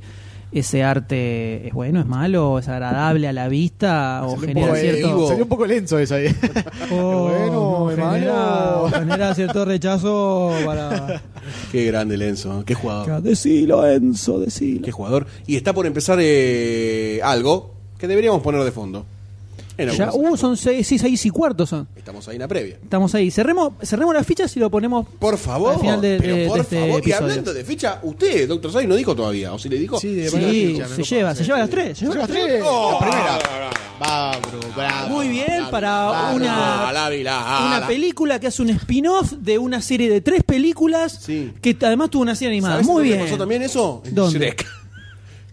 B: ese arte es bueno, es malo, es agradable a la vista o
C: oh,
D: Salió un
B: genera
D: poco-
B: cierto Oh,
C: vivo.
D: Salió un poco lenso
B: (laughs)
D: eso ahí. (laughs)
B: o
D: bueno, es malo.
B: genera cierto rechazo
D: (laughs)
B: para
C: Qué grande Lenzo. Qué jugador.
B: decilo Enzo, decilo.
C: Qué jugador. Y está por empezar eh, algo que deberíamos poner de fondo. En algún
B: Ya,
C: caso.
B: uh, son seis, sí, seis y cuarto son.
C: Estamos ahí en la previa.
B: Estamos ahí. Cerremos, cerremos las fichas y lo ponemos
C: Por favor,
B: Al final de-
C: pero
B: de-
C: por
B: de este
C: favor. Y
B: episodio.
C: hablando de ficha, usted, Doctor Sai, no dijo todavía. ¿O si le dijo?
D: Sí, de-
B: Sí,
D: Bueno,
B: se,
D: ficha, me copa,
B: lleva,
D: sí,
B: se lleva
D: sí.
B: las tres. se lleva las tres.
C: Oh,
D: La primera.
C: no, no, no.
D: Bravo, bravo.
B: Muy bien para
D: Bravo.
B: una,
C: la vi, la-
B: una
C: Ah, la-
B: película que hace un spin-off de una serie de tres películas
C: Sí.
B: que t- además tuvo una serie animada.
C: ¿Sabés
B: Muy
C: dónde
B: bien.
C: pasó también eso? En
B: ¿Dónde?
C: Shrek.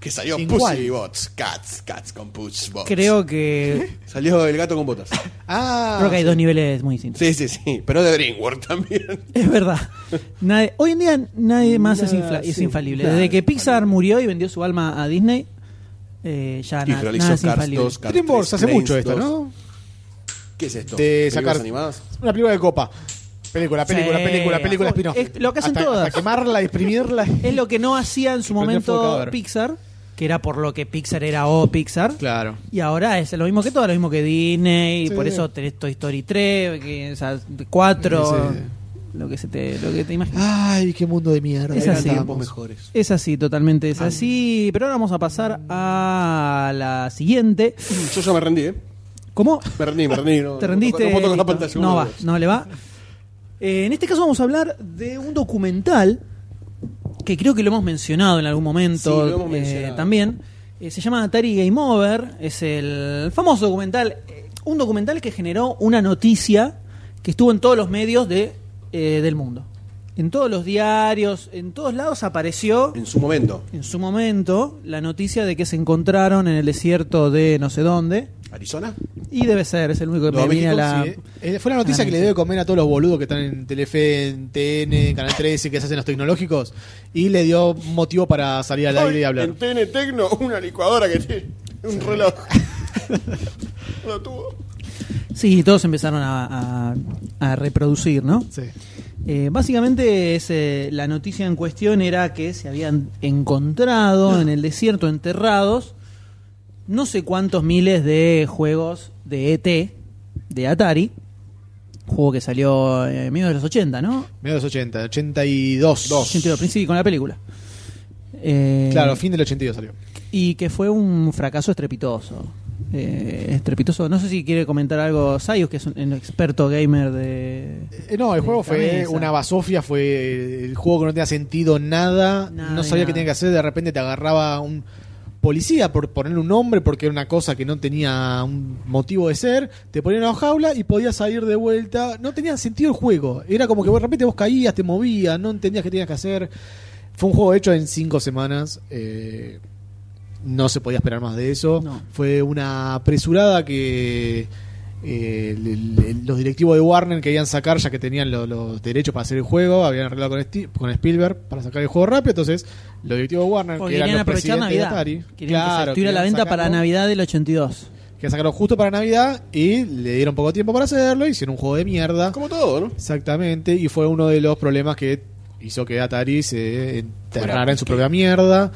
C: Que salió
D: ¿En
C: Pussy Bots, Cats, Cats con Pussy Bots.
B: Creo que
C: Salió el gato
B: (laughs)
C: con botas.
D: Ah,
B: creo que hay dos niveles muy distintos.
C: Sí, sí, sí. Pero de DreamWorks también.
B: (laughs) Es verdad. Nadie- hoy en día nadie más es,
C: Nada,
B: infla- es
C: sí,
B: infalible.
C: nada
B: Desde
C: es
B: que Pixar
C: infalible.
B: murió y vendió su alma a Disney, eh, ya
C: Y
B: na-
C: realizó
B: nada es
C: Cars
B: infalible.
C: 2, Cars
D: Dreamworks
C: 3,
D: hace mucho
C: Planes
D: esto,
C: 2.
D: ¿no?
C: ¿Qué es esto?
D: De
C: ¿Películas
D: sacar
C: animadas?
D: Una película de copa. Película, película,
B: Sí.
D: película, película, spin-off.
B: Es lo que hacen
D: Hasta-
B: todas.
D: Hasta quemarla, exprimirla.
B: (laughs) Es lo que no hacía en su
A: Y prender fuego
B: momento
A: ahora.
B: Pixar, que era por lo que Pixar era o Pixar.
D: Claro.
B: Y ahora es lo mismo que todo, lo mismo que Disney, y
D: Sí,
B: por
D: sí.
B: eso tenés Toy Story 3, que, o sea, 4,
D: Sí, Ah,
B: lo que se te, lo que te imaginas.
D: Ay, qué mundo de mierda.
B: Es
D: Ahí
B: así.
D: andamos.
C: mejores.
B: Es así, totalmente
D: Ah,
B: es así. Pero ahora vamos a pasar a la siguiente.
C: Yo ya me rendí, ¿eh?
B: ¿Cómo?
C: Me rendí, me rendí. No,
B: ¿Te rendiste?
C: No, puedo tocar la
B: Listo.
C: pantalla.
B: No
C: una
B: va,
C: vez.
B: no le va. Eh, en este caso vamos a hablar de un documental que creo que lo hemos mencionado en algún momento
C: Sí, lo hemos
B: eh,
C: mencionado.
B: también. Eh, se llama Atari Game Over. Es el famoso documental. eh, un documental que generó una noticia que estuvo en todos los medios de, eh, del mundo. En todos los diarios, en todos lados apareció
C: En su momento.
B: en su momento la noticia de que se encontraron en el desierto de no sé dónde.
C: ¿Arizona?
B: Y debe ser, es el único que
C: No,
B: me viene a
C: México,
B: la.
D: Sí, eh, fue la noticia
B: Ah,
D: que le
B: sí.
D: debe comer a todos los boludos que están en Telefe, en TN, en Canal 13, que se hacen los tecnológicos, y le dio motivo para salir al aire y hablar.
C: En TN Tecno, una licuadora que tiene un
D: (laughs)
C: reloj. Lo tuvo.
B: Sí, todos empezaron a, a- a reproducir, ¿no?
D: Sí.
B: Eh, básicamente es, eh, la noticia en cuestión era que se habían encontrado en el desierto enterrados no sé cuántos miles de juegos de ET, de Atari, juego que salió en medio de los 80, ¿no?
D: Medio de los 80, 82.
B: 82, sí, con la película. Eh,
D: Claro, fin del 82 salió.
B: y que fue un fracaso estrepitoso. Eh, estrepitoso. No sé si quiere comentar algo Sayus, que es un, un experto gamer de...
D: Eh, no, el
B: de
D: juego fue
B: cabeza.
D: una basofia, fue eh, el juego que no tenía sentido nada,
B: Nada
D: no
B: de
D: sabía
B: nada.
D: qué tenía que hacer, de repente te agarraba un policía por ponerle un nombre porque era una cosa que no tenía un motivo de ser, te ponía en una jaula y podías salir de vuelta, no tenía sentido el juego, era como que vos de repente vos caías, te movías, no entendías qué tenías que hacer, fue un juego hecho en cinco semanas, eh, no se podía esperar más de eso,
B: No.
D: fue una apresurada que... Eh, el- el- el- los directivos de Warner querían sacar, ya que tenían lo- los derechos para hacer el juego, habían arreglado con, Sti- con Spielberg para sacar el juego rápido, entonces los directivos de Warner,
B: Porque
D: Ah, que eran
B: querían
D: los
B: aprovechar
D: presidentes de
B: Navidad.
D: Atari,
B: Querían que se
D: claro,
B: estuviera a la
D: querían
B: venta para
D: sacarlo,
B: Navidad del 82.
D: querían sacarlo justo para Navidad y le dieron poco tiempo para hacerlo, hicieron un juego de mierda.
C: Como todo, ¿no?
D: Exactamente, y fue uno de los problemas que hizo que Atari se enterrara en su propia mierda.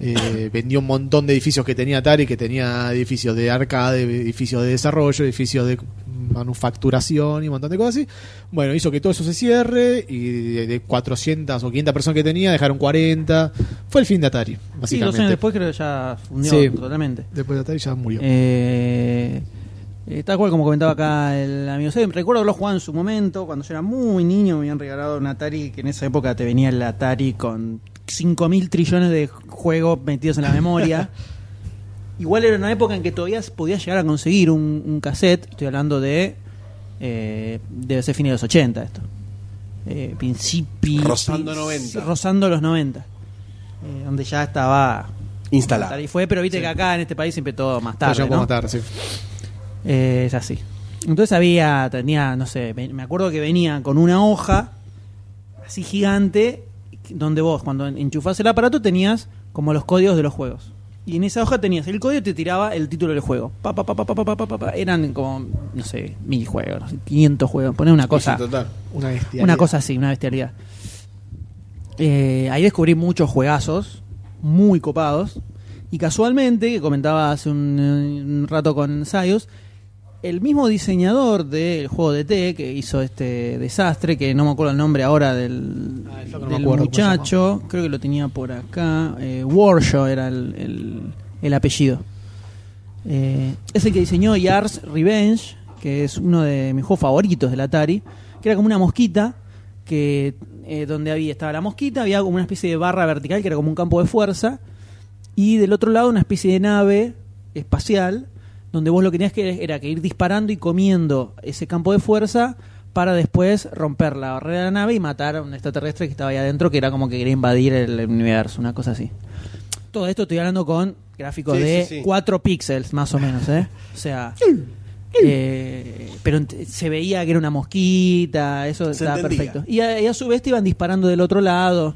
D: Eh, (laughs) vendió un montón de edificios que tenía Atari, que tenía edificios de arcade, edificios de desarrollo, edificios de manufacturación y un montón de cosas así. Bueno, hizo que todo eso se cierre y de, de 400 o 500 personas que tenía dejaron 40. Fue el fin de Atari,
B: Sí, dos años
D: básicamente.
B: después creo que ya fundió
D: Sí.
B: totalmente.
D: Después de Atari ya murió.
B: Eh, eh, tal cual como comentaba acá el amigo Seb, recuerdo que lo jugaba en su momento, cuando yo era muy niño me habían regalado un Atari, que en esa época te venía el Atari con 5 mil trillones de juegos metidos en la memoria. Igual era una época en que todavía podías llegar a conseguir un, un cassette, estoy hablando de... eh, debe ser fines de los 80 esto. Eh, principi-
C: Rozando
B: prin-
C: 90.
B: Rozando los 90. eh, donde ya estaba...
C: Instalado.
B: Y fue, pero viste que acá en este país siempre todo más
D: Pero ya
B: tarde.
D: un poco
B: ¿no?
D: más tarde, sí.
B: Eh, es así. Entonces había, tenía, no sé, ve- me acuerdo que venía con una hoja así gigante, donde vos cuando en- enchufás el aparato tenías como los códigos de los juegos. Y en esa hoja tenías el código y te tiraba el título del juego. Pa, pa, pa, pa, pa, pa, pa, pa, pa. Eran como, no sé, mil juegos, no sé, 500 juegos. Poné una cosa
C: Sí, total.
D: Una bestia.
B: una cosa así, una bestialidad. Eh, ahí descubrí muchos juegazos muy copados. Y casualmente, que comentaba hace un, eh, un rato con Sayus, el mismo diseñador del juego de T que hizo este desastre, que no me acuerdo el nombre ahora del,
D: Ah, el flaco no me
B: del
D: acuerdo cómo se
B: muchacho, creo que lo tenía por acá, eh, Warshaw era el, el- el apellido. Eh, es el que diseñó Yars Revenge, que es uno de mis juegos favoritos del Atari, que era como una mosquita, que eh, donde había estaba la mosquita, había como una especie de barra vertical que era como un campo de fuerza, y del otro lado una especie de nave espacial, donde vos lo que tenías que era que ir disparando y comiendo ese campo de fuerza para después romper la barrera de la nave y matar a un extraterrestre que estaba ahí adentro, que era como que quería invadir el universo, una cosa así. Todo esto estoy hablando con gráficos
C: Sí,
B: de
C: sí, sí.
B: 4 píxeles, más o menos, ¿eh? O sea... eh, pero ent- se veía que era una mosquita, eso estaba
C: entendía.
B: perfecto. Y a, y a su vez te iban disparando del otro lado.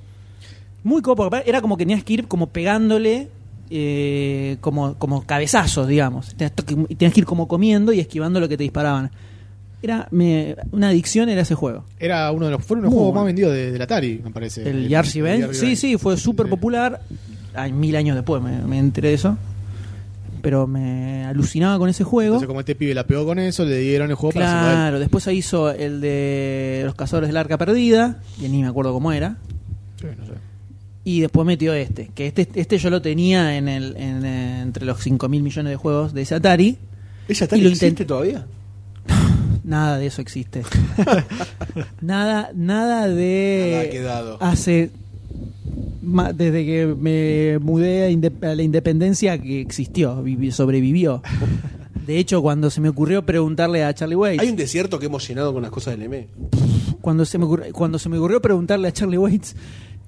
B: Muy copo, porque era como que tenías que ir como pegándole eh, como, como cabezazos, digamos. Tenías to- que- y Tenías que ir como comiendo y esquivando lo que te disparaban. era me- una adicción era ese juego.
D: Era uno de los, fueron los
B: Muy
D: juegos
B: bueno.
D: más vendidos de- del Atari, me parece.
B: el Yard Revenge.
D: Yard
B: Sí, sí, fue súper
D: Sí.
B: popular. Ay, mil años después me, me enteré de eso. Pero me alucinaba con ese juego.
D: Entonces, como este pibe la pegó con eso, le dieron el juego para hacerlo a él.
B: Claro, después hizo el de Los Cazadores del Arca Perdida, que ni me acuerdo cómo era.
D: Sí, no sé.
B: Y después metió este, que este, este yo lo tenía en el, en, eh, entre los 5 mil millones de juegos de ese Atari.
C: ¿Ella está
B: Y lo
C: existe
B: intent-
C: todavía?
B: Nada de eso
C: (laughs)
B: existe. nada, nada de.
C: Nada ha quedado.
B: Hace. ma- Desde que me mudé a, inde- a la independencia que existió, vivi- sobrevivió. De hecho, cuando se me ocurrió preguntarle a Charlie Waits.
C: Hay un desierto que hemos llenado con las cosas del M.
B: cuando se me ocurrió, cuando se me ocurrió preguntarle a Charlie Waits,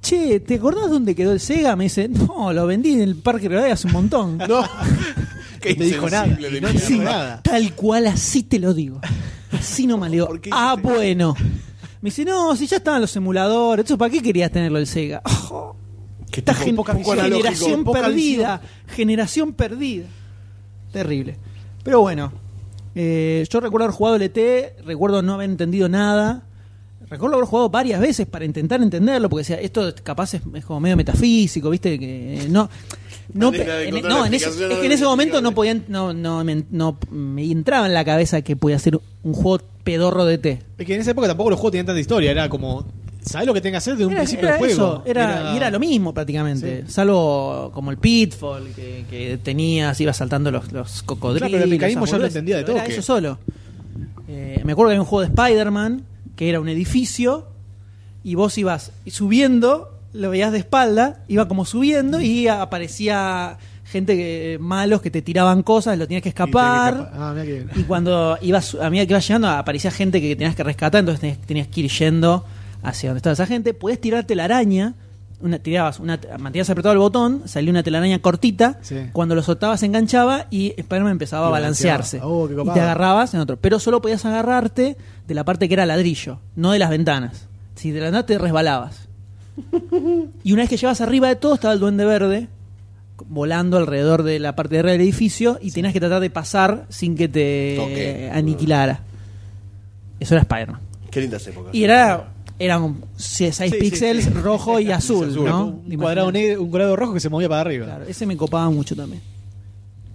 B: che, ¿te acordás dónde quedó el Sega? Me dice, no, lo vendí en el Parque Rodea hace un montón.
C: (laughs) No. Qué
D: No te dijo nada.
C: insensible de
D: No te
C: mierda.
B: Sí,
D: dijo nada.
B: Tal cual, así te lo digo. Así no me digo.
C: ¿Por qué
B: Ah,
C: hiciste
B: bueno. Me dice, no, si ya estaban los emuladores, entonces ¿para qué querías tenerlo el Sega? (laughs) Oh,
C: Qué
B: esta
C: tipo
B: gen-
C: poco analógico,
B: generación
C: poca
B: perdida, generación perdida. Terrible. Pero bueno, eh, yo recuerdo haber jugado el ET, recuerdo no haber entendido nada. Recuerdo haber jugado varias veces para intentar entenderlo, porque decía, esto capaz es, es como medio metafísico, ¿viste? Que eh, no. No,
C: Manera de
B: en-
C: encontrar
B: no,
C: la
B: en ese,
C: explicación
B: es
C: a
B: que en
C: lo
B: ese momento no
C: inexplicable.
B: podía, no, no, me, no me entraba en la cabeza que podía ser un juego pedorro de E T.
D: Es que en esa época tampoco los juegos tenían tanta historia, era como, ¿sabes lo que tenés que hacer desde un
B: Era,
D: principio
B: era
D: del juego?
B: eso, era, y era lo mismo prácticamente, salvo como el pitfall que, que tenías, ibas saltando los, los cocodrilos.
D: Claro, pero el mecanismo
B: esas
D: ya lo
B: boludeces,
D: entendía de
B: pero era
D: toque.
B: eso solo. Eh, me acuerdo que había un juego de Spider-Man que era un edificio y vos ibas subiendo, lo veías de espalda, iba como subiendo y aparecía gente que, malos que te tiraban cosas, lo tenías que escapar.
D: Y tenés que escapar. Ah, mirá
B: (laughs)
D: que-
B: Y cuando ibas, a medida que ibas llegando, aparecía gente que tenías que rescatar, entonces tenías, tenías que ir yendo hacia donde estaba esa gente. Podías tirarte la araña, una, tirabas una, mantenías apretado el botón, salía una telaraña cortita,
D: Sí.
B: cuando lo soltabas se enganchaba y Spider-Man empezaba a
D: Y balanceaba.
B: balancearse.
D: Oh, qué
B: y
D: copado.
B: te agarrabas en otro. Pero solo podías agarrarte de la parte que era ladrillo, no de las ventanas. Si de la nada te resbalabas. Y una vez que llegabas arriba de todo estaba el duende verde volando alrededor de la parte de arriba del edificio y tenías que tratar de pasar sin que te
C: Toque.
B: aniquilara. Eso era Spider-Man.
C: Qué lindas épocas.
B: Y era eran 6
D: sí,
B: píxeles
D: (laughs) sí.
B: rojo y azul,
C: azul.
B: ¿no?
D: Un,
B: Imagínate.
D: cuadrado negro, un cuadrado rojo que se movía para arriba.
B: Claro, ese me copaba mucho también.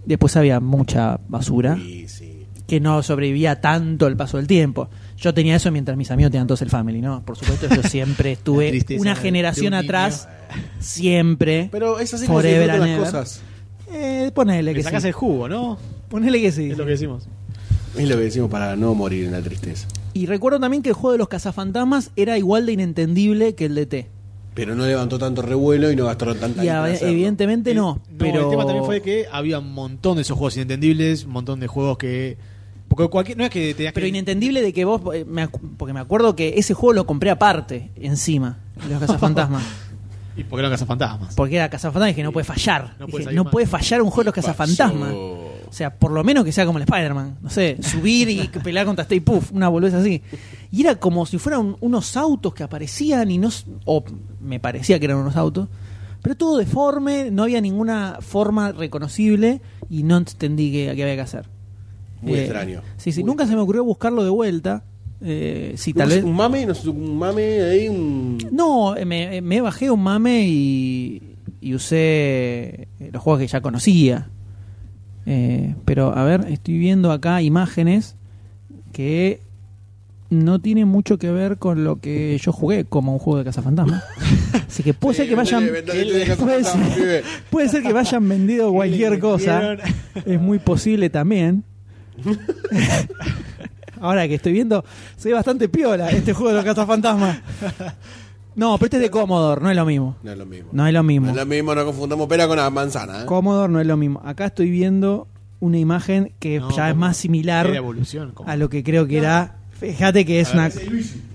B: Después había mucha basura
C: Sí, sí.
B: que no sobrevivía tanto al paso del tiempo. Yo tenía eso mientras mis amigos tenían todos el family, ¿no? Por supuesto, yo siempre
D: (laughs) La
B: estuve
D: tristeza
B: una
D: de-
B: generación
D: de un
B: atrás, siempre.
C: Pero es así como se
B: Forever
C: disfrutan
B: and
C: las
B: ever.
C: cosas.
B: Eh, ponele
D: Le
B: que
D: sacas
B: sí.
D: el jugo, ¿no?
B: Ponele que sí.
D: Es lo que decimos.
C: Es lo que decimos para no morir en la tristeza.
B: Y recuerdo también que el juego de los cazafantasmas era igual de inentendible que el de T.
C: Pero no levantó tanto revuelo y no gastaron tanta
B: Y
C: guita en
B: a-
C: hacerlo.
B: evidentemente
D: El-
B: no, pero
D: el tema también fue que había un montón de esos juegos inentendibles, un montón de juegos que. Porque cualquier. No es que tenías
B: pero
D: que.
B: inentendible de que vos eh, me acu- porque me acuerdo que ese juego lo compré aparte encima de los (laughs) cazafantasmas,
D: ¿Y por qué eran cazafantasmas?
B: porque era cazafantasmas y dije no puede fallar.
D: No puede
B: Dije,
D: salir
B: no
D: mal".
B: puede fallar un juego de los cazafantasmas.
C: Pasó.
B: O sea, por lo menos que sea como el Spider-Man. No sé, subir
C: (laughs)
B: y pelear contra Stay Puff, una boludez así. Y era como si fueran unos autos que aparecían y no. s- O me parecía que eran unos autos. Pero todo deforme, no había ninguna forma reconocible y no entendí qué, qué había que hacer. Eh,
C: Muy extraño.
B: Sí, sí,
C: Muy
B: nunca se me ocurrió buscarlo de vueta. Eh, sí,
C: ¿No
B: tal
C: es
B: vez.
C: Un mame, no es un mame ahí, un.
B: No, eh, me, eh, me bajé un mame y, y usé eh, los juegos que ya conocía. Eh, pero, a ver, estoy viendo acá imágenes que no tienen mucho que ver con lo que yo jugué como un juego de cazafantasma. Así que puede
C: Eh,
B: ser que vayan... (laughs) Puede ser, puede ser que vayan
D: (laughs)
B: vendido cualquier cosa.
D: metieron?
B: Es muy posible
D: (laughs)
B: también. Ahora que estoy viendo, se ve bastante piola este juego de los cazafantasmas. No, pero este es de Commodore, no es lo mismo.
C: No es lo mismo.
B: No es lo
C: No
B: mismo.
C: es lo mismo, no confundamos pera con la manzana. ¿eh?
B: Commodore no es lo mismo. Acá estoy viendo una imagen que
D: No,
B: Eh, ya es
D: como-
B: más similar
D: Era evolución. como-
B: a lo que creo que era. Fíjate que es una.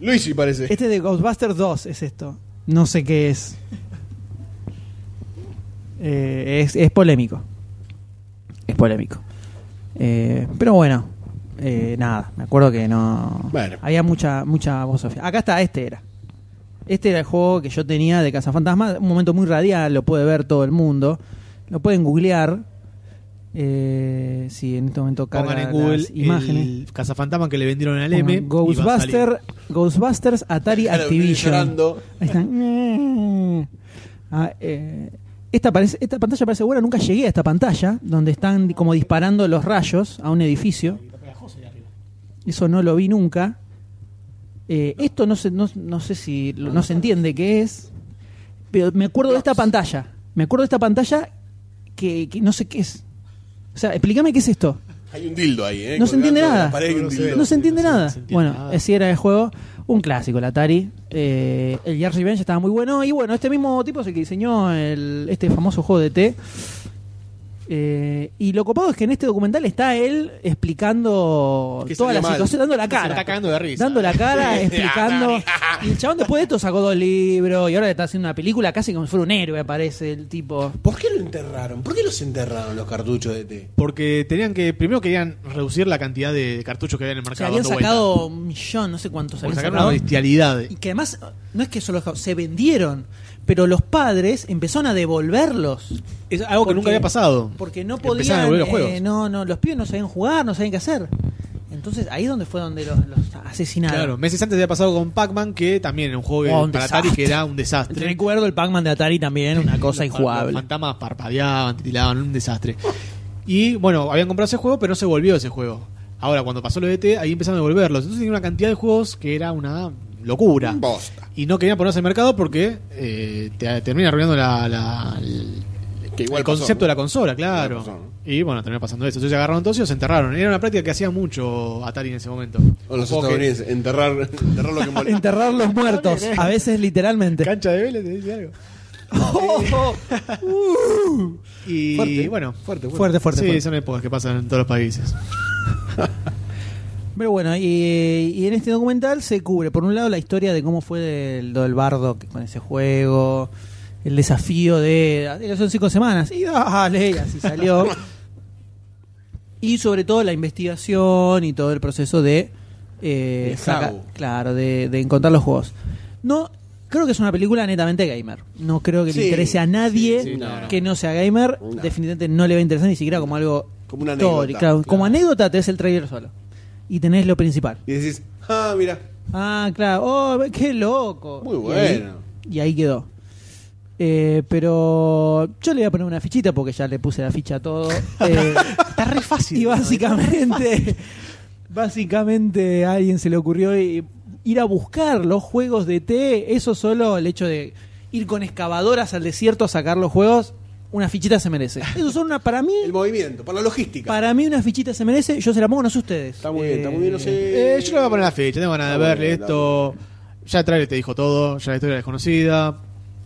C: Luigi parece.
B: Este es de Ghostbusters 2 es esto. No sé qué es. Eh, es, es polémico. Es polémico. Eh, pero bueno, eh, nada, me acuerdo que no...
C: Bueno.
B: Había mucha, mucha voz oficial. Acá está, este era. Este era el juego que yo tenía de Cazafantasma. Un momento muy radial, lo puede ver todo el mundo. Lo pueden googlear. Eh, sí, en este momento carga
D: Pongan en Google
B: las imágenes.
D: el cazafantasma que le vendieron al
B: Pongan
D: M. y va a salir.
B: Ghostbuster, Ghostbusters Atari
C: Claro, viene
B: Activision.
C: llorando.
B: Ahí están. Ah, eh, esta, parece- esta pantalla parece buena, nunca llegué a esta pantalla, donde están como disparando los rayos a un edificio. Eso no lo vi nunca. Eh, Esto no sé, no, no sé si lo- no se entiende qué es, pero me acuerdo de esta pantalla. Me acuerdo de esta pantalla que, que no sé qué es. O sea, explícame qué es esto.
C: Hay un dildo ahí, ¿eh?
B: No se
C: colgando
B: entiende
C: de la
B: nada.
C: pared hay un
D: No se
C: dildo.
B: No se entiende
D: no se-
B: nada.
D: se entiende
B: bueno,
D: nada.
B: así era el juego. Un clásico, el Atari. Eh, el Yard Revenge estaba muy bueno. Y bueno, este mismo tipo es el que diseñó el- este famoso juego de T. Eh, y lo copado es que en este documental está él explicando
C: Que
B: toda la
C: salió mal.
B: situación, dando la
D: Se
B: cara.
D: está cagando de risa.
B: Dando la cara, explicando. Y el chabón después de esto sacó dos libros y ahora está haciendo una película casi como si fuera un héroe, aparece el tipo.
C: ¿Por qué lo enterraron? ¿Por qué los enterraron los cartuchos de té?
D: Porque tenían que. Primero querían reducir la cantidad de cartuchos que había en el
B: O sea,
D: mercado.
B: habían
D: dando vuelta.
B: sacado un millón, no sé cuántos
D: Porque
B: habían
D: sacaron
B: sacado.
D: una bestialidad.
B: Y que además, no es que solo se vendieron, pero los padres empezaron a devolverlos.
D: Es algo que
B: Porque-
D: nunca había pasado.
B: Porque no
D: Empezaron a
B: podían.
D: devolver los
B: eh,
D: juegos.
B: no, no, los pibes no sabían jugar, no sabían qué hacer. Entonces ahí es donde fue donde los, los asesinaron.
D: Claro, meses antes había pasado con Pac-Man, que también era un juego
B: Oh, un
D: para Atari que
B: desastre.
D: era un desastre.
B: Recuerdo el Pac-Man de Atari también, una
D: (laughs)
B: cosa
D: Los fa-
B: injugable.
D: Los fantasmas parpadeaban, titilaban, un desastre. Y bueno, habían comprado ese juego, pero no se volvió ese juego. Ahora, cuando pasó lo de E T, ahí empezaron a devolverlos. Entonces tenía una cantidad de juegos que era una locura.
C: Bosta.
D: Y no querían ponerse en mercado porque eh, te termina arruinando la, la- el-
C: Que igual
D: el
C: pasó,
D: concepto
C: ¿no?
D: de la consola, claro.
C: Igual pasó, ¿no?
D: Y bueno, terminó pasando eso. Entonces agarraron todos y los enterraron. Era una práctica que hacía mucho Atari en ese momento.
C: O los
D: Juegos que-
C: estadounidenses, enterrar, enterrar lo que molesta.
B: Enterrar los muertos, a veces literalmente.
D: (laughs) Cancha de Vélez, te dice
C: (laughs)
D: algo. Eh, Y
C: Fuerte,
D: bueno,
C: fuerte, fuerte.
B: Fuerte, fuerte.
D: sí,
B: fuerte.
D: son épocas que pasan en todos los países.
B: Pero bueno, y, y en este documental se cubre, por un lado, la historia de cómo fue el, lo del bardo que- con ese juego, el desafío de. "Ah, Son cinco semanas, y dale, y así
C: (laughs)
B: salió. y sobre todo la investigación y todo el proceso de. eh,
C: De
B: saca-
C: Sabu.
B: claro, de, de encontrar los juegos. No. Creo que es una película netamente gamer. No creo que
C: Sí,
B: le interese a nadie
C: sí, sí, no, no.
B: que no sea gamer.
C: No.
B: Definitivamente no le va a interesar ni siquiera como algo
C: Como una
B: histórico.
C: anécdota,
B: Claro, Como
C: claro.
B: anécdota tenés el trailer solo y tenés lo principal.
C: Y decís, ah, mira,
B: Ah, claro. Oh, qué loco.
C: Muy
B: Y ahí-
C: bueno.
B: Y ahí, quedó. Eh, pero yo le voy a poner una fichita porque ya le puse la ficha a
C: (laughs)
B: todo. Eh,
D: Está re fácil.
B: y básicamente, básicamente a alguien se le ocurrió i- ir a buscar los juegos de té. Eso solo, el hecho de ir con excavadoras al desierto a sacar los juegos, una fichita se merece. Eso son una, para mí,
C: el movimiento, para la logística.
B: para mí una fichita se merece. Yo se la pongo, no sé ustedes.
C: Está muy bien, está muy bien, no sé.
D: Eh, yo le voy a poner la fecha, tengo ganas de
C: Está
D: verle
C: bueno, está
D: esto. Ya el trailer te dijo todo, ya la historia era desconocida.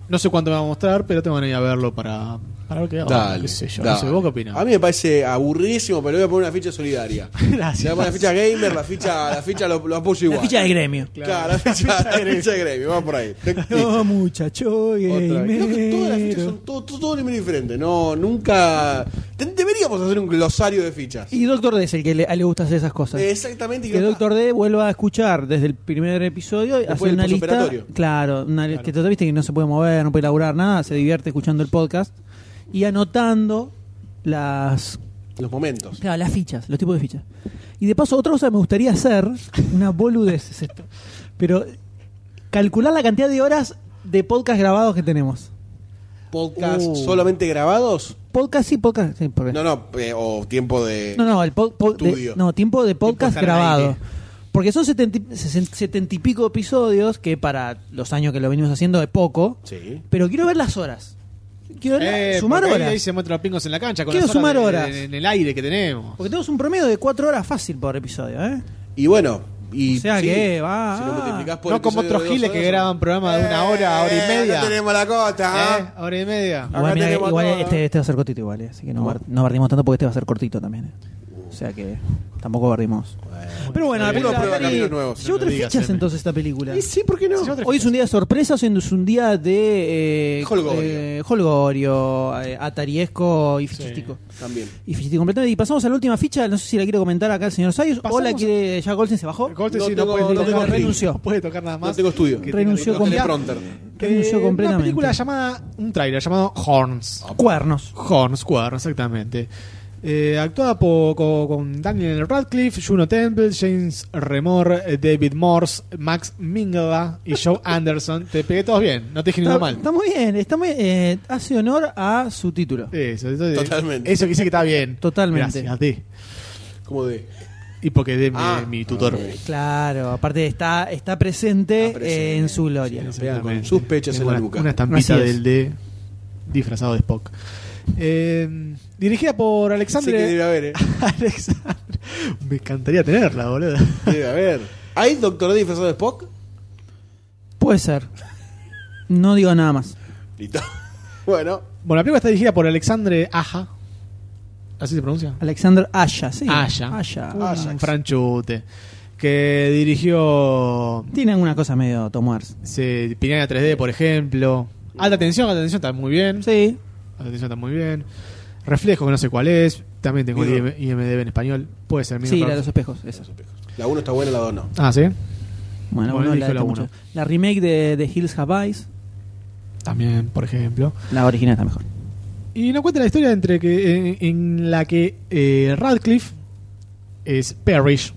D: No sé cuánto me va a mostrar, pero tengo ganas de ir a verlo para, para ver qué
C: Dale,
D: qué sé yo,
C: dale.
D: No sé, ¿vos qué opinás? Eh,
C: A mí me parece aburridísimo, pero le voy a poner una ficha solidaria. Le voy a
D: Gracias.
C: poner la ficha gamer, la ficha, la ficha lo, lo apoyo igual.
B: La ficha de gremio.
C: Claro, la ficha, la ficha de gremio, vamos por ahí. Listo.
B: No, muchacho,
C: Otra vez. Creo que todas las
B: gamer.
C: fichas son todo, todo, todo número diferente. No, nunca. Te- Deberíamos hacer un glosario de fichas.
B: Y Doctor D es el que le, a él le gusta hacer esas cosas.
C: Exactamente. y
B: que
C: lo-
B: Doctor D vuelva a escuchar desde el primer episodio y
C: Después
B: hacer
C: del
B: una lista.
C: postoperatorio.
B: Claro, una, que todavía viste que no se puede mover, no puede laburar nada, se divierte escuchando el podcast y anotando las
C: Los momentos.
B: Claro, las fichas, los tipos de fichas. Y de paso, otra cosa que me gustaría hacer, una boludez es esto, pero calcular la cantidad de horas de podcast grabados que tenemos.
C: Podcast
D: Uh.
C: solamente grabados.
B: Podcast sí, podcast sí, porque-
C: No, no, eh, o tiempo de.
B: No, no, el po- po- de-
C: Estudio.
B: no, tiempo de podcast
D: Tiempo estar al
B: grabado.
D: aire.
B: Porque son setenta y- sesen- setenta y pico episodios, que para los años que lo venimos haciendo es poco,
C: Sí.
B: pero quiero ver las horas. Quiero ver-
D: Eh,
B: sumar
D: porque ahí-
B: horas.
D: Ahí se muestran los pingos en la cancha. Con
B: Quiero
D: las horas
B: sumar
D: de-
B: horas.
D: de- en el aire que tenemos.
B: Porque tenemos un promedio de cuatro horas fácil por episodio, ¿eh?
C: Y bueno. Y,
B: O sea
C: sí,
B: que va,
C: si lo
B: va.
C: multiplicás por
D: No como
C: episodio
D: otros
C: de dos
D: giles que
C: horas,
D: graban programas de una hora, hora y
C: Eh,
D: media.
C: No tenemos la costa.
D: ¿Eh?
C: ¿ah?
D: Hora y media.
C: Acá
B: Igual, mirá que-
C: tenemos
B: igual
C: todo, ¿eh?
B: este, este va a ser cortito igual, eh, así que no, bar- no bardimos tanto porque este va a ser cortito también. eh. O sea que tampoco bardimos. Pero bueno, la
C: Uno
B: película
C: prueba
B: Atari-
C: caminos nuevos,
B: se llevó
D: no
B: tres
D: lo digas,
B: fichas
D: Emi.
B: entonces esta película.
C: Y sí, ¿por qué no?
D: Se llama tres
B: Hoy es un día de sorpresa, siendo es un día de eh,
C: Holgorio.
B: eh, holgorio, eh, atariesco y fichístico.
D: Eh.
C: También.
B: Y fichístico completamente. Y pasamos a la última ficha, no sé si la quiere comentar acá el señor Sayus o la
D: Pasamos
B: quiere ya Golsen se bajó.
D: Corte,
C: No
D: este sí,
C: tengo-
D: puede-
C: no
B: tengo
D: puede-
B: renunció.
D: No puede tocar nada más.
C: No tengo estudio.
D: Que tenga
B: Renunció
D: que-
C: No tengo
B: completo.
C: teleprompter.
B: Renunció
D: Eh, Una
B: completamente.
D: película llamada, un tráiler llamado Horns.
B: Cuernos.
D: Horn Square, exactamente. Eh, actuada po- co- con Daniel Radcliffe, Juno Temple, James Remor, eh, David Morse, Max Mingala y
C: (laughs)
D: Joe Anderson. Te pegué todos bien, no te dije nada
B: Está,
D: mal.
B: está muy bien, está muy, eh, hace honor a su título.
D: Eso, eso,
C: Totalmente.
D: Eso que dice que está bien.
B: Totalmente.
D: Gracias a ti.
C: Como de.
D: Y porque de mi,
C: Ah,
D: mi tutor.
C: ok.
B: Claro, aparte está, está presente,
C: Está presente.
B: eh, en su gloria.
C: Pega con
D: Exactamente.
C: sus pechos en
D: Tengo
C: la
D: una-
C: nuca.
D: Una estampita
B: Así es.
D: del D disfrazado de Spock. Eh, dirigida
C: Sé que
D: por
C: debe
D: Alexandre.
C: haber, ¿eh?
D: (laughs) Alexandre. Me encantaría tenerla, boludo.
C: Debe haber. ¿Hay Doctor D disfrazado de Spock?
B: Puede ser. No digo nada más.
C: Listo. (laughs) Bueno,
D: Bueno, la película está dirigida por Alexandre Aja. ¿Así se pronuncia?
B: Alexander Aya, sí.
D: Aya.
B: Aya.
D: Un
C: Ajax.
D: franchute. Que dirigió
B: Tiene alguna cosa medio Tom Hanks.
D: se, Piranha 3D, por ejemplo. Alta tensión, alta tensión está muy bien.
B: Sí.
D: Alta tensión está muy bien. Reflejo, que no sé cuál es. También tengo el
C: Mirror.
D: IM- IMDB en español. Puede ser
B: Sí,
D: Mirror.
B: la de los espejos, esa.
C: la 1 está buena, la 2 no.
D: Ah, sí.
B: Bueno,
D: Bueno,
B: uno
D: elijo
B: la,
D: la
B: mucho.
D: uno.
B: la remake de, de Hills Have Eyes,
D: También, por ejemplo.
B: la original está mejor.
D: Y nos cuenta la historia entre que en, en la que eh, Radcliffe es Parrish,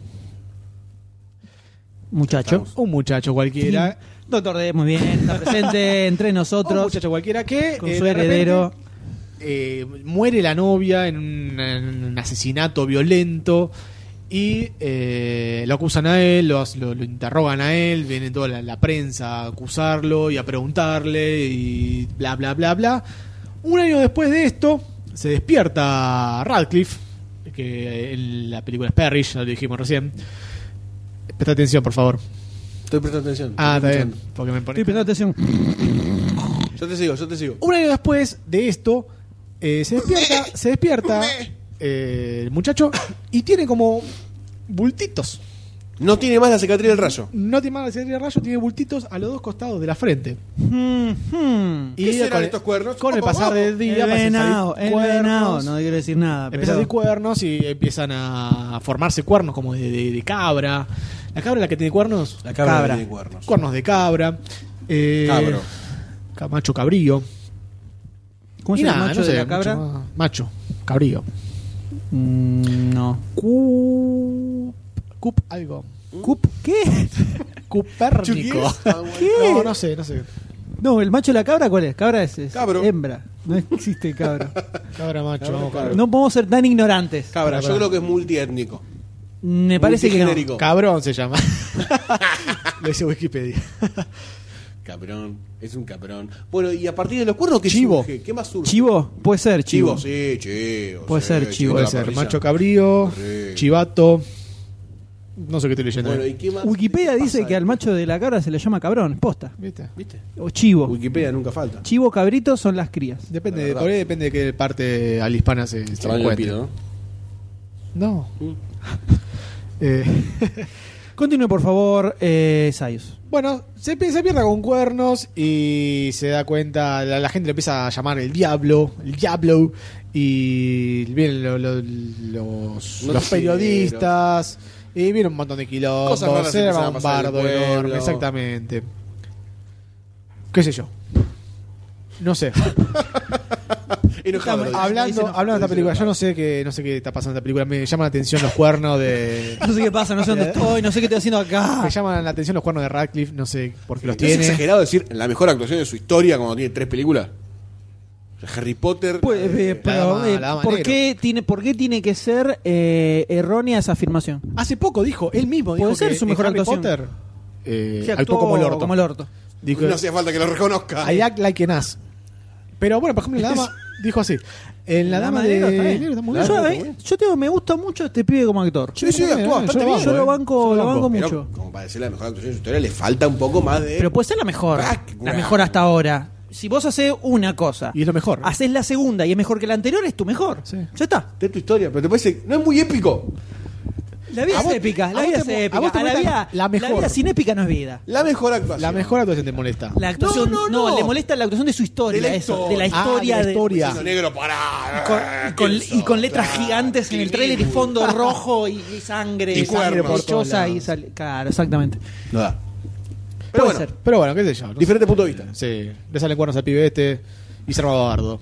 B: Muchacho.
D: un muchacho cualquiera.
B: Doctor D, muy bien, está presente
D: (laughs)
B: entre
D: Un
B: nosotros
D: Oh, muchacho cualquiera que
B: con
D: eh,
B: su
D: de repente,
B: heredero.
D: eh, muere la novia en un, en un asesinato violento y eh, lo acusan a él, los- lo, lo interrogan a él, viene toda la, la prensa a acusarlo y a preguntarle y bla, bla, bla, bla. Un año después de esto, se despierta Radcliffe, que en la película es Parrish, ya lo dijimos recién. Presta atención, por favor.
C: Estoy prestando atención.
D: Ah, está
C: Estoy
D: bien.
C: escuchando.
D: Porque me pone-
B: Estoy prestando atención.
C: Yo te sigo, yo te sigo.
D: Un año después de esto, eh, se despierta, se despierta eh, el muchacho y tiene como bultitos.
C: No tiene más la cicatriz del rayo.
D: No tiene más la serie de rayos, tiene bultitos a los dos costados de la frente.
B: Hmm, hmm.
C: ¿Qué serán estos cuernos?
D: Con el
C: Ojo,
D: pasar
C: ojo.
D: del día,
B: El
D: pasan a salir
B: venado, el
D: cuernos.
B: venado, no quiero decir nada.
D: Empiezan a
B: pero-
D: salir cuernos y empiezan a formarse cuernos como de, de- de cabra. La cabra es la que tiene cuernos.
C: La cabra,
B: Cabra.
C: tiene cuernos.
D: Cuernos de cabra. Eh,
C: Cabro.
D: Camacho cabrío.
B: ¿Cómo
D: Y
B: se llama
D: nada,
B: el macho
D: no sé,
B: de la
D: mucho
B: cabra?
D: más. Macho, cabrío.
B: Mm, no.
D: Cup, cup algo.
B: ¿Cup?
D: (laughs)
B: ¿Qué?
D: Cupérnico.
C: Ah, bueno.
D: No, no sé, no sé.
B: No, el macho de la cabra, ¿cuál es? Cabra es, es
C: Cabro.
B: hembra. No existe
D: (laughs)
B: cabra.
D: Cabra macho,
C: Cabra, cabra.
D: vamos, cabra.
B: No podemos ser tan ignorantes.
C: Cabra, yo
D: Cabra.
C: creo que es multiétnico.
B: Me parece que no.
C: Multigenérico.
D: Cabrón se llama. (laughs) Lo dice Wikipedia.
C: Cabrón, es un cabrón. Bueno, y a partir de los cuernos, ¿qué
D: Chivo.
C: surge? ¿Qué más surge?
B: Chivo, puede ser chivo.
C: Chivo, sí, chivo.
B: Puede
C: sí,
B: ser chivo.
C: de
D: Puede
C: la
D: ser
C: parrilla.
D: macho cabrío,
C: Sí.
D: chivato. No sé qué estoy leyendo.
C: Bueno, ¿y qué más?
B: Wikipedia
C: ¿Qué
B: dice
C: pasa?
B: que al macho de la cabra se le llama cabrón, posta.
D: ¿Viste?
C: ¿Viste?
B: O chivo.
C: Wikipedia nunca falta.
B: Chivo cabrito son las crías.
D: Depende,
C: La
D: de-
C: verdad.
D: por ahí depende de qué parte al hispana se, se
C: Tamaño de
D: encuentre.
C: pino, ¿no?
D: No.
C: Mm.
D: (laughs) Eh,
B: Continúe, por favor, eh, Sayus.
D: bueno, se, pi- se pierde con cuernos y se da cuenta, la, la gente le empieza a llamar el diablo, el diablo, y vienen lo- lo- los,
C: Noticieros.
D: los periodistas, y viene un montón de quilombos,
C: Cosas raras
D: se
C: empiezan
D: arma
C: a
D: un
C: pasar en el
D: bardo enorme,
C: pueblo.
D: exactamente. ¿Qué sé yo?
C: (laughs)
D: No sé.
C: Enojado. lo dice.
D: hablando
B: dice, no,
D: hablando de esta
C: dice,
D: película,
C: no.
D: yo no sé qué, no sé qué está pasando en esta película, me llama la atención los
C: (laughs)
D: cuernos de...
B: No sé qué pasa, no sé (laughs) dónde estoy, no sé qué estoy haciendo acá.
D: Me llaman la atención los cuernos de Radcliffe, no sé por qué los
C: ¿No es
D: tiene.
C: exagerado decir la mejor actuación de su historia cuando tiene tres películas? O sea, Harry Potter.
B: Pues, eh,
C: eh,
B: pero,
D: dama-
B: eh,
D: la dama
B: ¿por,
D: negro.
B: qué tiene, ¿Por qué tiene que ser eh, errónea esa afirmación?
D: Hace poco dijo, él mismo
B: Puede
D: dijo
B: ser
D: que
B: su
D: en
B: mejor
D: Harry
B: actuación.
D: Potter eh,
B: Sí,
D: actuó como el orto.
B: Como el orto.
D: Dijo,
C: no hacía falta que lo reconozca.
D: I act like an ass. Pero bueno, por ejemplo, la
B: (laughs)
D: dama dijo así. En la, dama, de
B: negro está bien.
D: negro está muy
B: Yo,
D: bien.
B: a mí- yo tengo- me gusta mucho este pibe como actor.
C: Sí, sí, actúa
D: Yo
C: bastante
D: lo
C: bien.
B: Yo
D: eh.
B: lo banco,
D: Yo
B: lo banco
C: Pero,
B: mucho.
C: como para decir la mejor actuación de su historia, le falta un poco más de.
B: Pero puede ser la mejor.
C: Ah,
B: La
C: ah.
B: mejor hasta ahora. Si vos haces una cosa,
D: Y es lo mejor.
B: haces la segunda y es mejor que la anterior, es tu mejor.
D: Sí.
B: Ya está.
C: de tu historia, pero te parece. No es muy épico.
B: La vida
D: A
B: es
D: vos-
B: épica, la
D: a vos
B: vida
D: te
B: es
D: mo- a
B: épica.
D: vos te
B: A la,
D: molesta
B: vida,
D: la mejor.
B: vida sin épica no es vida.
C: La mejor actuación.
D: La mejor actuación te molesta.
B: La actuación
C: No,
B: no,
C: no, no.
B: le molesta la actuación de su historia,
C: De la
B: eso,
C: historia.
B: de la
C: Ah,
B: historia
D: de la
B: de-
D: historia. Ah,
C: Hizo negro, pará. eh,
B: y con- y con, y con, letras
C: Claro,
B: gigantes en el trailer y
C: Clint Eastwood.
B: fondo rojo y, y sangre sangre
C: Y cuernos.
B: lechosa
D: Por todos
B: y
D: lados.
B: sale claro exactamente
C: No da.
B: puede
C: Pero bueno,
B: ser Este
D: Pero bueno, qué sé yo. no
C: diferente punto de vista.
D: sé. Sí, le salen cuernos al pibe este y se arma bardo.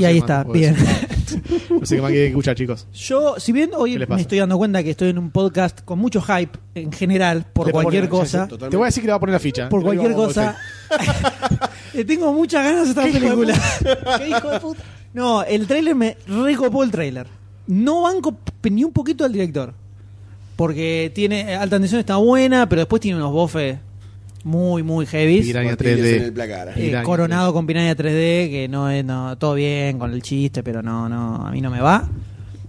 B: y
D: sé
B: ahí
D: qué
B: está,
D: más puedo
B: bien.
D: decir. No sé qué más quieren que escuchar, chicos.
B: Yo, si bien hoy
D: ¿Qué les
B: me
D: pasa?
B: estoy dando cuenta que estoy en un podcast con mucho hype en general por
D: Le
B: cualquier
D: ponen-
B: cosa,
C: sí, sí,
D: Te voy a decir que le va a poner la ficha.
B: por
D: Yo le digo
B: cualquier
D: a Boba
B: cosa, (laughs) le tengo muchas ganas a esta película. ¿Qué hijo de puta? No, el tráiler me recopó el tráiler. No banco p- ni un poquito al director. Porque tiene alta tensión, está buena, pero después tiene unos bofes muy, muy
D: Fett.
B: heavy.
D: Piranha
C: Martínez en
D: 3D.
C: el placar.
B: Eh,
D: Piranha
B: coronado con Piranha 3D, que no es no, todo bien con el chiste, pero no, no, a mí no me va.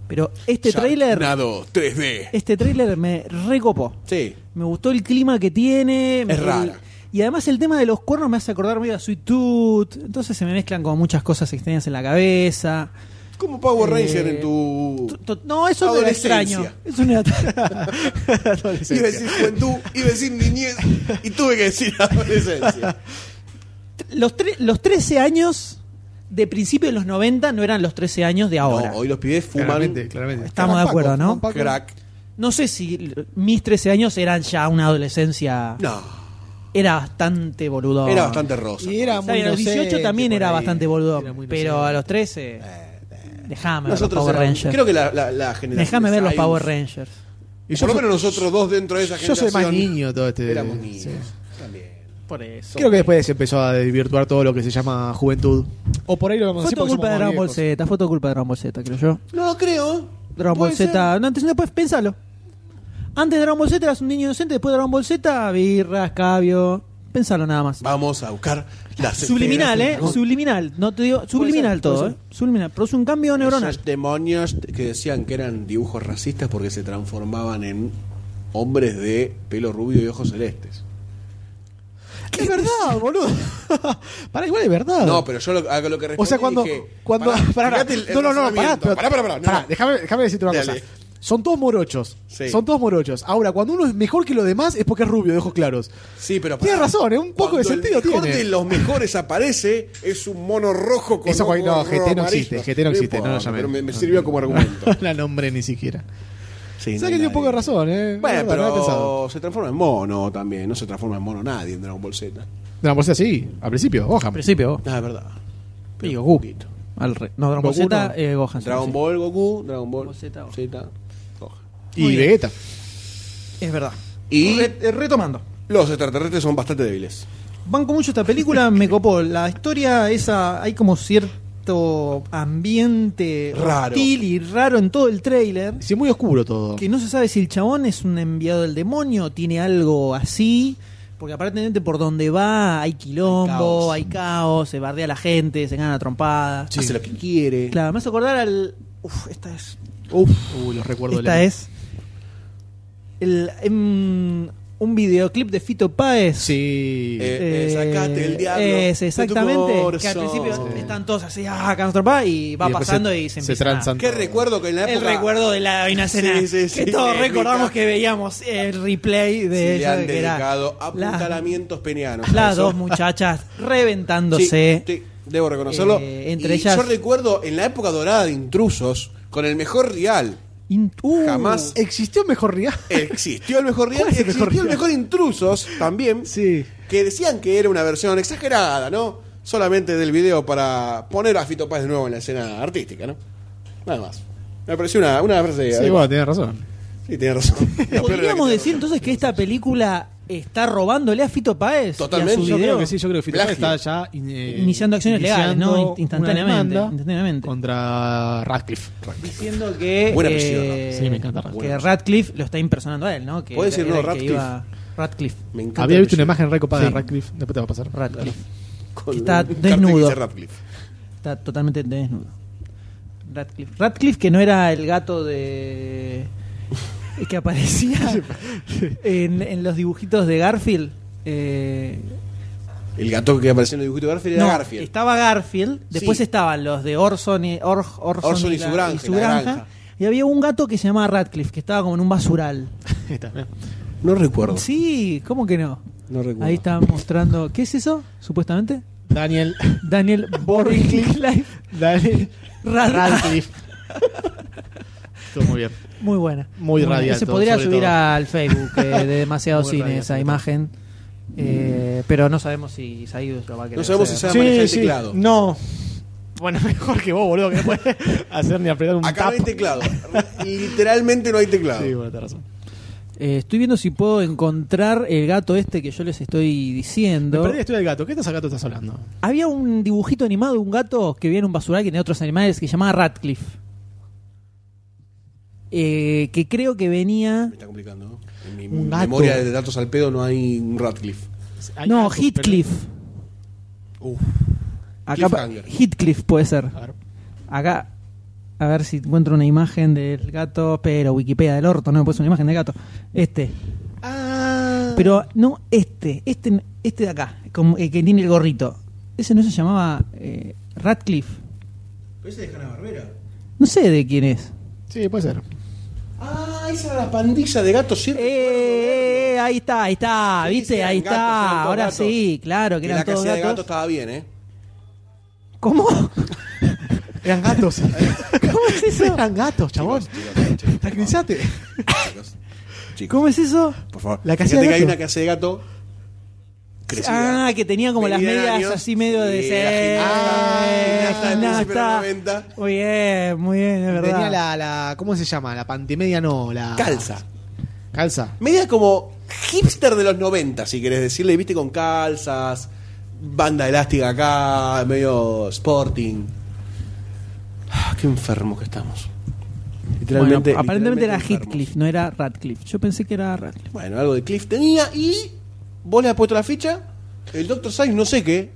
B: Pero este tráiler,
C: Sharknado 3D.
B: este tráiler me recopó.
C: Sí.
B: Me gustó el clima que tiene. me-
C: rara.
B: Y además el tema de los cuernos me hace acordar medio a Sweet Tooth. Entonces se me mezclan como muchas cosas extrañas en la cabeza.
C: Como Power
B: Eh,
C: Ranger en tu.
B: To- to- No, eso no era
C: Uh. Adolescencia.
B: extraño. Eso no era-
C: Iba a decir juventud, iba a decir niñez y tuve que decir adolescencia.
B: (laughs) los, tre- los 13 años de principio de los 90 no eran los 13 años de (laughs) ahora.
C: No, hoy los pibes fuman
D: Claramente, claramente.
B: Estamos de
C: Paco,
B: acuerdo, ¿no?
D: fuman Paco.
C: crack.
B: No sé si l- mis 13 años eran ya una adolescencia.
C: No,
B: Era bastante boludo.
C: era bastante rosa.
A: Y era
B: O sea,
A: muy
B: a los 18
A: inocente
B: también
A: por
B: era
A: ahí.
B: bastante boludo.
D: Era muy
B: Pero
D: inocente.
B: a los 13. Dejame ver los
C: Nosotros
B: Power
C: éramos-
B: Rangers.
C: creo que la, la, la generación.
B: Dejame
C: de
B: ver los
C: Cyrus,
B: Power Rangers.
D: Y yo
C: Por lo
D: soy-
C: menos nosotros dos dentro de esa
D: yo soy
C: generación.
D: más niño todo este.
C: Éramos niños.
D: Sí.
C: También.
B: Por eso.
D: Creo que después se empezó a desvirtuar todo lo que se llama juventud. O por ahí lo vamos a
B: Fue
D: decir
B: todo
D: porque
B: culpa de
D: somos más
B: Dragon Ball
D: viejos.
B: Z. Fue todo culpa de Dragon Ball Z, creo yo.
C: No creo.
B: Dragon Ball
C: Puede
B: Z.
C: ser.
B: No, antes no, pues pensalo. Antes de Dragon Ball Z eras un niño inocente. Después de Dragon Ball Z, birras, cabio. Pensalo nada más.
C: Vamos a buscar las
B: Subliminal, eh.
C: esferas del dragón.
B: Subliminal. No te digo. Subliminal
C: ser,
B: todo,
C: puede
B: eh. Subliminal. Produce un cambio neuronal.
C: Esos demonios que decían que eran dibujos racistas porque se transformaban en hombres de pelo rubio y ojos celestes.
D: Es verdad, boludo. (laughs) Para igual es verdad.
C: No, pero yo lo, a lo que respondí
D: O sea, cuando.
C: dije,
D: cuando
C: pará,
D: pará,
C: fíjate el- el
D: no, no, no, pará.
C: razonamiento.
D: pero-
C: Pará, pará, pará, no,
D: pará,
C: no.
D: déjame, déjame decirte una
C: Dale.
D: cosa. Son todos morochos.
C: Sí.
D: Son todos morochos. Ahora, cuando uno es mejor que los demás es porque es rubio, de ojos claros.
C: Sí, pero
D: Tiene
C: pará.
D: razón, es un poco de
C: Cuando el
D: sentido
C: mejor
D: tiene.
C: de los mejores aparece, es un mono rojo con
D: Eso
C: ojos
D: cual- no, GT no
C: amarillos.
D: existe, GT no existe, no lo
C: importa,
D: llamé.
C: Pero me, me sirvió como
D: (laughs)
C: argumento.
D: la nombre ni siquiera.
C: Sí,
D: ¿Sabes
C: no hay
D: que tiene un
C: nadie.
D: poco de razón, eh?
C: Bueno,
D: No, no había pensado.
C: pero se transforma en mono también. No se transforma en mono nadie en Dragon Ball Z.
D: Dragon Ball Z sí, pues al principio, ojalá.
B: principio,
C: Ah, es verdad.
B: Y
C: Pero
B: Goku.
C: poquito.
B: Al re- No, Dragon Ball
D: Goku
B: Z,
D: no.
B: eh, Gohan.
C: Dragon
B: sí.
C: Ball, Goku, Dragon Ball,
B: Ball Z,
C: Z,
B: Gohan.
C: Gohan.
D: Y
B: Muy bien.
D: Vegeta.
B: Es verdad.
C: Y-
B: Re- eh, retomando.
C: Los extraterrestres son bastante débiles.
B: Banco mucho esta película, me copó. La historia esa, hay como cierto ambiente
C: Raro.
B: hostil y raro en todo el tráiler.
D: Sí, muy oscuro todo.
B: Que no se sabe si el chabón es un enviado del demonio, tiene algo así. Porque aparentemente por donde va hay quilombo, hay caos, se bardea la gente, se gana trompada.
C: Hace lo que quiere.
B: Claro, me hace acordar al. Uf, esta es.
D: Uf, uh, los recuerdo de
B: Esta
D: la-
B: es. El, em, un videoclip de Fito Páez.
D: Sí.
C: Eh, eh, sacate el diablo
B: Es
C: de tu
B: exactamente. Que al
C: corazón.
B: principio
C: Sí.
B: están todos así, ah, acá nos trompa, y va
D: Y después
B: pasando
D: se-
B: y se
D: se
B: empiezan a-
D: transan.
C: Qué recuerdo que en la
B: El
C: época.
B: recuerdo de la vaina cena.
C: Sí, sí, sí.
B: que todos
C: Eh,
B: recordamos
C: mira.
B: que veíamos el replay de
C: se le
B: ella,
C: han
B: que era
C: dedicado
B: la-
C: apuntalamientos penianos. a
B: las
C: eso.
B: dos
C: (laughs)
B: muchachas
C: Sí,
B: reventándose.
C: sí, debo reconocerlo.
B: Eh, entre
C: Y
B: ellas-
C: Yo recuerdo en la época dorada de intrusos, con el mejor real.
B: In- uh,
C: Jamás
D: ¿Existió mejor Rial?
C: (laughs) existió el mejor real,
D: ¿Cuál es el
C: existió
D: mejor
C: el
D: real?
C: mejor intrusos también.
D: Sí.
C: que decían que era una versión exagerada, ¿no? Solamente del video para poner a Fito Paz de nuevo en la escena artística, ¿no? Nada más. Me pareció una, una frase.
D: Sí,
C: adecuada.
D: bueno, tenés razón.
C: Sí, tiene razón. (laughs) La peor era que
B: Podríamos
C: tenía
B: decir
C: razón.
B: entonces que esta película está robándole a Fito Páez. y a su
C: Totalmente.
D: Yo
B: video.
D: creo que sí, yo creo que Fito
C: Plagio.
D: está ya in- eh,
B: Iniciando acciones legales, ¿no?
D: iniciando
B: Instantáneamente,
D: una demanda
B: instantáneamente.
D: Contra Radcliffe.
B: Diciendo que. eh,
C: Buena versión, Radcliffe.
D: Sí, me encanta Radcliffe.
B: Que Radcliffe lo está impersonando a él, ¿no? Que
C: ¿Puedes
B: era-
C: decir, no,
B: era el que
C: Radcliffe?
B: iba- Radcliffe.
C: Me encanta
D: Había
C: el
D: visto una
C: apellido.
D: imagen recopada
B: Sí.
D: de Radcliffe. Después te va a pasar.
B: Radcliffe.
C: Con
B: Está
C: un cartel que
B: desnudo.
C: dice Radcliffe.
B: Está totalmente desnudo. Radcliffe. Radcliffe, que no era el gato de. (laughs) que aparecía
C: (laughs)
B: en, en los dibujitos de Garfield. Eh,
C: El gato que apareció en el dibujito de Garfield era
B: no,
C: Garfield.
B: Estaba Garfield, después
C: Sí.
B: estaban los de Orson y, Or- Orson
C: Orson y
B: la-
C: su granja,
B: su
C: la
B: granja,
C: granja.
B: Y había un gato que se llamaba Radcliffe, que estaba como en un basural.
D: Ahí está, mirá.
C: No recuerdo.
B: Sí, ¿cómo que no?
C: No recuerdo.
B: Ahí está mostrando. ¿Qué es eso? Supuestamente.
D: Daniel.
B: Daniel Borwick
D: Daniel.
B: Rad-
D: Radcliffe. Estuvo muy bien.
B: (laughs) Muy buena.
D: Muy
B: buena.
D: radial
B: Se
D: todo,
B: podría
D: sobre
B: subir
D: todo.
B: al Facebook eh,
D: (laughs)
B: de demasiado
D: Muy Mm.
B: cine
D: radial,
B: esa
D: sobre
B: imagen. Eh, Pero no sabemos si Said lo va a querer.
C: No sabemos si
B: hacer.
C: sabe manejar el teclado.
D: No. Bueno, (laughs) mejor que vos, boludo, que no puedes hacer ni apretar un
C: Acá
D: tap.
C: no hay teclado. Literalmente no hay teclado.
D: Sí, bueno, tenés razón.
B: Eh, estoy viendo si puedo encontrar el gato este que yo les estoy
D: Me
B: diciendo.
D: perdí la historia del gato. ¿Qué estás gato estás hablando?
B: Había un dibujito animado de un gato que viene en un basural que tenía otros animales que se llamaba Ratcliffe. Eh, que creo que venía.
C: Me está complicando. ¿no? En mi
B: Un gato.
C: memoria de datos al pedo no hay un Radcliffe.
D: Hay
B: No,
D: gatos,
B: Heathcliff.
C: Uf.
B: Acá,
C: Cliffhanger.
B: Heathcliff puede ser.
D: pero- A ver.
B: Acá, a ver si encuentro una imagen del gato, pero Wikipedia del orto, no me puso una imagen de gato. Este.
D: Ah.
B: Pero no, este, este, este de acá, como el que tiene el gorrito. Ese no se llamaba eh, Radcliffe.
C: ¿Pero ese de Hanna Barbera?
B: No sé de quién es.
D: Sí, puede ser.
C: Ah, esa era la pandilla de gatos,
B: Eh,
C: ¿cierto?
B: eh, eh, ahí está, ahí está,
C: Sí,
B: viste,
C: sí, eran
B: ahí
C: gatos, eran
B: está.
C: todos
B: Ahora
C: gatos.
B: sí, claro, que
C: que
B: eran
C: la
B: todos
C: casilla de gatos
B: gatos.
C: estaba bien, ¿eh?
D: Oh.
B: ¿Cómo? (laughs)
D: Eran gatos.
B: ¿Cómo es eso?
D: (laughs)
C: (laughs)
D: Eran gatos, chabón.
C: Chicos, chicos, chicos, chicos,
D: Tranquilizate.
C: chicos, chicos,
B: ¿Cómo es eso?
C: por favor.
D: La
C: La
D: casilla de
C: que hay
D: gato.
C: una casa de gato crecida.
B: Ah, que tenía como las
C: Venida de
B: medias
C: años.
B: así medio de...
C: Sí,
B: ser.
C: era gimnasta,
B: gimnasta.
C: gimnasta del principio de los 90.
B: Muy bien, muy bien, es verdad.
D: Tenía la, la. ¿Cómo se llama? La pantimedia, no. La.
C: Calza.
D: Calza.
C: Media como hipster de los 90, si querés decirle, viste, con calzas, banda elástica acá, medio sporting. Ah, qué enfermo que estamos. Literalmente.
B: Bueno, aparentemente era
C: literalmente enfermos.
B: Heathcliff, no era Radcliffe. Yo pensé que era Radcliffe.
C: Bueno, algo de Cliff tenía y vos le has puesto la ficha, el Dr. Science no sé qué.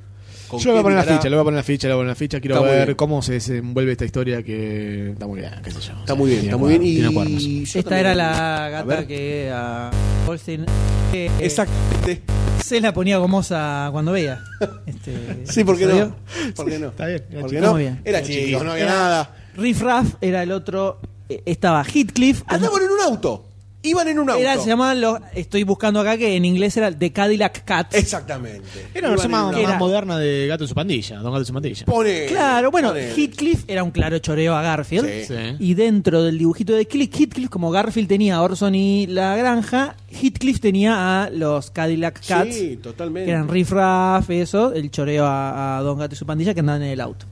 C: con
D: Yo le voy
C: qué
D: a poner la
C: mirará.
D: ficha, le voy a poner la ficha, le voy a poner la ficha. Quiero
C: Está muy
D: ver
C: bien.
D: cómo se desenvuelve esta historia que está muy bien, qué sé yo.
C: Está muy bien,
D: Tiene
C: está muy bien.
D: cuadernos, Tiene cuadernos.
C: Y yo
B: Esta
C: también-
B: era la
C: A
B: gata
C: ver.
B: que a Olsen eh,
C: Exactamente.
B: se la ponía gomosa cuando veía. Este,
C: (laughs) Sí, ¿por qué no?
B: episodio.
C: ¿Por qué no?
D: Está bien, era
C: ¿Por qué
D: chiquito.
C: no?
B: Muy bien.
C: Era
D: Era
C: chiquito,
D: chiquito.
C: no había
B: Era-
C: nada.
B: Riff Raff era el otro. eh, Estaba Heathcliff.
C: Andaban en un auto. Iban en un auto.
B: Era, se llamaban los. Estoy buscando acá que en inglés era The Cadillac Cats.
C: Exactamente.
D: Era una versión
C: Iban en
D: más,
C: un
B: que
D: más
B: era-
D: moderna de Gato en su pandilla, Don Gato en su pandilla.
C: Pone.
B: Claro, bueno,
C: pone-
B: Heathcliff era un claro choreo a Garfield.
C: Sí.
D: Sí.
B: Y dentro del dibujito de Click Heathcliff, como Garfield tenía a Orson y la granja, Heathcliff tenía a los Cadillac Cats,
C: Sí, totalmente.
B: que eran Riff Raff, eso, el choreo a, a Don Gato y su pandilla que andaban en el auto.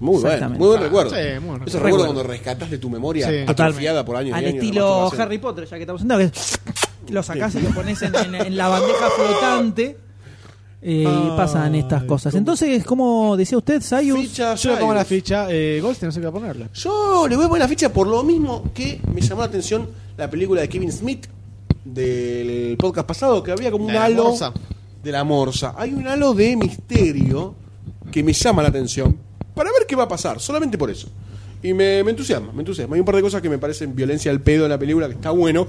C: Muy bueno.
B: Exactamente.
C: Muy buen
D: Ah,
C: recuerdo.
D: sí, muy buen recuerdo.
C: Ese
B: Recuerdo.
C: recuerdo cuando rescatas de tu memoria
D: Sí.
C: atrofiada por años. y
B: Al
C: años de
B: estilo
C: masturbación.
B: Harry Potter, ya que estamos sentados, que lo sacás y lo pones en, en- en la bandeja flotante. eh, y pasan estas cosas. Entonces, como decía usted, Sayus,
C: Ficha,
D: Yo le pongo
C: Cyrus.
D: la ficha, eh, Goldstein no sé qué va a ponerle.
C: Yo le voy a poner la ficha por lo mismo que me llamó la atención la película de Kevin Smith del podcast pasado, que había como un
D: La de la
C: halo
D: morsa.
C: de la morsa. Hay un halo de misterio que me llama la atención para ver qué va a pasar, solamente por eso. Y me, me entusiasma, me entusiasma. Hay un par de cosas que me parecen violencia al pedo en la película, que está bueno.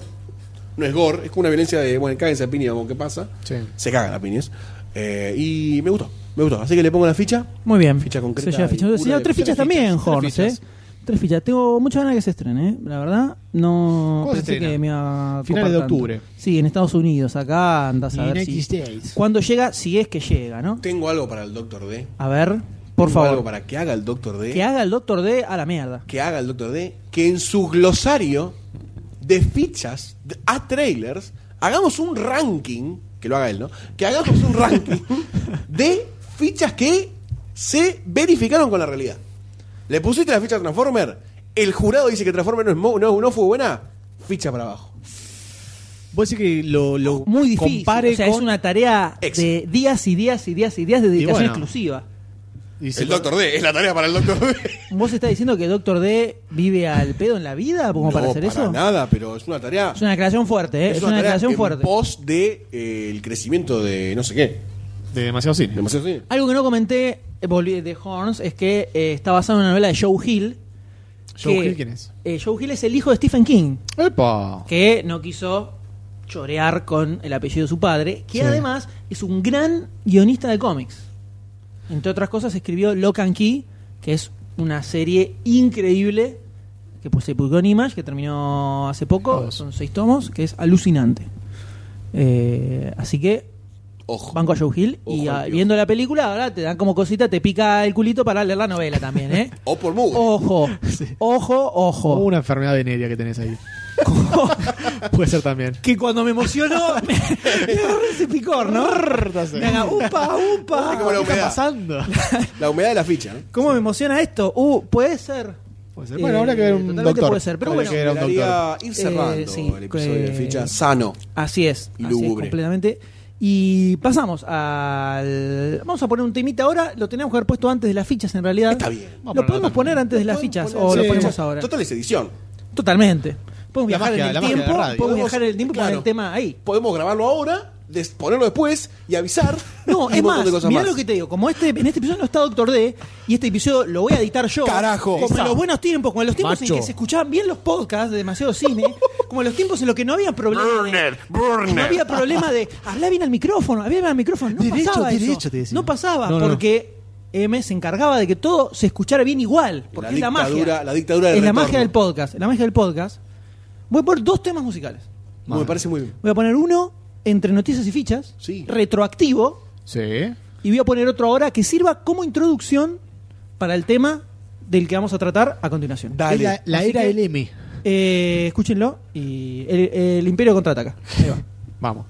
C: No es gore, es como una violencia de, bueno, cáguense a piña, como que pasa.
D: Sí.
C: Se cagan a piñas. Eh, y me gustó, me gustó. Así que le pongo la ficha.
B: Muy bien.
C: Ficha concreta
B: Se lleva ficha.
C: y
B: Se lleva
C: pura
B: tres
C: de-
B: fichas
C: tres
B: también,
C: fichas, tres
B: Horns,
C: fichas.
B: ¿eh? Tres fichas. Tengo muchas ganas que se estrene, ¿eh? La verdad, no
D: ¿Cuándo se
B: pensé
D: estrena?
B: que me iba a
D: Finales
B: copar
D: de
B: tanto.
D: octubre.
B: Sí, en Estados Unidos. Acá andas a ver
D: United
B: si...
D: States.
B: Cuando llega, si es que llega, ¿no?
C: Tengo algo para el Doctor D.
B: A ver, por
C: Tengo
B: favor.
C: algo para que haga el Doctor D.
B: Que haga el Doctor D a la mierda.
C: que haga el Doctor D. Que en su glosario de fichas de- a trailers hagamos un ranking. Que lo haga él, ¿no? Que hagamos
B: (laughs)
C: un ranking de fichas que se verificaron con la realidad. Le pusiste la ficha a Transformer. El jurado dice que Transformer no, es mo- no, no fue buena. Ficha para abajo.
D: Vos decís que lo, lo
B: Muy difícil.
D: compare
B: o sea, es
D: con...
B: una tarea
C: Ex.
B: de días y días y días y días de dedicación
D: bueno.
B: exclusiva.
D: y se-
C: El Doctor D, es la tarea para el Doctor D.
B: (laughs) ¿Vos estás diciendo que Doctor D vive al pedo en la vida como para
C: No,
B: hacer eso?
C: nada, pero es una tarea.
B: Es una declaración fuerte, ¿eh? Es, una
C: tarea
B: declaración
C: en
B: fuerte.
C: pos de eh, el crecimiento de no sé qué.
D: De demasiado cine.
C: Demasiado cine.
B: Algo que no comenté eh, volví- de Horns es que eh, está basado en una novela de Joe Hill.
D: Joe
B: que-
D: Hill, ¿quién es?
B: eh, Joe Hill es el hijo de Stephen King,
D: ¡Epa!
B: que no quiso chorear con el apellido de su padre, que
D: Sí.
B: además es un gran guionista de cómics. Entre otras cosas escribió Lock and Key, que es una serie increíble que pues, se publicó en Image, que terminó hace poco,
D: Todos.
B: son seis tomos, que es alucinante. Eh, así que
C: Ojo.
B: Banco a Joe Hill
C: Ojo
B: y
C: al
B: ah,
C: piojo.
B: viendo la película ahora te dan como cosita, te pica el culito para leer la (laughs) novela también, ¿eh?
C: O por Moodle.
B: Ojo, ojo, ojo.
D: (laughs) Una enfermedad Oh. venérea que tenés ahí. Puede ser también.
B: que cuando me (laughs) emociono me, me agarra ese picor, ¿no? Me haga upa,
C: Es como
B: upa.
C: la
D: ¿Qué está
C: humedad.
B: ah.
D: pasando?
C: La humedad de la ficha. ¿no?
B: ¿Cómo me emociona esto? Uh, puede ser.
D: Puede ser.
B: Eh,
D: Bueno, habrá que ver un
B: totalmente
D: doctor.
B: puede ser, pero
D: Habría
B: bueno,
D: que ver a un doctor.
C: Debería ir cerrando
B: Eh, sí,
C: el episodio
B: que-
C: de ficha sano.
B: Así es,
C: Y
B: así es
C: lúgubre.
B: completamente. Y pasamos al. Vamos a poner un temita ahora. Lo teníamos que haber puesto antes de las fichas, en realidad.
C: Está bien.
D: Vamos a
B: Lo
D: ponerlo
B: podemos
D: también.
B: poner antes de las
C: Podemos
B: fichas
C: poner-
B: o
C: sí.
B: lo ponemos ahora.
C: Total es edición.
B: Totalmente. Podemos
D: La
B: viajar
D: magia-
B: en
D: la
B: el
D: magia de la
B: tiempo.
D: radio.
B: Podemos
C: Podemos-
B: viajar en el tiempo con
C: claro.
B: el tema ahí.
C: Podemos grabarlo ahora, des- ponerlo después y avisar.
B: (laughs) No,
C: y
B: es
C: (laughs) un montón
B: más,
C: de cosas
B: mirá
C: más.
B: lo que te digo. Como este, en este episodio no está Doctor D, y este episodio lo voy a editar yo.
C: Carajo.
B: Como en
C: Exacto.
B: los buenos tiempos, como en los tiempos
D: Macho.
B: en que se escuchaban bien los podcasts de demasiado
C: (laughs)
B: cine, como en los tiempos en los que no había problema. de- No había problema de hablar bien al micrófono, hablar bien al micrófono. No
D: Derecho,
B: pasaba eso.
D: derecho, te decía.
B: No pasaba,
D: No, no, no.
B: porque M se encargaba de que todo se escuchara bien igual. Porque
C: La
B: es la magia.
C: dictadura- la dictadura del
B: Es la
C: retorno.
B: magia del podcast. es La magia del podcast. Voy a poner dos temas musicales.
C: Bueno, Me parece muy bien.
B: Voy a poner uno entre noticias y fichas,
C: Sí.
B: retroactivo.
D: Sí.
B: Y voy a poner otro ahora que sirva como introducción para el tema del que vamos a tratar a continuación.
D: Es la, la
B: Así
D: era
B: que-
D: LM.
B: Eh, escúchenlo y el, el Imperio contraataca. Ahí va.
D: Vamos.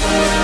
E: Thank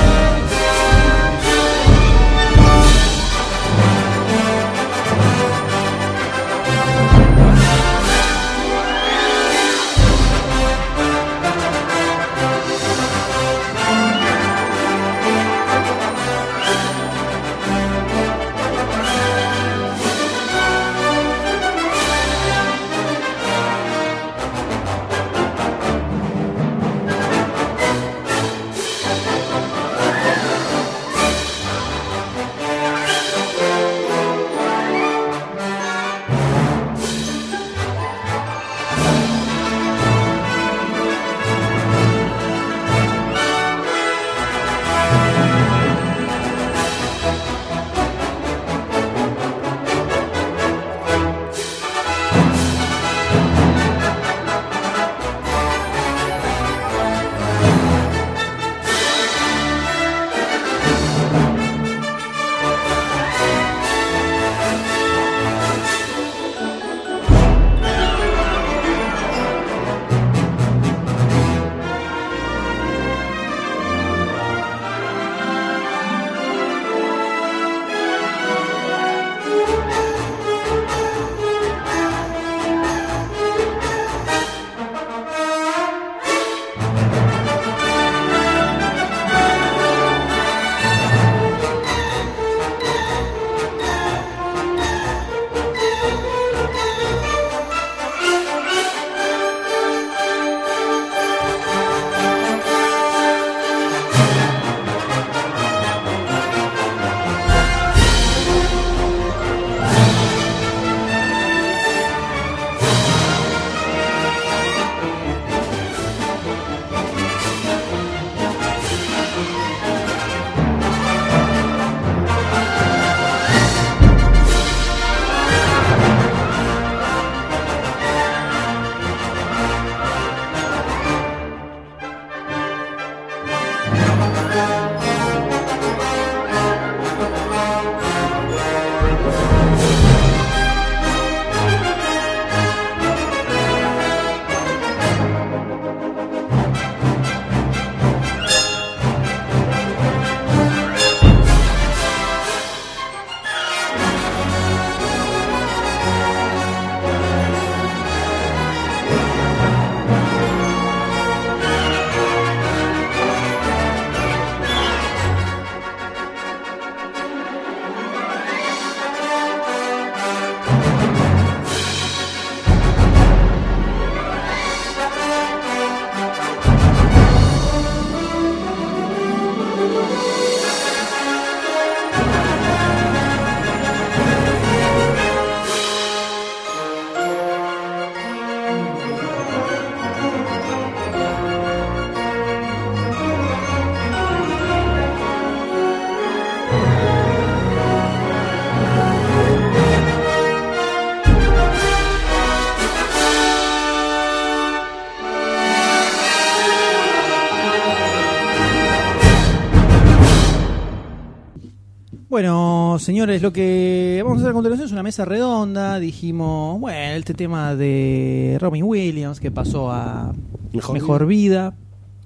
B: Bueno, señores, lo que vamos a hacer a continuación es una mesa redonda. Dijimos, bueno, este tema de Robin Williams que pasó a
C: Mejor
B: Mejor, Vida.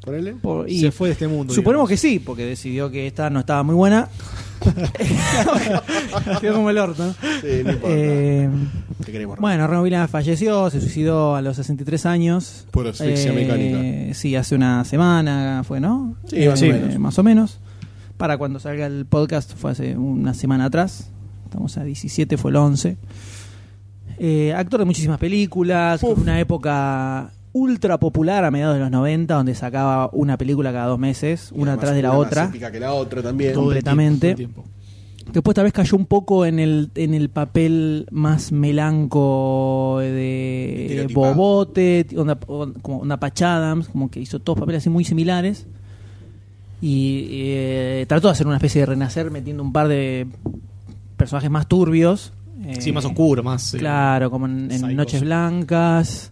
C: Ponele.
B: por- y
D: se fue de este mundo.
B: suponemos que sí, porque decidió que esta no estaba muy
D: (laughs)
B: buena. Quedó como el orto. ¿no?
C: Sí, no importa.
B: Eh,
C: ¿Qué queremos?
B: bueno, Robin Williams falleció, se suicidó a los 63 años. Eh,
C: Por asfixia mecánica.
B: Sí, hace una semana fue, ¿no?
C: Sí, más o menos.
B: Más o menos. Para cuando salga el podcast fue hace una semana atrás. Estamos a 17, fue el 11. Eh, actor de muchísimas películas,
C: Uf.
B: con una época ultra popular a mediados de los 90, donde sacaba una película cada dos meses, una
C: Además,
B: atrás de la
C: una
B: otra.
C: Más épica que la otra también.
B: Todo completamente. Después tal vez cayó un poco en el, en el papel más melanco de
C: Estereotipado.
B: Bobote, onda, on- como onda Patch Adams, como que hizo todos papeles así muy similares. Y eh, trató de hacer una especie de renacer metiendo un par de personajes más turbios. eh,
D: Sí, más oscuro,
C: este,
D: más. eh,
B: Claro, como en, en
D: Psicos.
B: Noches Blancas.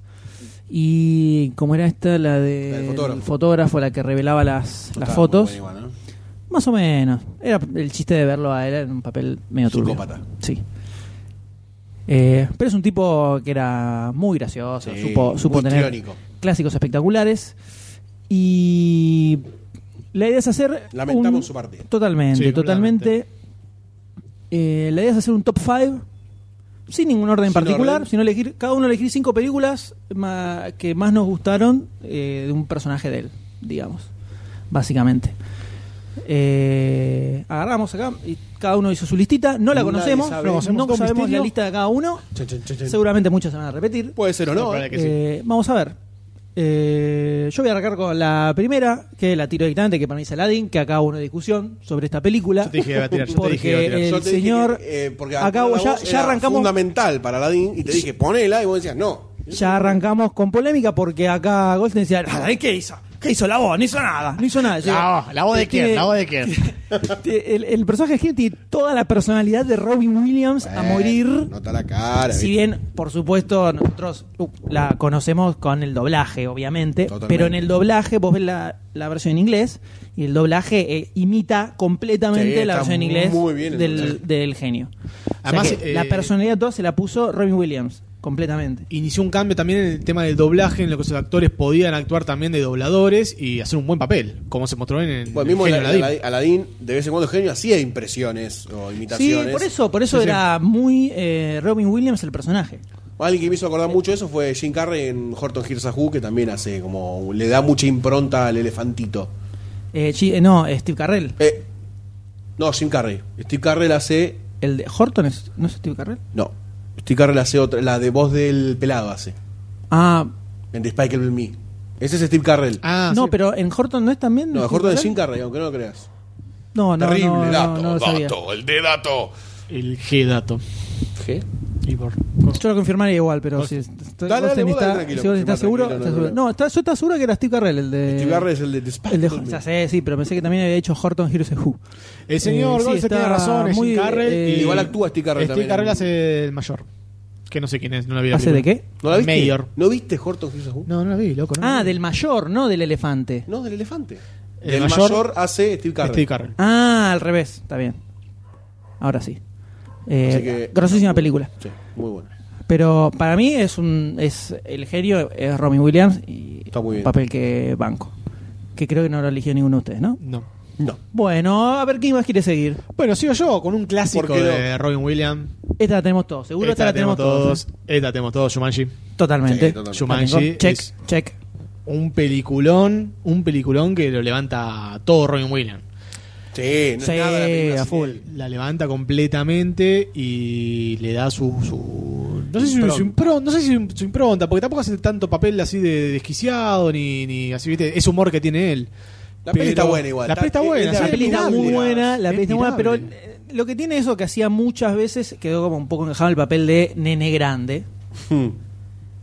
B: Y como era esta, la de
C: La del fotógrafo.
B: el fotógrafo, la que revelaba las,
C: No
B: las
C: estaba
B: fotos.
C: muy buena igual, ¿no?
B: Más o menos. Era el chiste de verlo a él en un papel medio turbio.
C: Psicópata.
B: Sí. Eh, pero es un tipo que era muy gracioso,
C: Sí,
B: supo, supo
C: muy
B: tener
C: irónico.
B: clásicos espectaculares. Y la idea es hacer.
C: Lamentamos
B: un-
C: su partida.
B: Totalmente,
D: Sí,
B: totalmente. Eh, la idea es hacer un top 5 sin ningún orden en
C: Sin
B: particular,
C: orden.
B: sino elegir, cada uno elegir cinco películas ma- que más nos gustaron eh, de un personaje de él, digamos, básicamente. Eh, agarramos acá y cada uno hizo su listita, no la
C: Nadie
B: conocemos,
C: sabe.
B: no,
D: Conocemos dos
B: sabemos
D: misterios.
B: la lista de cada uno,
C: Chan, chan, chan, chan.
B: seguramente muchas se van a repetir.
C: Puede ser o
D: No,
C: no.
D: probable que sí.
B: Eh, Vamos a ver. Eh, yo voy a arrancar con la primera, que la tiro directamente, que para mí es Aladdin, que acá hubo una discusión sobre esta película.
D: Yo te dije que iba a tirar, yo te
B: porque
D: dije que iba a tirar.
B: el
C: Yo te dije
B: señor,
C: que, eh, porque
B: acá
C: la
B: vos ya,
C: voz
B: ya
C: era
B: arrancamos,
C: fundamental para Aladdin y te dije, ponela, y vos decías, no.
B: ya arrancamos con polémica porque acá Goldstein decía, "Aladdin, ¿qué hizo? ¿Qué hizo la voz? No hizo nada, no hizo nada. Yo digo,
D: La voz, la voz de quién,
B: tiene-
D: la voz
B: (laughs)
D: de quién.
B: El, el personaje de Jim tiene toda la personalidad de Robin Williams a
C: Bueno,
B: morir.
C: Nota la cara.
B: Si
C: ¿viste?
B: bien, por supuesto, nosotros uh, la conocemos con el doblaje, obviamente,
C: Totalmente.
B: pero en el doblaje vos ves la, la versión en inglés y el doblaje eh, imita completamente
C: Sí,
B: la
C: está
B: versión en inglés
C: muy bien el doblaje.
B: del, del genio. Además,
D: Además, eh,
B: la personalidad 2 se la puso Robin Williams, completamente.
D: Inició un cambio también en el tema del doblaje, en lo que los actores podían actuar también de dobladores y hacer un buen papel, como se mostró en el
C: Bueno, mismo
D: genio
C: Ala-
D: Aladdin.
C: Ala- Aladdin, de vez en cuando, genio hacía impresiones o
B: Sí,
C: imitaciones.
B: por eso, por eso
D: Sí, sí.
B: era muy eh, Robin Williams el personaje.
C: Alguien que me hizo acordar mucho de eso fue Jim Carrey en Horton Hears a Who, que también hace como. le da mucha impronta al elefantito.
B: Eh, chi- eh, no, Steve Carrell.
C: Eh, no, Jim Carrey. Steve Carrell hace.
B: El de Horton, es- ¿no es Steve Carrell?
C: No. Steve Carrell hace otra. La de voz del pelado hace.
B: Ah,
C: En The Spike Will Me. Ese es Steve Carrell.
D: Ah,
B: no,
D: sí.
B: pero en Horton no es también.
C: no, de
B: Steve
C: Horton es
B: Carrell?
C: Jim Carrey, aunque no lo creas.
B: No, no,
C: Terrible
B: no, no,
C: dato,
B: no lo sabía.
E: el de dato.
D: El G-Dato.
B: Eh,
C: ¿Qué?
D: Y por-
B: Yo lo confirmaría igual, pero si estoy-
C: Dale,
B: vos tenés-
C: dale, vos dale
B: está-
C: tranquilo,
B: si vos
C: confirmá
B: estás seguro,
C: tranquilo, no,
B: estás
C: no,
B: seguro.
C: no.
B: No, está- yo estaba seguro que era Steve Carrell el de
C: Steve Carrell es el de The Spike
B: el de,
C: Will Me.
B: ya sé, sí, pero pensé que también había hecho Horton Heroes Who.
D: El señor
B: Eh, sí,
D: Goldstein
B: está
D: tiene razón, es
B: muy,
D: Jim Carrey.
B: eh,
D: y-
C: Igual actúa Steve Carrell
D: Steve
C: también.
D: Carrell hace el mayor. Que no sé quién es, no la vi. la
B: ¿Hace de
D: película.
B: qué?
C: ¿No la viste?
D: Mayor.
C: ¿No viste Horton Hears a Who?
D: No, no la vi, loco. no la
B: Ah,
D: vi.
B: del mayor, no del elefante.
C: No, del elefante.
D: El
C: del
D: mayor-
C: mayor, hace Steve Carrell.
D: Steve Carrell.
B: Ah, al revés, está bien. Ahora sí. Eh,
C: Así que-
B: grosísima película.
C: Sí, muy bueno.
B: Pero para mí es un es el genio, es Robin Williams y
C: Está muy bien.
B: un papel que banco. Que creo que no lo eligió ninguno de ustedes, ¿no?
D: No.
C: No.
B: Bueno, a ver quién más quiere seguir.
D: Bueno, sigo yo con un clásico
C: ¿Por qué no?
D: de Robin Williams.
B: Esta la tenemos todos, seguro esta, la tenemos todos. ¿eh?
D: Esta la tenemos todos, Shumanji.
B: Totalmente.
C: Sí, totalmente.
B: La tengo.
D: Shumanji
B: check,
D: es-
B: check.
D: Un peliculón, un peliculón que lo levanta todo Robin Williams. Eh,
C: Sí, no
B: Sí,
C: es nada la película
B: a
C: sin
B: full.
C: él.
D: La levanta completamente y le da su. su- no sé si su, su impron- no sé si su impronta, porque tampoco hace tanto papel así de desquiciado ni, ni así, ¿viste? Ese humor que tiene él.
C: La peli
D: Pero-
C: está buena igual.
D: La peli está
C: Es-
D: buena,
C: es-
B: La
D: sí,
B: peli está muy
D: mirable.
B: buena, la
D: Es
B: peli está buena, pero
D: mirable.
B: eh, lo que tiene eso que hacía muchas veces quedó como un poco encajado en el papel de nene grande.
C: Hmm.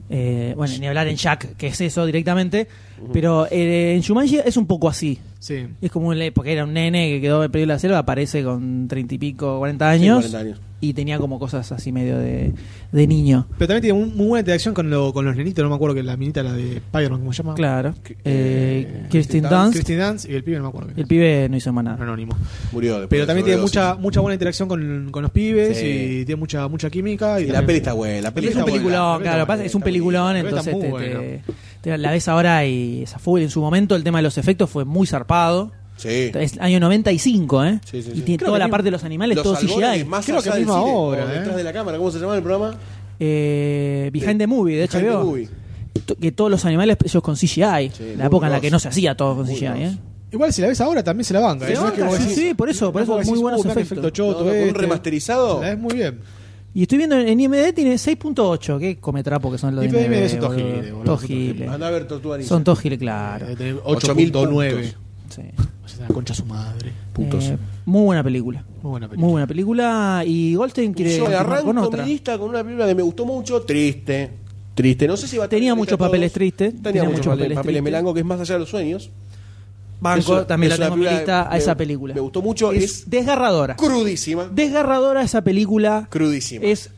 B: Eh, bueno, ni hablar en Jack, que es eso directamente, pero eh, en Shumanji es un poco así.
D: Sí.
B: Es como un, porque era un nene que quedó en peligro de la selva, aparece con treinta y pico, cuarenta
C: Sí,
B: años,
C: 40 años.
B: y tenía como cosas así medio de, de niño.
D: Pero también tiene un- muy buena interacción con, lo- con los nenitos, no me acuerdo que la minita, la de Spider-Man, ¿cómo se llama?
B: Claro.
D: eh,
B: Eh, Kirsten Dunst.
D: Christine Dance y el pibe, no me acuerdo. quién
B: El
D: es.
B: pibe no hizo más nada.
D: Anónimo.
C: Murió después
D: Pero
C: de
D: también tiene
C: sobredosis.
D: mucha, mucha buena interacción con, con los pibes
C: Sí.
D: y tiene mucha, mucha química. Y,
C: Y la
D: también-
C: peli está buena. La peli
B: Es
D: Está
B: un
C: buena.
B: peliculón,
D: la
B: claro.
D: verdad,
B: pasa- es un peliculón,
D: la verdad está
B: entonces te,
D: muy
B: te- te la ves ahora y esa full. En su momento el tema de los efectos fue muy zarpado.
C: Sí.
B: Es año 95, ¿eh?
C: Sí, sí,
B: y
C: sí.
B: tiene
D: Creo
B: toda
D: que
B: la
D: mi-
B: parte de los animales,
C: Los
B: todo
C: Algones
B: CGI.
C: más
D: Creo que
C: allá del
D: misma
C: cine,
D: obra,
C: o
D: ¿eh?
C: Detrás de la cámara, ¿cómo se llama el programa?
B: Eh, Behind the Movie, de hecho,
C: Behind the Movie.
B: que todos los animales ellos con CGI.
C: Sí,
B: la
C: muy
B: época en la
C: grosso.
B: que no se hacía todo con
C: Muy
B: CGI, ¿eh?
C: grosso.
D: Igual si la ves ahora también se la banca.
C: Se
D: ¿eh? No es
C: banca,
D: que vos
C: sí,
D: decís-
B: sí, por eso,
D: no
B: por
D: es
B: eso,
D: vos
B: muy
D: decís,
B: buenos
D: "Uh, mirá qué
B: efectos".
D: efecto choto
C: No, no, con un
D: este.
C: remasterizado.
D: La ves muy bien.
B: Y estoy viendo en IMDb tiene 6.8. Qué cometrapo que son los de
D: IMDb
B: IMDb,
D: son todos
B: boludo.
D: giles,
B: Todos
D: boludo, son todos
B: giles.
C: Anda a ver Eh, Tortuga Ninja.
B: Son todos giles, claro.
D: Debe tener
C: 8.000
D: 8.9.
B: Sí.
D: O sea, la concha de su madre.
B: Eh, muy buena película.
D: Muy buena película.
B: Muy buena película. Y Goldstein quiere
C: Yo le
B: continuar con
C: arranco
B: otra.
C: mi lista con una película que me gustó mucho, triste. Triste, no sé si va a
B: Tenía
C: tener
B: muchos
C: lista de
B: papeles
C: todos.
B: tristes,
C: Tenía,
B: tenía
C: muchos
B: muchos
C: papeles,
B: papeles
C: papeles
B: tristes.
C: melango, que es más allá de los sueños.
B: Banco,
C: Es una-
B: también la
C: es una
B: tengo en mi
C: película
B: lista
C: me-
B: a esa película.
C: me gustó mucho,
B: Es,
C: es-
B: desgarradora.
C: Crudísima.
B: Desgarradora esa película.
C: Crudísima.
B: Es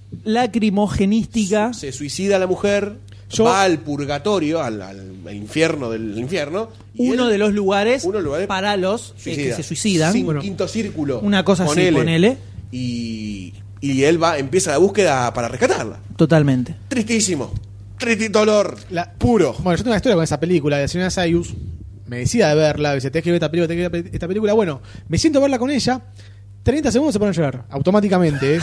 B: lacrimogenística.
C: Se suicida la mujer,
D: Yo-
C: va al purgatorio, al, al- al infierno del infierno. y
B: Uno
C: él-
B: de los lugares
C: uno de los lugares
B: para los eh,
C: suicida.
B: que se suicidan.
C: Sin
B: Bueno,
C: quinto círculo.
B: Una cosa así, ponele.
C: Y, y él va, empieza la búsqueda para rescatarla.
B: Totalmente.
C: Tristísimo. Triste dolor.
D: La-
C: Puro.
D: Bueno, yo tengo una historia con esa película. La señora Sayus me decía de verla. Me decía, tenés que ver esta película, tenés que ver esta película. Bueno, me siento a verla con ella. 30 segundos se ponen a llorar. Automáticamente, ¿eh?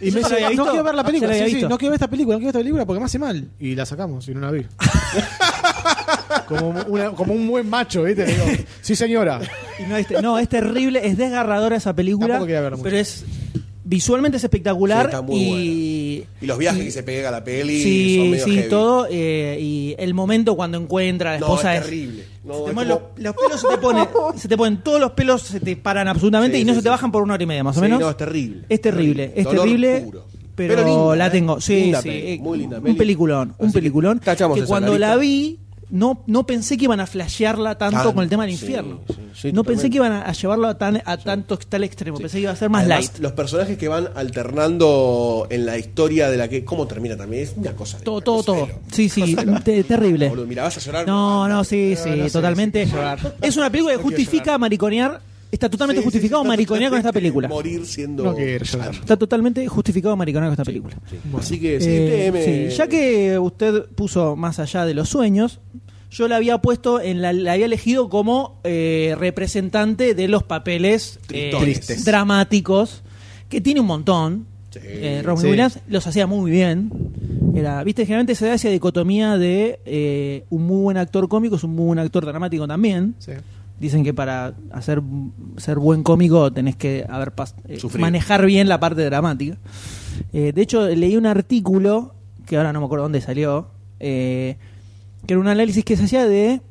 D: Y
B: ¿Ya
D: me
B: la había
D: decía,
B: visto?
D: no quiero ver la
B: ¿Ya
D: película.
B: la
D: Sí,
B: había
D: sí,
B: visto?
D: no quiero ver esta película, no quiero ver esta película porque me hace mal. Y la sacamos y no la vi. como, una- como un buen macho, ¿viste? Le digo, sí, señora.
B: Y no, este- no, es terrible, es desgarradora esa película.
D: Tampoco quería ver mucho.
B: Pero es visualmente es espectacular.
C: Sí, está muy
B: y,
C: Y los viajes que se pega la peli. son
B: Sí,
C: medio
B: sí,
C: heavy.
B: todo. eh, y el momento cuando encuentra a la
C: No,
B: esposa
C: es
B: es-
C: terrible. No,
B: se te
C: es
B: mueven
C: como-
B: los, los pelos se te, ponen, se te ponen, todos los pelos se te paran absolutamente
C: Sí,
B: y no
C: sí,
B: se te
C: sí.
B: bajan por una hora y media, más o
C: Sí,
B: menos.
C: no, es terrible.
B: Es terrible, es
C: Dolor
B: terrible.
C: puro.
B: Pero,
C: linda,
B: la
C: ¿eh?
B: tengo, sí,
C: Linda
B: sí,
C: peli,
B: eh,
C: muy linda
B: un
C: peli.
B: peliculón, un
C: Así que
B: peliculón.
C: tachamos
B: Que
C: esa
B: cuando
C: lista.
B: la vi, no, no pensé que iban a flashearla tanto
C: Tanto,
B: con el tema del
C: sí,
B: infierno.
C: sí, sí,
B: no
C: totalmente.
B: pensé que iban a, a llevarlo a, tan, a tanto tal extremo. Pensé que iba a ser más
C: Además,
B: light.
C: Los personajes que van alternando en la historia de la que. ¿Cómo termina también? Es una cosa. de-
B: Todo,
C: una
B: todo,
C: cosa de
B: todo.
C: loco.
B: Sí, sí,
C: Cosa de loco.
B: te- terrible.
C: Boludo, mira, vas a llorar.
B: No, no, sí,
D: No,
B: sí,
D: no sé,
B: totalmente.
D: sí, quiero llorar.
B: es una película que
D: No quiero
B: justifica
D: llorar.
B: mariconear, está totalmente
C: Sí, sí,
B: justificado
C: sí, está
B: mariconear con esta
C: totalmente
B: película.
C: Morir siendo.
D: No quiero llorar.
B: Está totalmente justificado mariconear con esta película.
C: Así que sí,
B: Eh,
C: TM.
B: sí, ya que usted puso más allá de los sueños, yo la había puesto en la, la había elegido como eh, representante de los papeles eh,
C: Tristones.
D: Tristes.
B: dramáticos que tiene un montón.
C: Sí.
B: Eh, Robin
D: Sí.
B: Williams los hacía muy bien. Era, viste, generalmente se da esa dicotomía de eh, un muy buen actor cómico es un muy buen actor dramático también.
D: Sí.
B: Dicen que para hacer ser buen cómico tenés que haber pas- eh,
C: Sufrir.
B: manejar bien la parte dramática. Eh, de hecho, leí un artículo, que ahora no me acuerdo dónde salió, eh, que era un análisis que se hacía de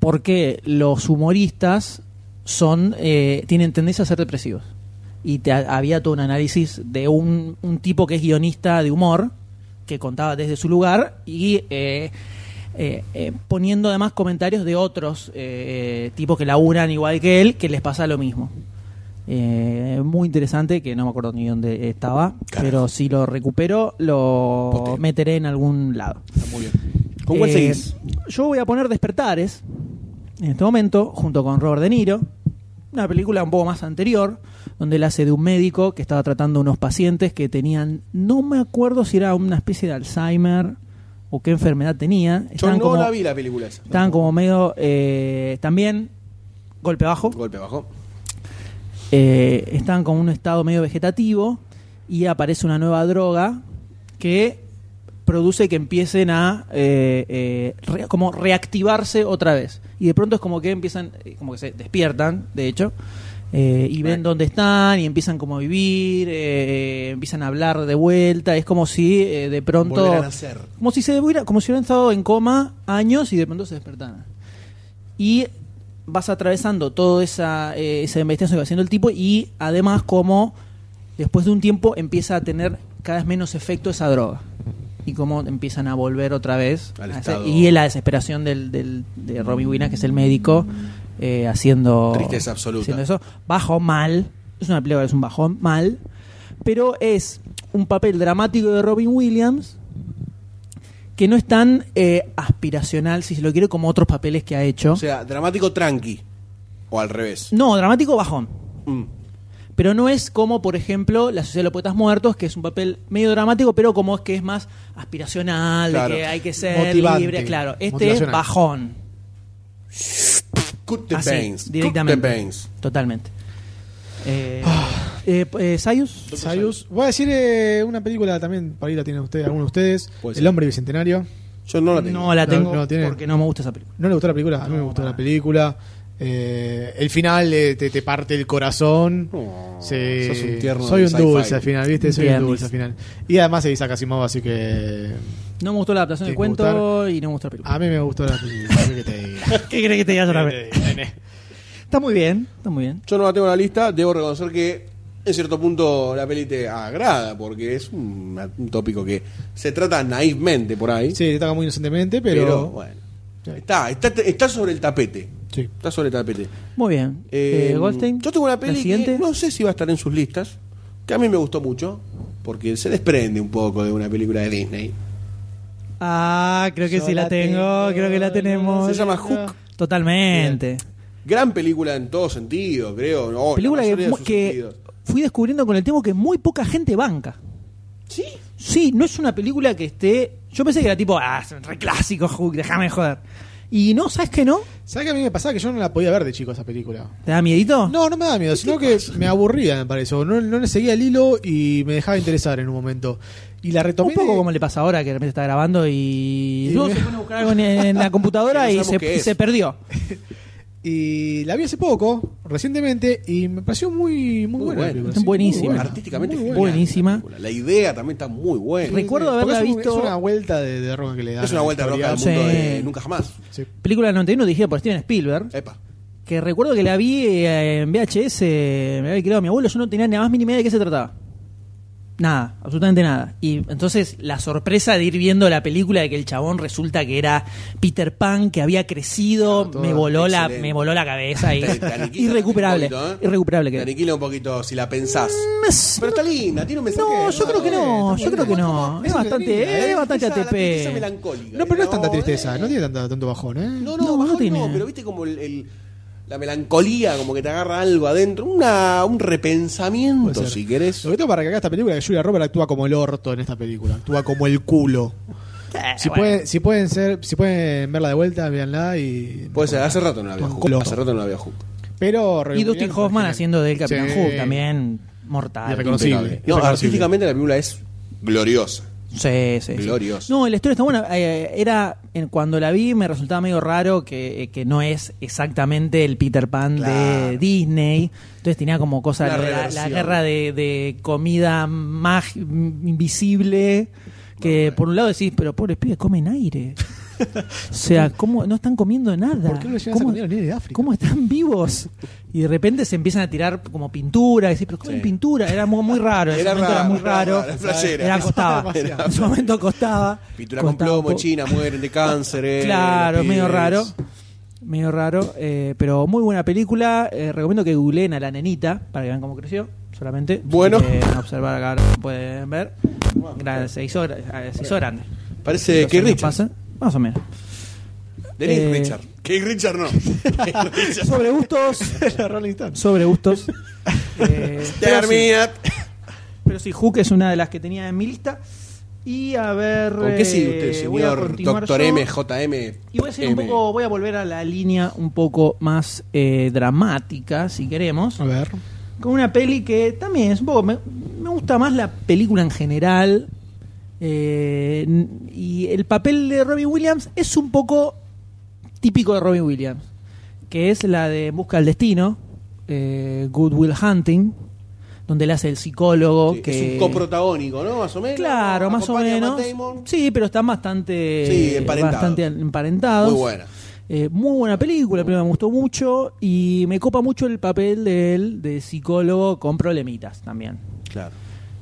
B: por qué los humoristas son eh, tienen tendencia a ser depresivos. Y te- había todo un análisis de un, un tipo que es guionista de humor, que contaba desde su lugar y eh, eh, eh, poniendo además comentarios de otros eh, tipos que laburan igual que él, que les pasa lo mismo. Eh, muy interesante, que no me acuerdo ni dónde estaba, pero si lo recupero, lo
C: Posteo.
B: meteré en algún lado.
C: Muy bien. ¿Con cuál
B: Eh,
C: seguís?
B: Yo voy a poner Despertares en este momento, junto con Robert De Niro. Una película un poco más anterior, donde él hace de un médico que estaba tratando a unos pacientes que tenían, no me acuerdo si era una especie de Alzheimer o qué enfermedad tenía.
C: Yo
B: Estaban
C: no
B: como,
C: la vi la película esa.
B: estaban como medio eh, también golpe bajo.
C: Golpe bajo.
B: Eh, estaban con un estado medio vegetativo y aparece una nueva droga que produce que empiecen a eh, eh, re- como reactivarse otra vez y de pronto es como que empiezan eh, como que se despiertan de hecho eh, y ven dónde están y empiezan como a vivir eh, empiezan a hablar de vuelta es como si eh, de pronto
C: Volver a nacer.
B: como si se hubiera, como si hubieran estado en coma años y de pronto se despertaran y vas atravesando toda esa, eh, esa investigación que va haciendo el tipo y además como después de un tiempo empieza a tener cada vez menos efecto esa droga y cómo empiezan a volver otra vez
C: Al
B: a
C: estado-
B: y la desesperación del, del- de Robin Williams que es el médico eh, haciendo
C: Tristeza absoluta.
B: haciendo eso bajo mal es una película es un bajón mal pero es un papel dramático de Robin Williams que no es tan eh, aspiracional, si se lo quiere, como otros papeles que ha hecho.
C: O sea, dramático tranqui. O al revés.
B: no, dramático bajón.
C: Mm.
B: Pero no es como, por ejemplo, La Sociedad de los Poetas Muertos, que es un papel medio dramático, pero como es que es más aspiracional,
C: Claro.
B: de que hay que ser
D: Motivante.
B: libre. Claro, este es
D: Motivacional.
B: bajón.
C: Cut the
B: Así,
C: veins. Cut
B: Ah, directamente.
C: the veins.
B: Totalmente. Eh,
C: Ah.
B: eh, eh, ¿Sayus?
D: Sayus. Voy a decir eh, una película también, para ahí la tienen ustedes, alguno de ustedes.
C: Puede
D: El
C: ser.
D: hombre bicentenario.
C: Yo no la tengo.
B: No la
D: No,
B: tengo
D: no tiene.
B: porque no me gusta esa película.
D: ¿No le gustó la película? A mí me gustó la película. Eh, el final eh, te, te parte el corazón.
C: Oh,
D: Sí.
C: sos un tierno
D: Soy
C: del
D: un
C: sci-fi.
D: dulce al final, ¿viste? Soy
B: Bien,
D: un dulce al
B: dice.
D: final. Y además se Isaac Asimov, así que.
B: No me gustó la adaptación del
D: Tiene que
B: cuento y no me gustó la película.
D: A mí me gustó la película. ¿Qué te digo?
B: ¿Qué crees que te diga (laughs) otra
D: ¿Qué te
B: vez?
D: digo, nene?
B: Está muy bien, está muy bien.
C: Yo no la tengo en la lista. Debo reconocer que en cierto punto la peli te agrada porque es un, un tópico que se trata naivmente por ahí.
D: Sí, le toca muy inocentemente,
C: pero,
D: pero.
C: bueno.
D: Sí.
C: Está, está, está sobre el tapete.
D: Sí.
C: Está sobre el tapete.
B: Muy bien. Eh, Goldstein.
C: Yo tengo una
B: ¿la
C: peli
B: siguiente?
C: que no sé si va a estar en sus listas, que a mí me gustó mucho, porque se desprende un poco de una película de Disney.
B: Ah, creo que
D: Yo
B: sí la
D: la
B: tengo,
D: tengo,
B: creo que la tenemos.
C: Se llama Hook.
B: Totalmente.
C: Gran película en todo sentido, creo. ¿no? La
B: Película
C: mayoría
B: que,
C: de sus
B: que
C: sentidos.
B: fui descubriendo con el tiempo que muy poca gente banca.
C: Sí.
B: Sí, no es una película que esté. Yo pensé que era tipo, ah, es un reclásico Hook, déjame joder. Y no, ¿sabes qué no?
D: ¿Sabes qué a mí me pasaba? Que yo no la podía ver de chico esa película.
B: ¿Te da miedito?
D: No, no me daba miedo, sino que me aburría, me parece. o No, no le seguía el hilo y me dejaba interesar en un momento. Y la retomé.
B: Un poco
D: de-
B: como le pasa ahora que de repente está grabando y.
D: Y
B: luego
D: me-
B: se pone a buscar algo en, en la computadora
C: Que no
B: y
C: sabemos qué
B: se,
C: es.
B: se perdió.
D: Y la vi hace poco, recientemente, y me pareció muy, muy,
C: Muy
D: buena. la
C: buena.
D: película, sí,
B: Buenísima.
D: muy buena.
C: Artísticamente
D: Muy
C: genial
D: buena.
B: Buenísima.
C: la película. La idea también está muy buena.
B: Re- Recuerdo
D: Porque
B: haberla
D: es un-
B: visto-
D: Es una vuelta de, de roca que le da.
C: es una vuelta loca al
B: Sí.
C: mundo de nunca jamás.
B: Película del 91 dirigida por Steven Spielberg.
C: Epa.
B: Que recuerdo que la vi eh, en VHS, me la había creado mi abuelo, yo no tenía ni la más mínima idea de qué se trataba. Nada, absolutamente nada. Y entonces la sorpresa de ir viendo la película de que el chabón resulta que era Peter Pan, que había crecido,
D: Claro, todo
B: me voló la,
C: Ah, excelente.
B: me voló la cabeza y
C: (laughs) Te- te aniquila
B: irrecuperable.
C: un poquito, ¿eh?
B: Irrecuperable
C: Te
B: quedó.
C: aniquila un poquito si la pensás.
B: Más-
C: Pero está linda, tiene un mensaje.
B: No, yo creo que no,
D: está
B: yo creo que
D: bien.
B: no. Es
D: Es entretenida,
B: bastante, es
D: es
B: bastante
C: esa- la tristeza
B: ATP.
C: melancólica.
D: No, pero no es tanta
C: eh.
D: tristeza, no tiene tanto, tanto bajón, ¿eh?
C: No,
B: No,
C: no,
B: no
C: bajón no,
B: tiene.
C: pero viste como el, el- la melancolía, como que te agarra algo adentro. Una, un repensamiento,
D: Puede ser.
C: si querés.
D: Lo que tengo para acá esta película es que Julia Roberts actúa como el orto en esta película, actúa como el culo.
B: Eh,
D: Si,
B: bueno.
D: pueden, si pueden ser, si pueden verla de vuelta, véanla y.
C: Puede ser, hace rato no la había
D: Con
C: Hook.
D: color.
C: Hace rato no la había Hook.
D: Pero
B: Y Dustin Hoffman haciendo del Capitán
D: Sí.
B: Hook también, mortal.
D: Y reconocible.
C: Impecable. No, artísticamente la película es gloriosa.
B: Sí, sí. sí.
C: Glorioso.
B: No, la historia está buena. Eh, era en- cuando la vi me resultaba medio raro que, eh, que no es exactamente el Peter Pan de
C: Claro.
B: Disney. Entonces tenía como cosa la-
C: Una
B: la,
C: reversión.
B: guerra de, de comida más invisible. Que por un lado decís, pero pobres pibes comen
D: (laughs)
B: aire. o sea, ¿cómo no están comiendo nada?
D: ¿Por qué no lo llevas a
B: ¿Cómo-
D: comer ni de África?
B: ¿Cómo están vivos? Y de repente se empiezan a tirar como pintura. Y decís, pero comen
C: Sí.
B: pintura. Era muy, muy raro. en ese
C: Era
B: momento
C: raro,
B: muy raro.
C: era flashera.
B: Era costaba.
C: (laughs) Era-
B: en su momento costaba.
C: Pintura con
B: Costaba un
C: plomo,
B: poco.
C: China, mueren de cáncer. eh,
B: Claro,
C: los
B: medio
C: pibes.
B: raro. Medio raro. eh, pero muy buena película. Eh, recomiendo que googleen a la nenita para que vean cómo creció. Solamente.
C: Bueno.
B: Si quieren observar acá, lo pueden ver. Gra- Se hizo, gra- se hizo grande.
C: Parece
B: Los
C: que
B: años
C: Richard.
B: pasan, Más o
C: (laughs)
B: menos.
C: Denise
B: Eh,
C: Richard. Que
B: (laughs)
C: Richard no. Keith Richard.
B: Sobre gustos.
D: La Rolling Stones.
B: sobre
C: (laughs)
B: gustos. Eh, pero, sí,
C: Terminat.
B: pero sí, Hook es una de las que tenía en mi lista. Y a ver.
C: ¿Con qué sigue
B: eh,
C: usted,
B: voy a
C: señor
B: continuar
C: Doctor
B: yo.
C: M, JM?
B: Y voy a, seguir un
C: M?
B: poco, voy a volver a la línea un poco más eh, dramática, si queremos.
D: A ver.
B: Con una peli que también es un poco. Me, me gusta más la película en general. eh, n- y el papel de Robin Williams es un poco típico de Robin Williams. Que es la de En Busca del Destino, eh, Good Will Hunting, donde él hace el psicólogo.
C: Sí,
B: que,
C: Es un coprotagónico, ¿no? Más o menos.
B: Claro, más o
C: Acompaña a
B: menos.
C: Matt Damon.
B: Sí, pero están bastante,
C: Sí, emparentados.
B: bastante emparentados.
C: Muy buena.
B: Eh, muy buena película, pero me gustó mucho y me copa mucho el papel de él, de psicólogo con problemitas también.
C: Claro.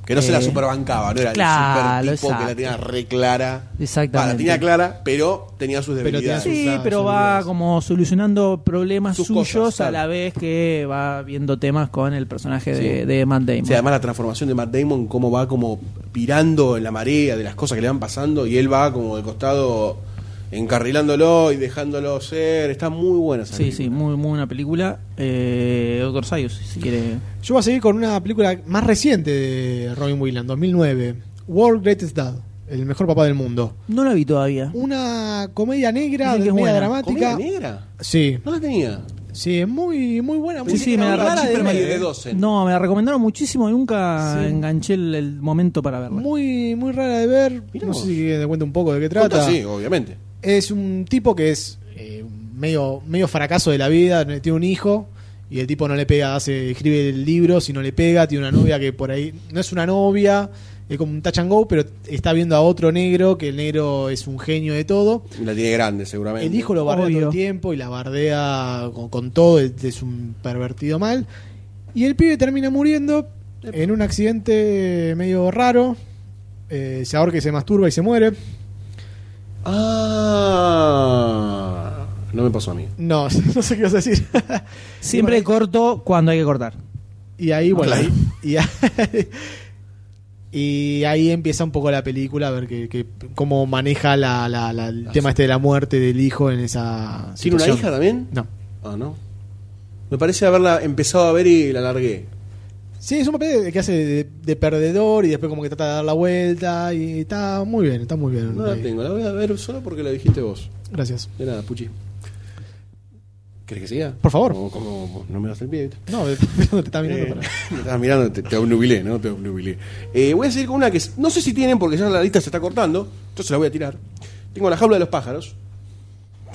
C: Que no se la
B: Eh,
C: superbancaba, no era
B: claro,
C: el super tipo que
B: exacto.
C: la tenía re clara.
B: Exactamente.
C: Va, la tenía clara, pero tenía sus
D: Pero tenía
C: debilidades.
D: sus-
B: Sí,
D: usa-
B: pero
D: sus
B: va
D: dudas.
B: como solucionando problemas
C: Sus
B: suyos
C: cosas,
B: a la
C: claro.
B: vez que va viendo temas con el personaje de,
C: Sí.
B: de Matt Damon.
C: O sea, además la transformación de Matt Damon, cómo va como pirando en la marea de las cosas que le van pasando y él va como de costado encarrilándolo y dejándolo ser. Está muy buena esa
B: sí,
C: película.
B: sí, muy, muy buena película. Eh, Doctor Sayus, si quiere.
D: Yo voy a seguir con una película más reciente de Robin Williams, 2009. World Greatest Dad, el mejor papá del mundo.
B: No la vi todavía.
D: Una comedia negra,
B: Dicen que
D: media
B: es buena.
D: dramática.
C: ¿Comedia negra?
D: Sí,
C: No la tenía.
D: sí, es muy, muy buena. muy
B: Sí, sí, me
D: rara
B: la-
D: de
B: sí,
C: de,
D: ver,
C: de
D: eh.
C: 12.
B: No, me la recomendaron muchísimo y nunca
D: Sí.
B: enganché el, el momento para verla.
D: Muy, muy rara de ver.
C: Mirá
D: no
C: vos.
D: sé si te cuento un poco de qué
C: Cuenta,
D: trata.
C: Sí, obviamente.
D: Es un tipo que es eh, medio, medio fracaso de la vida, tiene un hijo y el tipo no le pega, hace, escribe libros y no le pega, tiene una novia que por ahí no es una novia, es como un touch and go, pero está viendo a otro negro, que el negro es un genio de todo.
C: La tiene grande, seguramente.
D: El hijo lo bardea
B: Obvio.
D: todo el tiempo y la bardea con, con todo, es, es un pervertido mal. Y el pibe termina muriendo en un accidente medio raro. Eh, se ahorca y se masturba y se muere.
C: Ah. No me pasó a mí.
D: No, (laughs) no sé qué vas a decir.
B: Siempre corto cuando hay que cortar.
D: Y ahí, bueno,
C: Claro.
D: y, y ahí, (laughs) y ahí empieza un poco la película, a ver que, que- cómo maneja la, la- la- el tema este de la muerte del hijo en esa
C: ¿Tiene una
D: situación.
C: hija también?
D: No.
C: Ah, no. Me parece haberla empezado a ver y la largué.
D: Sí, es un papel que hace de, de perdedor y después como que trata de dar la vuelta y está muy bien, está muy bien.
C: No la
D: Ahí.
C: tengo, la voy a ver solo porque la dijiste vos.
D: Gracias.
C: De nada, Puchi. ¿Querés que siga?
D: Por favor.
C: Como, como- no me das el pie. ¿viste?
D: (laughs) No, te está mirando
C: Eh, (laughs)
D: para...
C: me estabas mirando, te, te obnubilé, ¿no? Te obnubilé. Eh, voy a seguir con una que s- no sé si tienen porque ya la lista se está cortando. Entonces la voy a tirar. Tengo la jaula de los pájaros.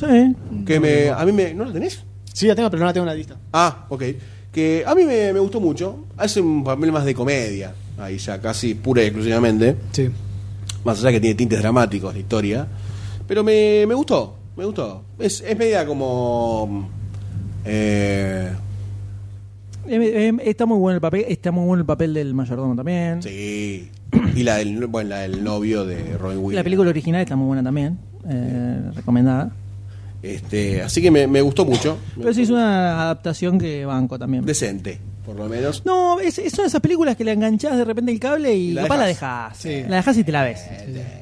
B: Sí.
C: Que me, a mí me. ¿No la tenés?
D: Sí, la tengo, pero no la tengo en la lista.
C: Ah, ok. Que a mí me, me gustó mucho. Hace un papel más de comedia. Ahí ya casi pura y exclusivamente.
D: Sí.
C: Más allá que tiene tintes dramáticos la historia. Pero me, me gustó, me gustó. Es, es media como. mm, Eh,
B: Eh, eh, está muy bueno el papel, está muy bueno el papel del mayordomo también.
C: sí. Y la del, bueno, la del novio de Robin Williams.
B: La película original está muy buena también, eh, recomendada.
C: Este, así que me, me gustó mucho. Me
B: Pero sí es
C: gustó
B: una adaptación que banco también.
C: mucho. Decente, por lo menos.
B: No, es, es una de esas películas que la enganchás de repente el cable y
C: Y la
B: capaz la
C: dejás.
B: dejás.
D: Sí.
B: La dejás y te la ves.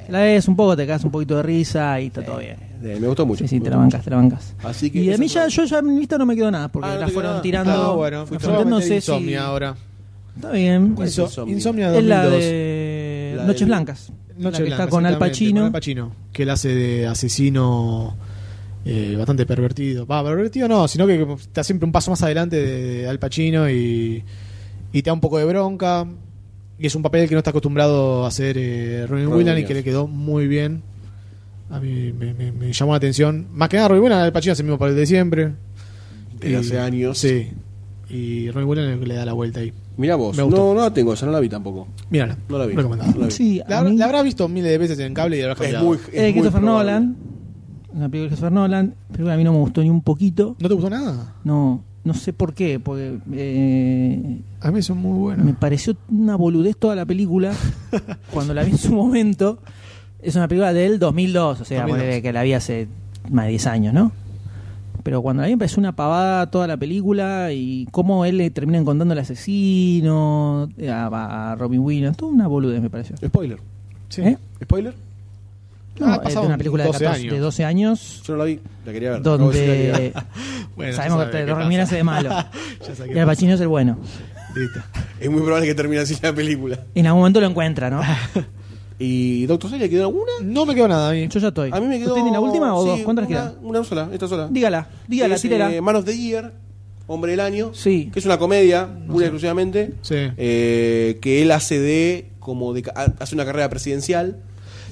B: Te la ves un poco, te cagas un poquito de risa y está todo bien.
C: Eh, Me gustó mucho.
B: Sí, sí,
C: Me
B: te la
C: gustó
B: bancas, te la bancas.
C: Así que
B: y a
C: esa
B: mí
C: es
B: ya,
C: la-
B: yo ya en mi lista no me quedó nada, porque
C: Ah, no
B: la
C: te
B: fueron
C: quedó nada.
B: tirando.
D: Ah, bueno,
B: la
D: fui
B: fueron
D: yo.
B: tirando, no sé si-
D: Insomnia ahora.
B: Está bien.
C: ¿Cuál es
D: Inso-
C: Insomnia?
D: Insomnia 2002.
B: Es la de
C: La
B: Noches
C: del-
B: Blancas.
D: Noche
B: la que
D: Blanca,
B: está con Al
D: exactamente,
B: Pacino.
D: con Al Pacino, que él hace de asesino eh, bastante pervertido. Va, pervertido no, sino que como está siempre un paso más adelante de Al Pacino y, y te da un poco de bronca. Y es un papel que no está acostumbrado a hacer eh, Robin
C: Robin
D: Williams y
C: Williams.
D: que le quedó muy bien. A mí me, me- me llamó la atención. Más que nada, Robin Williams, Al Pacino hace el mismo papel de siempre.
C: Desde
D: Y-
C: hace años.
D: Sí. Y Robin Williams es el que le da la vuelta ahí.
C: Mirá vos.
D: Me gustó.
C: No, no la tengo, esa no la vi tampoco.
D: Mírala.
C: No la vi.
D: Recomendada.
C: No la vi.
B: Sí, a
D: La,
B: mí-
D: la habrás visto miles de veces en cable y la habrás
C: Es
D: cambiado.
C: muy.
B: es
C: es
B: de
C: muy
B: Eh, Christopher
C: probable.
B: Nolan. Una película de Christopher Nolan. Película que a mí no me gustó ni un poquito.
D: ¿No te gustó nada?
B: No, no sé por qué, porque eh,
D: A mí son muy buenas.
B: me pareció una boludez toda la
C: (laughs)
B: película cuando la vi en su momento. Es una película del 2002, o sea,
D: 2002.
B: ponele que la vi hace más de 10 años, ¿no? Pero cuando la vi me pareció una pavada toda la película y cómo él le termina encontrando al asesino, eh, a, a Robin Williams, toda una boludez me pareció.
C: Spoiler.
D: Sí.
B: ¿Eh?
C: ¿Spoiler?
B: No,
D: Ah,
B: es de
D: pasaron
B: una película
D: 12
B: de, 14,
D: años.
B: de 12 años
C: Yo no la vi, la quería ver. Acabo de decir la quería
B: donde
C: ver.
D: Bueno, ya
B: sabemos
D: sabe
B: que
D: qué
B: Robin Williams
D: pasa.
B: es de malo
D: (laughs)
B: y
D: Ya sabe
B: (laughs)
D: qué
B: Al
D: pasa.
B: Pacino es el bueno.
D: Listo.
C: Es muy probable que termine así la película.
B: En algún momento lo encuentra,
C: (laughs)
B: ¿no?
C: ¿Y Doctor Strange le quedó alguna?
D: No me quedó nada a mí.
B: Yo ya estoy.
C: A mí me quedó.
B: ¿Usted tiene la última o
C: sí,
B: dos? ¿Cuántas
C: una,
B: quedan?
C: Una sola, esta sola.
B: Dígala, dígala,
C: Es,
B: tírela.
C: eh, Man of the Year, Hombre del Año.
B: Sí.
C: Que es una comedia, pura y exclusivamente.
D: Sí.
C: eh, que él hace de. como de, ca- hace una carrera presidencial.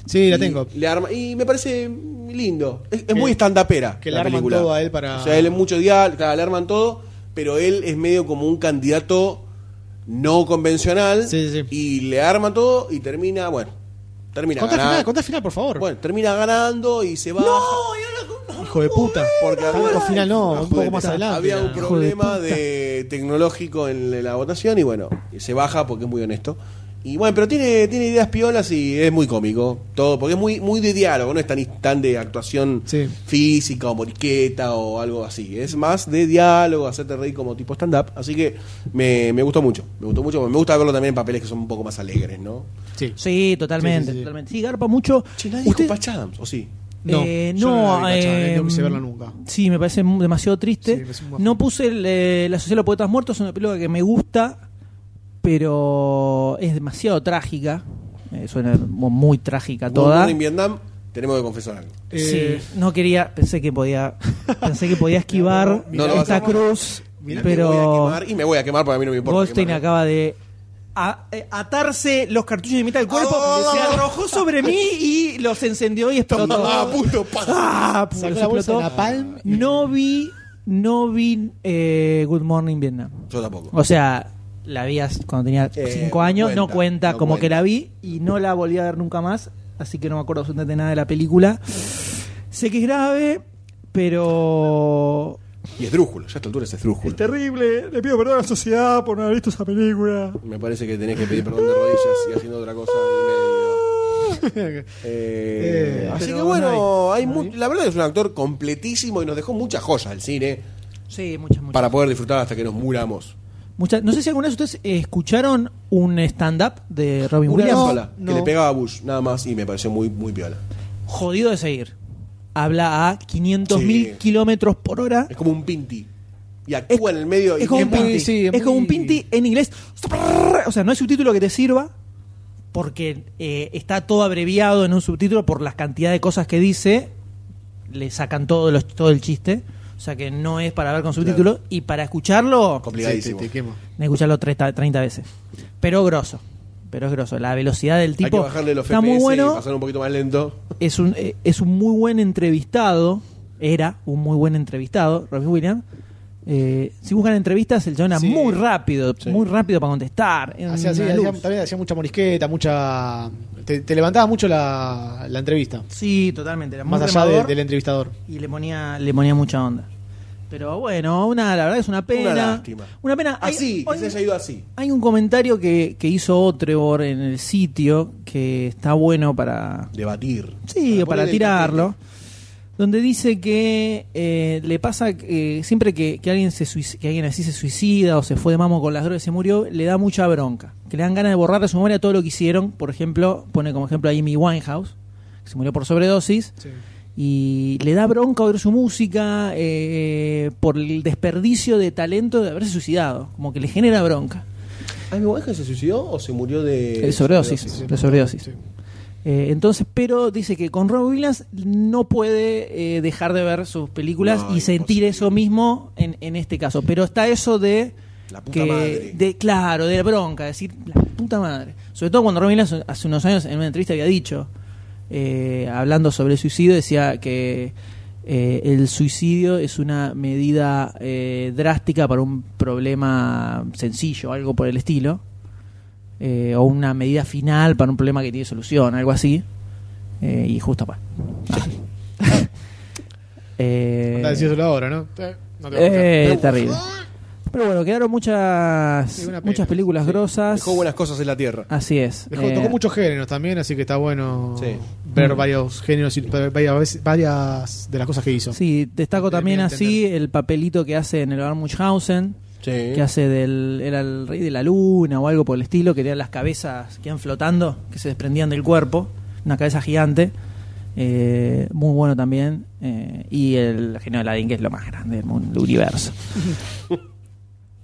D: Sí, la
C: Y
D: tengo.
C: le arma- y me parece lindo. Es, es
D: Que-
C: muy estandapera.
D: que
C: la
D: le arman
C: película.
D: todo a él para-
C: O sea, él es mucho diálogo, claro, le arman todo, pero él es medio como un candidato no convencional.
D: Sí, sí, sí.
C: Y le arma todo y termina, bueno, termina
D: Contá final,
C: ganando.
D: contá final, por favor.
C: Bueno, termina ganando y se va.
D: Hijo de puta.
C: Porque había-
D: Tanto final no,
C: Ah,
D: un poco
C: joder,
D: más
C: está.
D: adelante.
C: Había un
D: Ah.
B: Hijo de
C: problema
B: puta.
C: de tecnológico en la votación y bueno, se baja porque es muy honesto. Y bueno, pero tiene, tiene ideas piolas y es muy cómico. Todo, porque es muy, muy de diálogo, no es tan, tan de actuación
D: Sí.
C: física o moriqueta o algo así. Es más de diálogo, hacerte reír como tipo stand-up. Así que me, me gustó mucho. Me gustó mucho. Me gusta verlo también en papeles que son un poco más alegres, ¿no?
D: Sí.
B: Sí, totalmente,
D: Sí, sí, sí.
B: totalmente. Sí, garpa mucho.
C: Che, nadie
B: Usted-
C: dijo Patch Adams, ¿o sí?
D: No,
B: Eh,
D: yo
B: no,
D: no la vi, Pacha,
B: eh,
D: eh, no quise verla nunca.
B: Sí, me parece mu- demasiado
D: Sí,
B: triste.
D: me parece un bajón.
B: no puse el, eh, La Sociedad de los Poetas Muertos, es una película que me gusta, pero es demasiado trágica. Eh, suena mu- muy trágica
C: Good
B: toda.
C: Morning Vietnam, tenemos que confesar algo.
B: Sí,
D: Eh,
B: no quería, pensé que podía, pensé que
D: (laughs)
B: podía esquivar
C: No lo vas
B: esta
C: a-
B: cruz,
C: Mirá que voy
B: pero
C: a quemar, y me voy a quemar porque a mí no me importa.
B: Goldstein
C: quemarme.
B: acaba de a- eh, atarse los cartuchos de mitad del cuerpo,
C: Ah,
B: se
C: ah, ah.
B: arrojó sobre mí y los encendió y explotó.
C: Ah, puto, pa.
B: Ah, pu-
D: Sacó
B: los
D: la bolsa de
B: explotó.
D: Napalm y-
B: No vi, no vi eh, Good Morning Vietnam.
C: Yo tampoco.
B: O sea, la vi as- cuando tenía
C: Eh,
B: 5 años,
C: cuenta,
B: no cuenta
C: no
B: como
C: cuenta.
B: que la vi y no la volví a ver nunca más, así que no me acuerdo absolutamente nada de la película. Sé que es grave, pero...
C: Y esdrújulo, ya a esta altura es esdrújulo.
B: terrible, le pido perdón a la sociedad por no haber visto esa (laughs)
D: eh,
B: película.
C: Me parece que tenés que pedir perdón de rodillas y haciendo otra cosa en el medio. Eh,
D: Eh,
C: así
B: pero
C: que bueno,
B: no
C: hay mu- la verdad que es un actor completísimo y nos dejó muchas joyas el cine
B: Sí, muchas, muchas.
C: para poder disfrutar hasta que nos muramos.
B: Muchas- no sé si alguna vez ustedes eh, escucharon un stand-up de Robin
C: Una
B: Williams.
C: sola,
D: no.
C: que le pegaba a Bush, nada más, y me pareció muy, muy piola.
B: Jodido de seguir. Habla a 500.000
C: Sí.
B: kilómetros por hora.
C: Es como un pinti. Y actúa en el medio y
B: Es como un
C: quema.
D: muy-
B: pinti.
D: sí, es
B: es como un
D: muy-
B: pinti en inglés. O sea, no hay subtítulo que te sirva porque eh, está todo abreviado en un subtítulo por la cantidad de cosas que dice. Le sacan todo, los- todo el chiste. O sea que no es para ver con subtítulo. Y para escucharlo,
C: complicadísimo.
D: Sí, te- te quemo.
B: hay que escucharlo 30, 30 veces. Pero grosso. Pero es groso. La velocidad del tipo
C: Hay que bajarle los
B: está
C: FPS
B: muy bueno
C: y pasar un poquito más lento.
B: es un, eh, es un muy buen entrevistado. Era un muy buen entrevistado, Robin Williams. Eh, si buscan entrevistas, el chabón era
D: Sí.
B: muy rápido,
D: Sí.
B: muy rápido para contestar. en
D: Hacía así,
B: una
D: hacía-
B: luz.
D: también hacía mucha morisqueta, mucha. Te, te levantaba mucho la, la entrevista.
B: Sí, totalmente. Era muy
D: Más allá de-
B: remador
D: del entrevistador.
B: y le ponía, le ponía mucha onda. Pero bueno, una, la verdad es una pena.
C: Una lástima. Ah,
B: Una pena. Ah, Hay-
C: Así, que
B: hoy-
C: se haya ido así.
B: Hay un comentario que, que hizo Otrebor en el sitio que está bueno para,
C: Debatir.
B: Sí, o para,
C: poner el
B: tirarlo. Donde dice que eh, le pasa que siempre que, que alguien se suic- que alguien así se suicida o se fue de mamo con las drogas y se murió, le da mucha bronca. Que le dan ganas de borrar de su memoria todo lo que hicieron. Por ejemplo, pone como ejemplo a Amy Winehouse, que se murió por sobredosis. Y le da bronca oír su música eh, por el desperdicio de talento de haberse suicidado. Como que le genera bronca.
C: tapete. ¿Amy Winehouse Ah, se suicidó o se murió de
B: De sobredosis. de sobredosis.
D: Sí.
B: Eh, entonces, pero dice que con Rob Williams no puede eh, dejar de ver sus películas
C: No,
B: y sentir
C: imposible.
B: eso mismo en, en este caso. Pero está eso de.
C: La puta madre.
B: de- claro, de la bronca, decir la puta madre. Sobre todo cuando Rob Williams hace unos años en una entrevista había dicho, eh, hablando sobre el suicidio, decía que eh, el suicidio es una medida eh, drástica para un problema sencillo, algo por el estilo eh, o una medida final para un problema que tiene solución, algo así. Eh, y justo pa. eh, (laughs)
D: Anda a decir solo ahora, ¿no? Eh, no te va a
B: eh,
D: gustar.
B: terrible. Pero bueno, quedaron muchas
D: Sí, una pena.
B: muchas películas grosas.
C: Dejó buenas cosas en la tierra.
B: Así es.
D: Dejó-
B: Eh, Mm.
D: tocó muchos géneros también, así que está bueno
C: Sí.
D: ver varios géneros y ver varias, veces- varias de las cosas que hizo.
B: Sí, destaco
D: Entendí,
B: también
D: entendí.
B: así el papelito que hace en el bar Munchausen,
C: Sí.
B: que hace del era el rey de la luna o algo por el estilo, que eran las cabezas que iban flotando, que se desprendían del cuerpo, una cabeza gigante, eh, muy bueno también, eh, y el genio de Aladdin que es lo más grande del mundo, del
C: (laughs)
B: universo.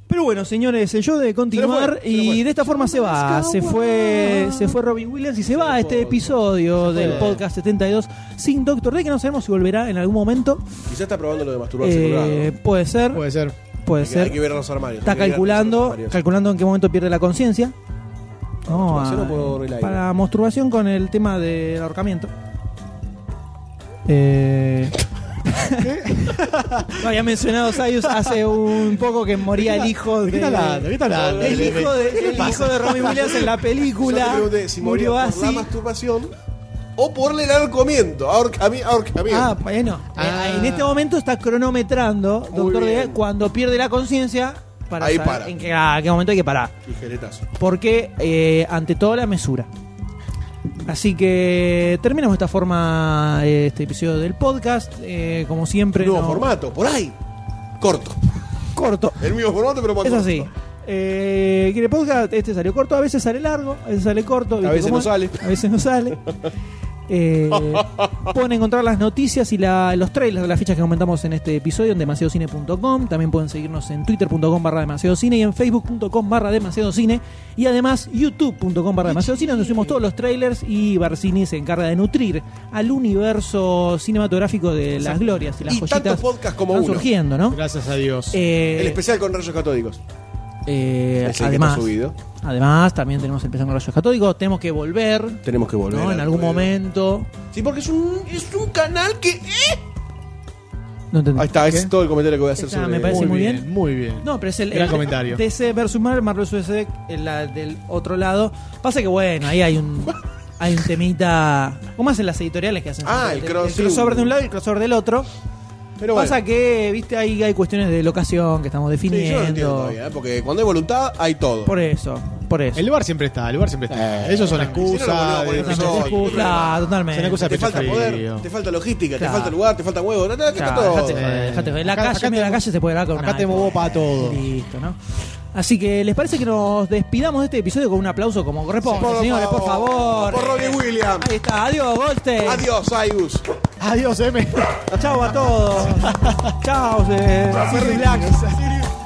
B: Pero bueno, señores, el show de continuar
C: se lo
B: y
C: fue.
B: de esta forma se va. Se fue, se fue Robin Williams y se va este episodio del podcast 72 sin Doctor D, que no sabemos si volverá en algún momento.
C: Quizá está probando lo de masturbarse
B: Eh,
C: colgado. Hay
B: puede ser,
D: Puede ser.
B: puede
C: que- Hay
B: ser
C: que ver los armarios.
B: está
C: hay que ver los
B: calculando
C: armarios.
B: calculando en qué momento pierde la conciencia no,
C: masturbación
B: a-
C: o por el aire?
B: para masturbación con el tema del ahorcamiento
C: (laughs)
B: eh... no, había mencionado Sayus hace un poco que moría el hijo de
D: ¿Qué está hablando? ¿Qué está hablando?
B: el hijo de, el hijo de Robin Williams en la
C: Yo te
B: película
C: pregunté si moría
B: murió
C: por la
B: así Ah,
C: masturbación o por el ahorcamiento. Ahorcami- ahorcamiento.
B: Ah, bueno.
D: Ah.
B: Eh, en este momento está cronometrando,
C: Muy
B: doctor D,
C: bien.
B: cuando pierde la conciencia, para
C: Ahí
B: saber
C: para.
B: en qué, a qué momento hay que parar.
C: Tijeretazo.
B: Porque eh, ante todo la mesura. Así que terminamos de esta forma eh, este episodio del podcast. Eh, como siempre,
C: Nuevo
B: no-
C: formato, por ahí. Corto.
B: corto.
C: El mismo formato, pero más
B: Es
C: corto.
B: así. Eh, quiere podcast, este salió corto, a veces sale largo, a veces sale corto. ¿viste
C: veces
B: cómo
C: no
B: es?
C: sale.
B: A veces no
C: (laughs)
B: sale. Eh, pueden encontrar las noticias y la- los trailers de las fichas que comentamos en este episodio en demasiadocine.com. También pueden seguirnos en twitter.com barra demasiadocine y en facebook.com barra demasiadocine. Y además youtube.com barra demasiadocine donde subimos todos los trailers y Barcini se encarga de nutrir al universo cinematográfico de las glorias y las
C: Y tanto
B: joyitas
C: podcast como
B: que van
C: uno.
B: surgiendo, ¿no?
D: Gracias a Dios.
B: Eh,
C: El especial con rayos catódicos.
B: eh,
C: Es el que
B: además,
C: está subido.
B: además, también tenemos el Pensando en Rayos Católicos. Tenemos que volver,
C: Tenemos que volver.
B: ¿no? En
C: al
B: algún
C: ruedo.
B: momento.
C: Sí, porque es un, es un canal que. ¡eh!
B: No entendí.
C: Ahí está, es
D: ¿Qué?
C: todo el comentario que voy a hacer
B: Está,
C: sobre
B: me parece muy bien.
D: Muy bien.
B: No, pero es el,
D: Gran
B: el-
D: comentario.
B: DC versus Marvel, Marvel vs. DC, en la del otro lado. Pasa que bueno, ahí hay un hay un temita. ¿Cómo hacen las editoriales que hacen?
C: Ah, el crossover.
B: crossover de un lado y el crossover del otro.
C: Pero bueno,
B: Pasa que, viste, ahí hay cuestiones de locación que estamos
C: sí, yo no
B: definiendo.
C: entiendo todavía, ¿eh? porque cuando hay voluntad hay todo.
B: por eso, por eso.
D: El lugar siempre está, el lugar siempre está. Esos son
C: Eh, Si no, lo volvemos a
D: excusas.
C: poner
D: de-
B: Una
C: nosotros.
B: cosa es justa, totalmente.
D: Es una
C: te
D: cosa de pecho
C: falta
D: frío.
C: poder, te falta logística,
B: Claro.
C: te falta lugar, te falta huevo, te- te- te-
B: Ya,
C: todo.
B: dejate joder, dejate joder. La
D: Acá-
B: calle,
D: acá
B: mira,
D: te-
B: la calle se puede hablar con
D: acá
B: una
D: te movo pa' todo.
B: Listo, ¿no? Así que, ¿les parece que nos despidamos de este episodio con un aplauso como corresponde,
C: Por
B: señores? Por favor.
C: favor. Por Robbie
B: Eh,
C: Williams.
B: Ahí está. Adiós, Goldstein.
C: Adiós, Aigus.
D: Adiós, M.
B: Chao a todos. Chao. eh.
D: Así relax.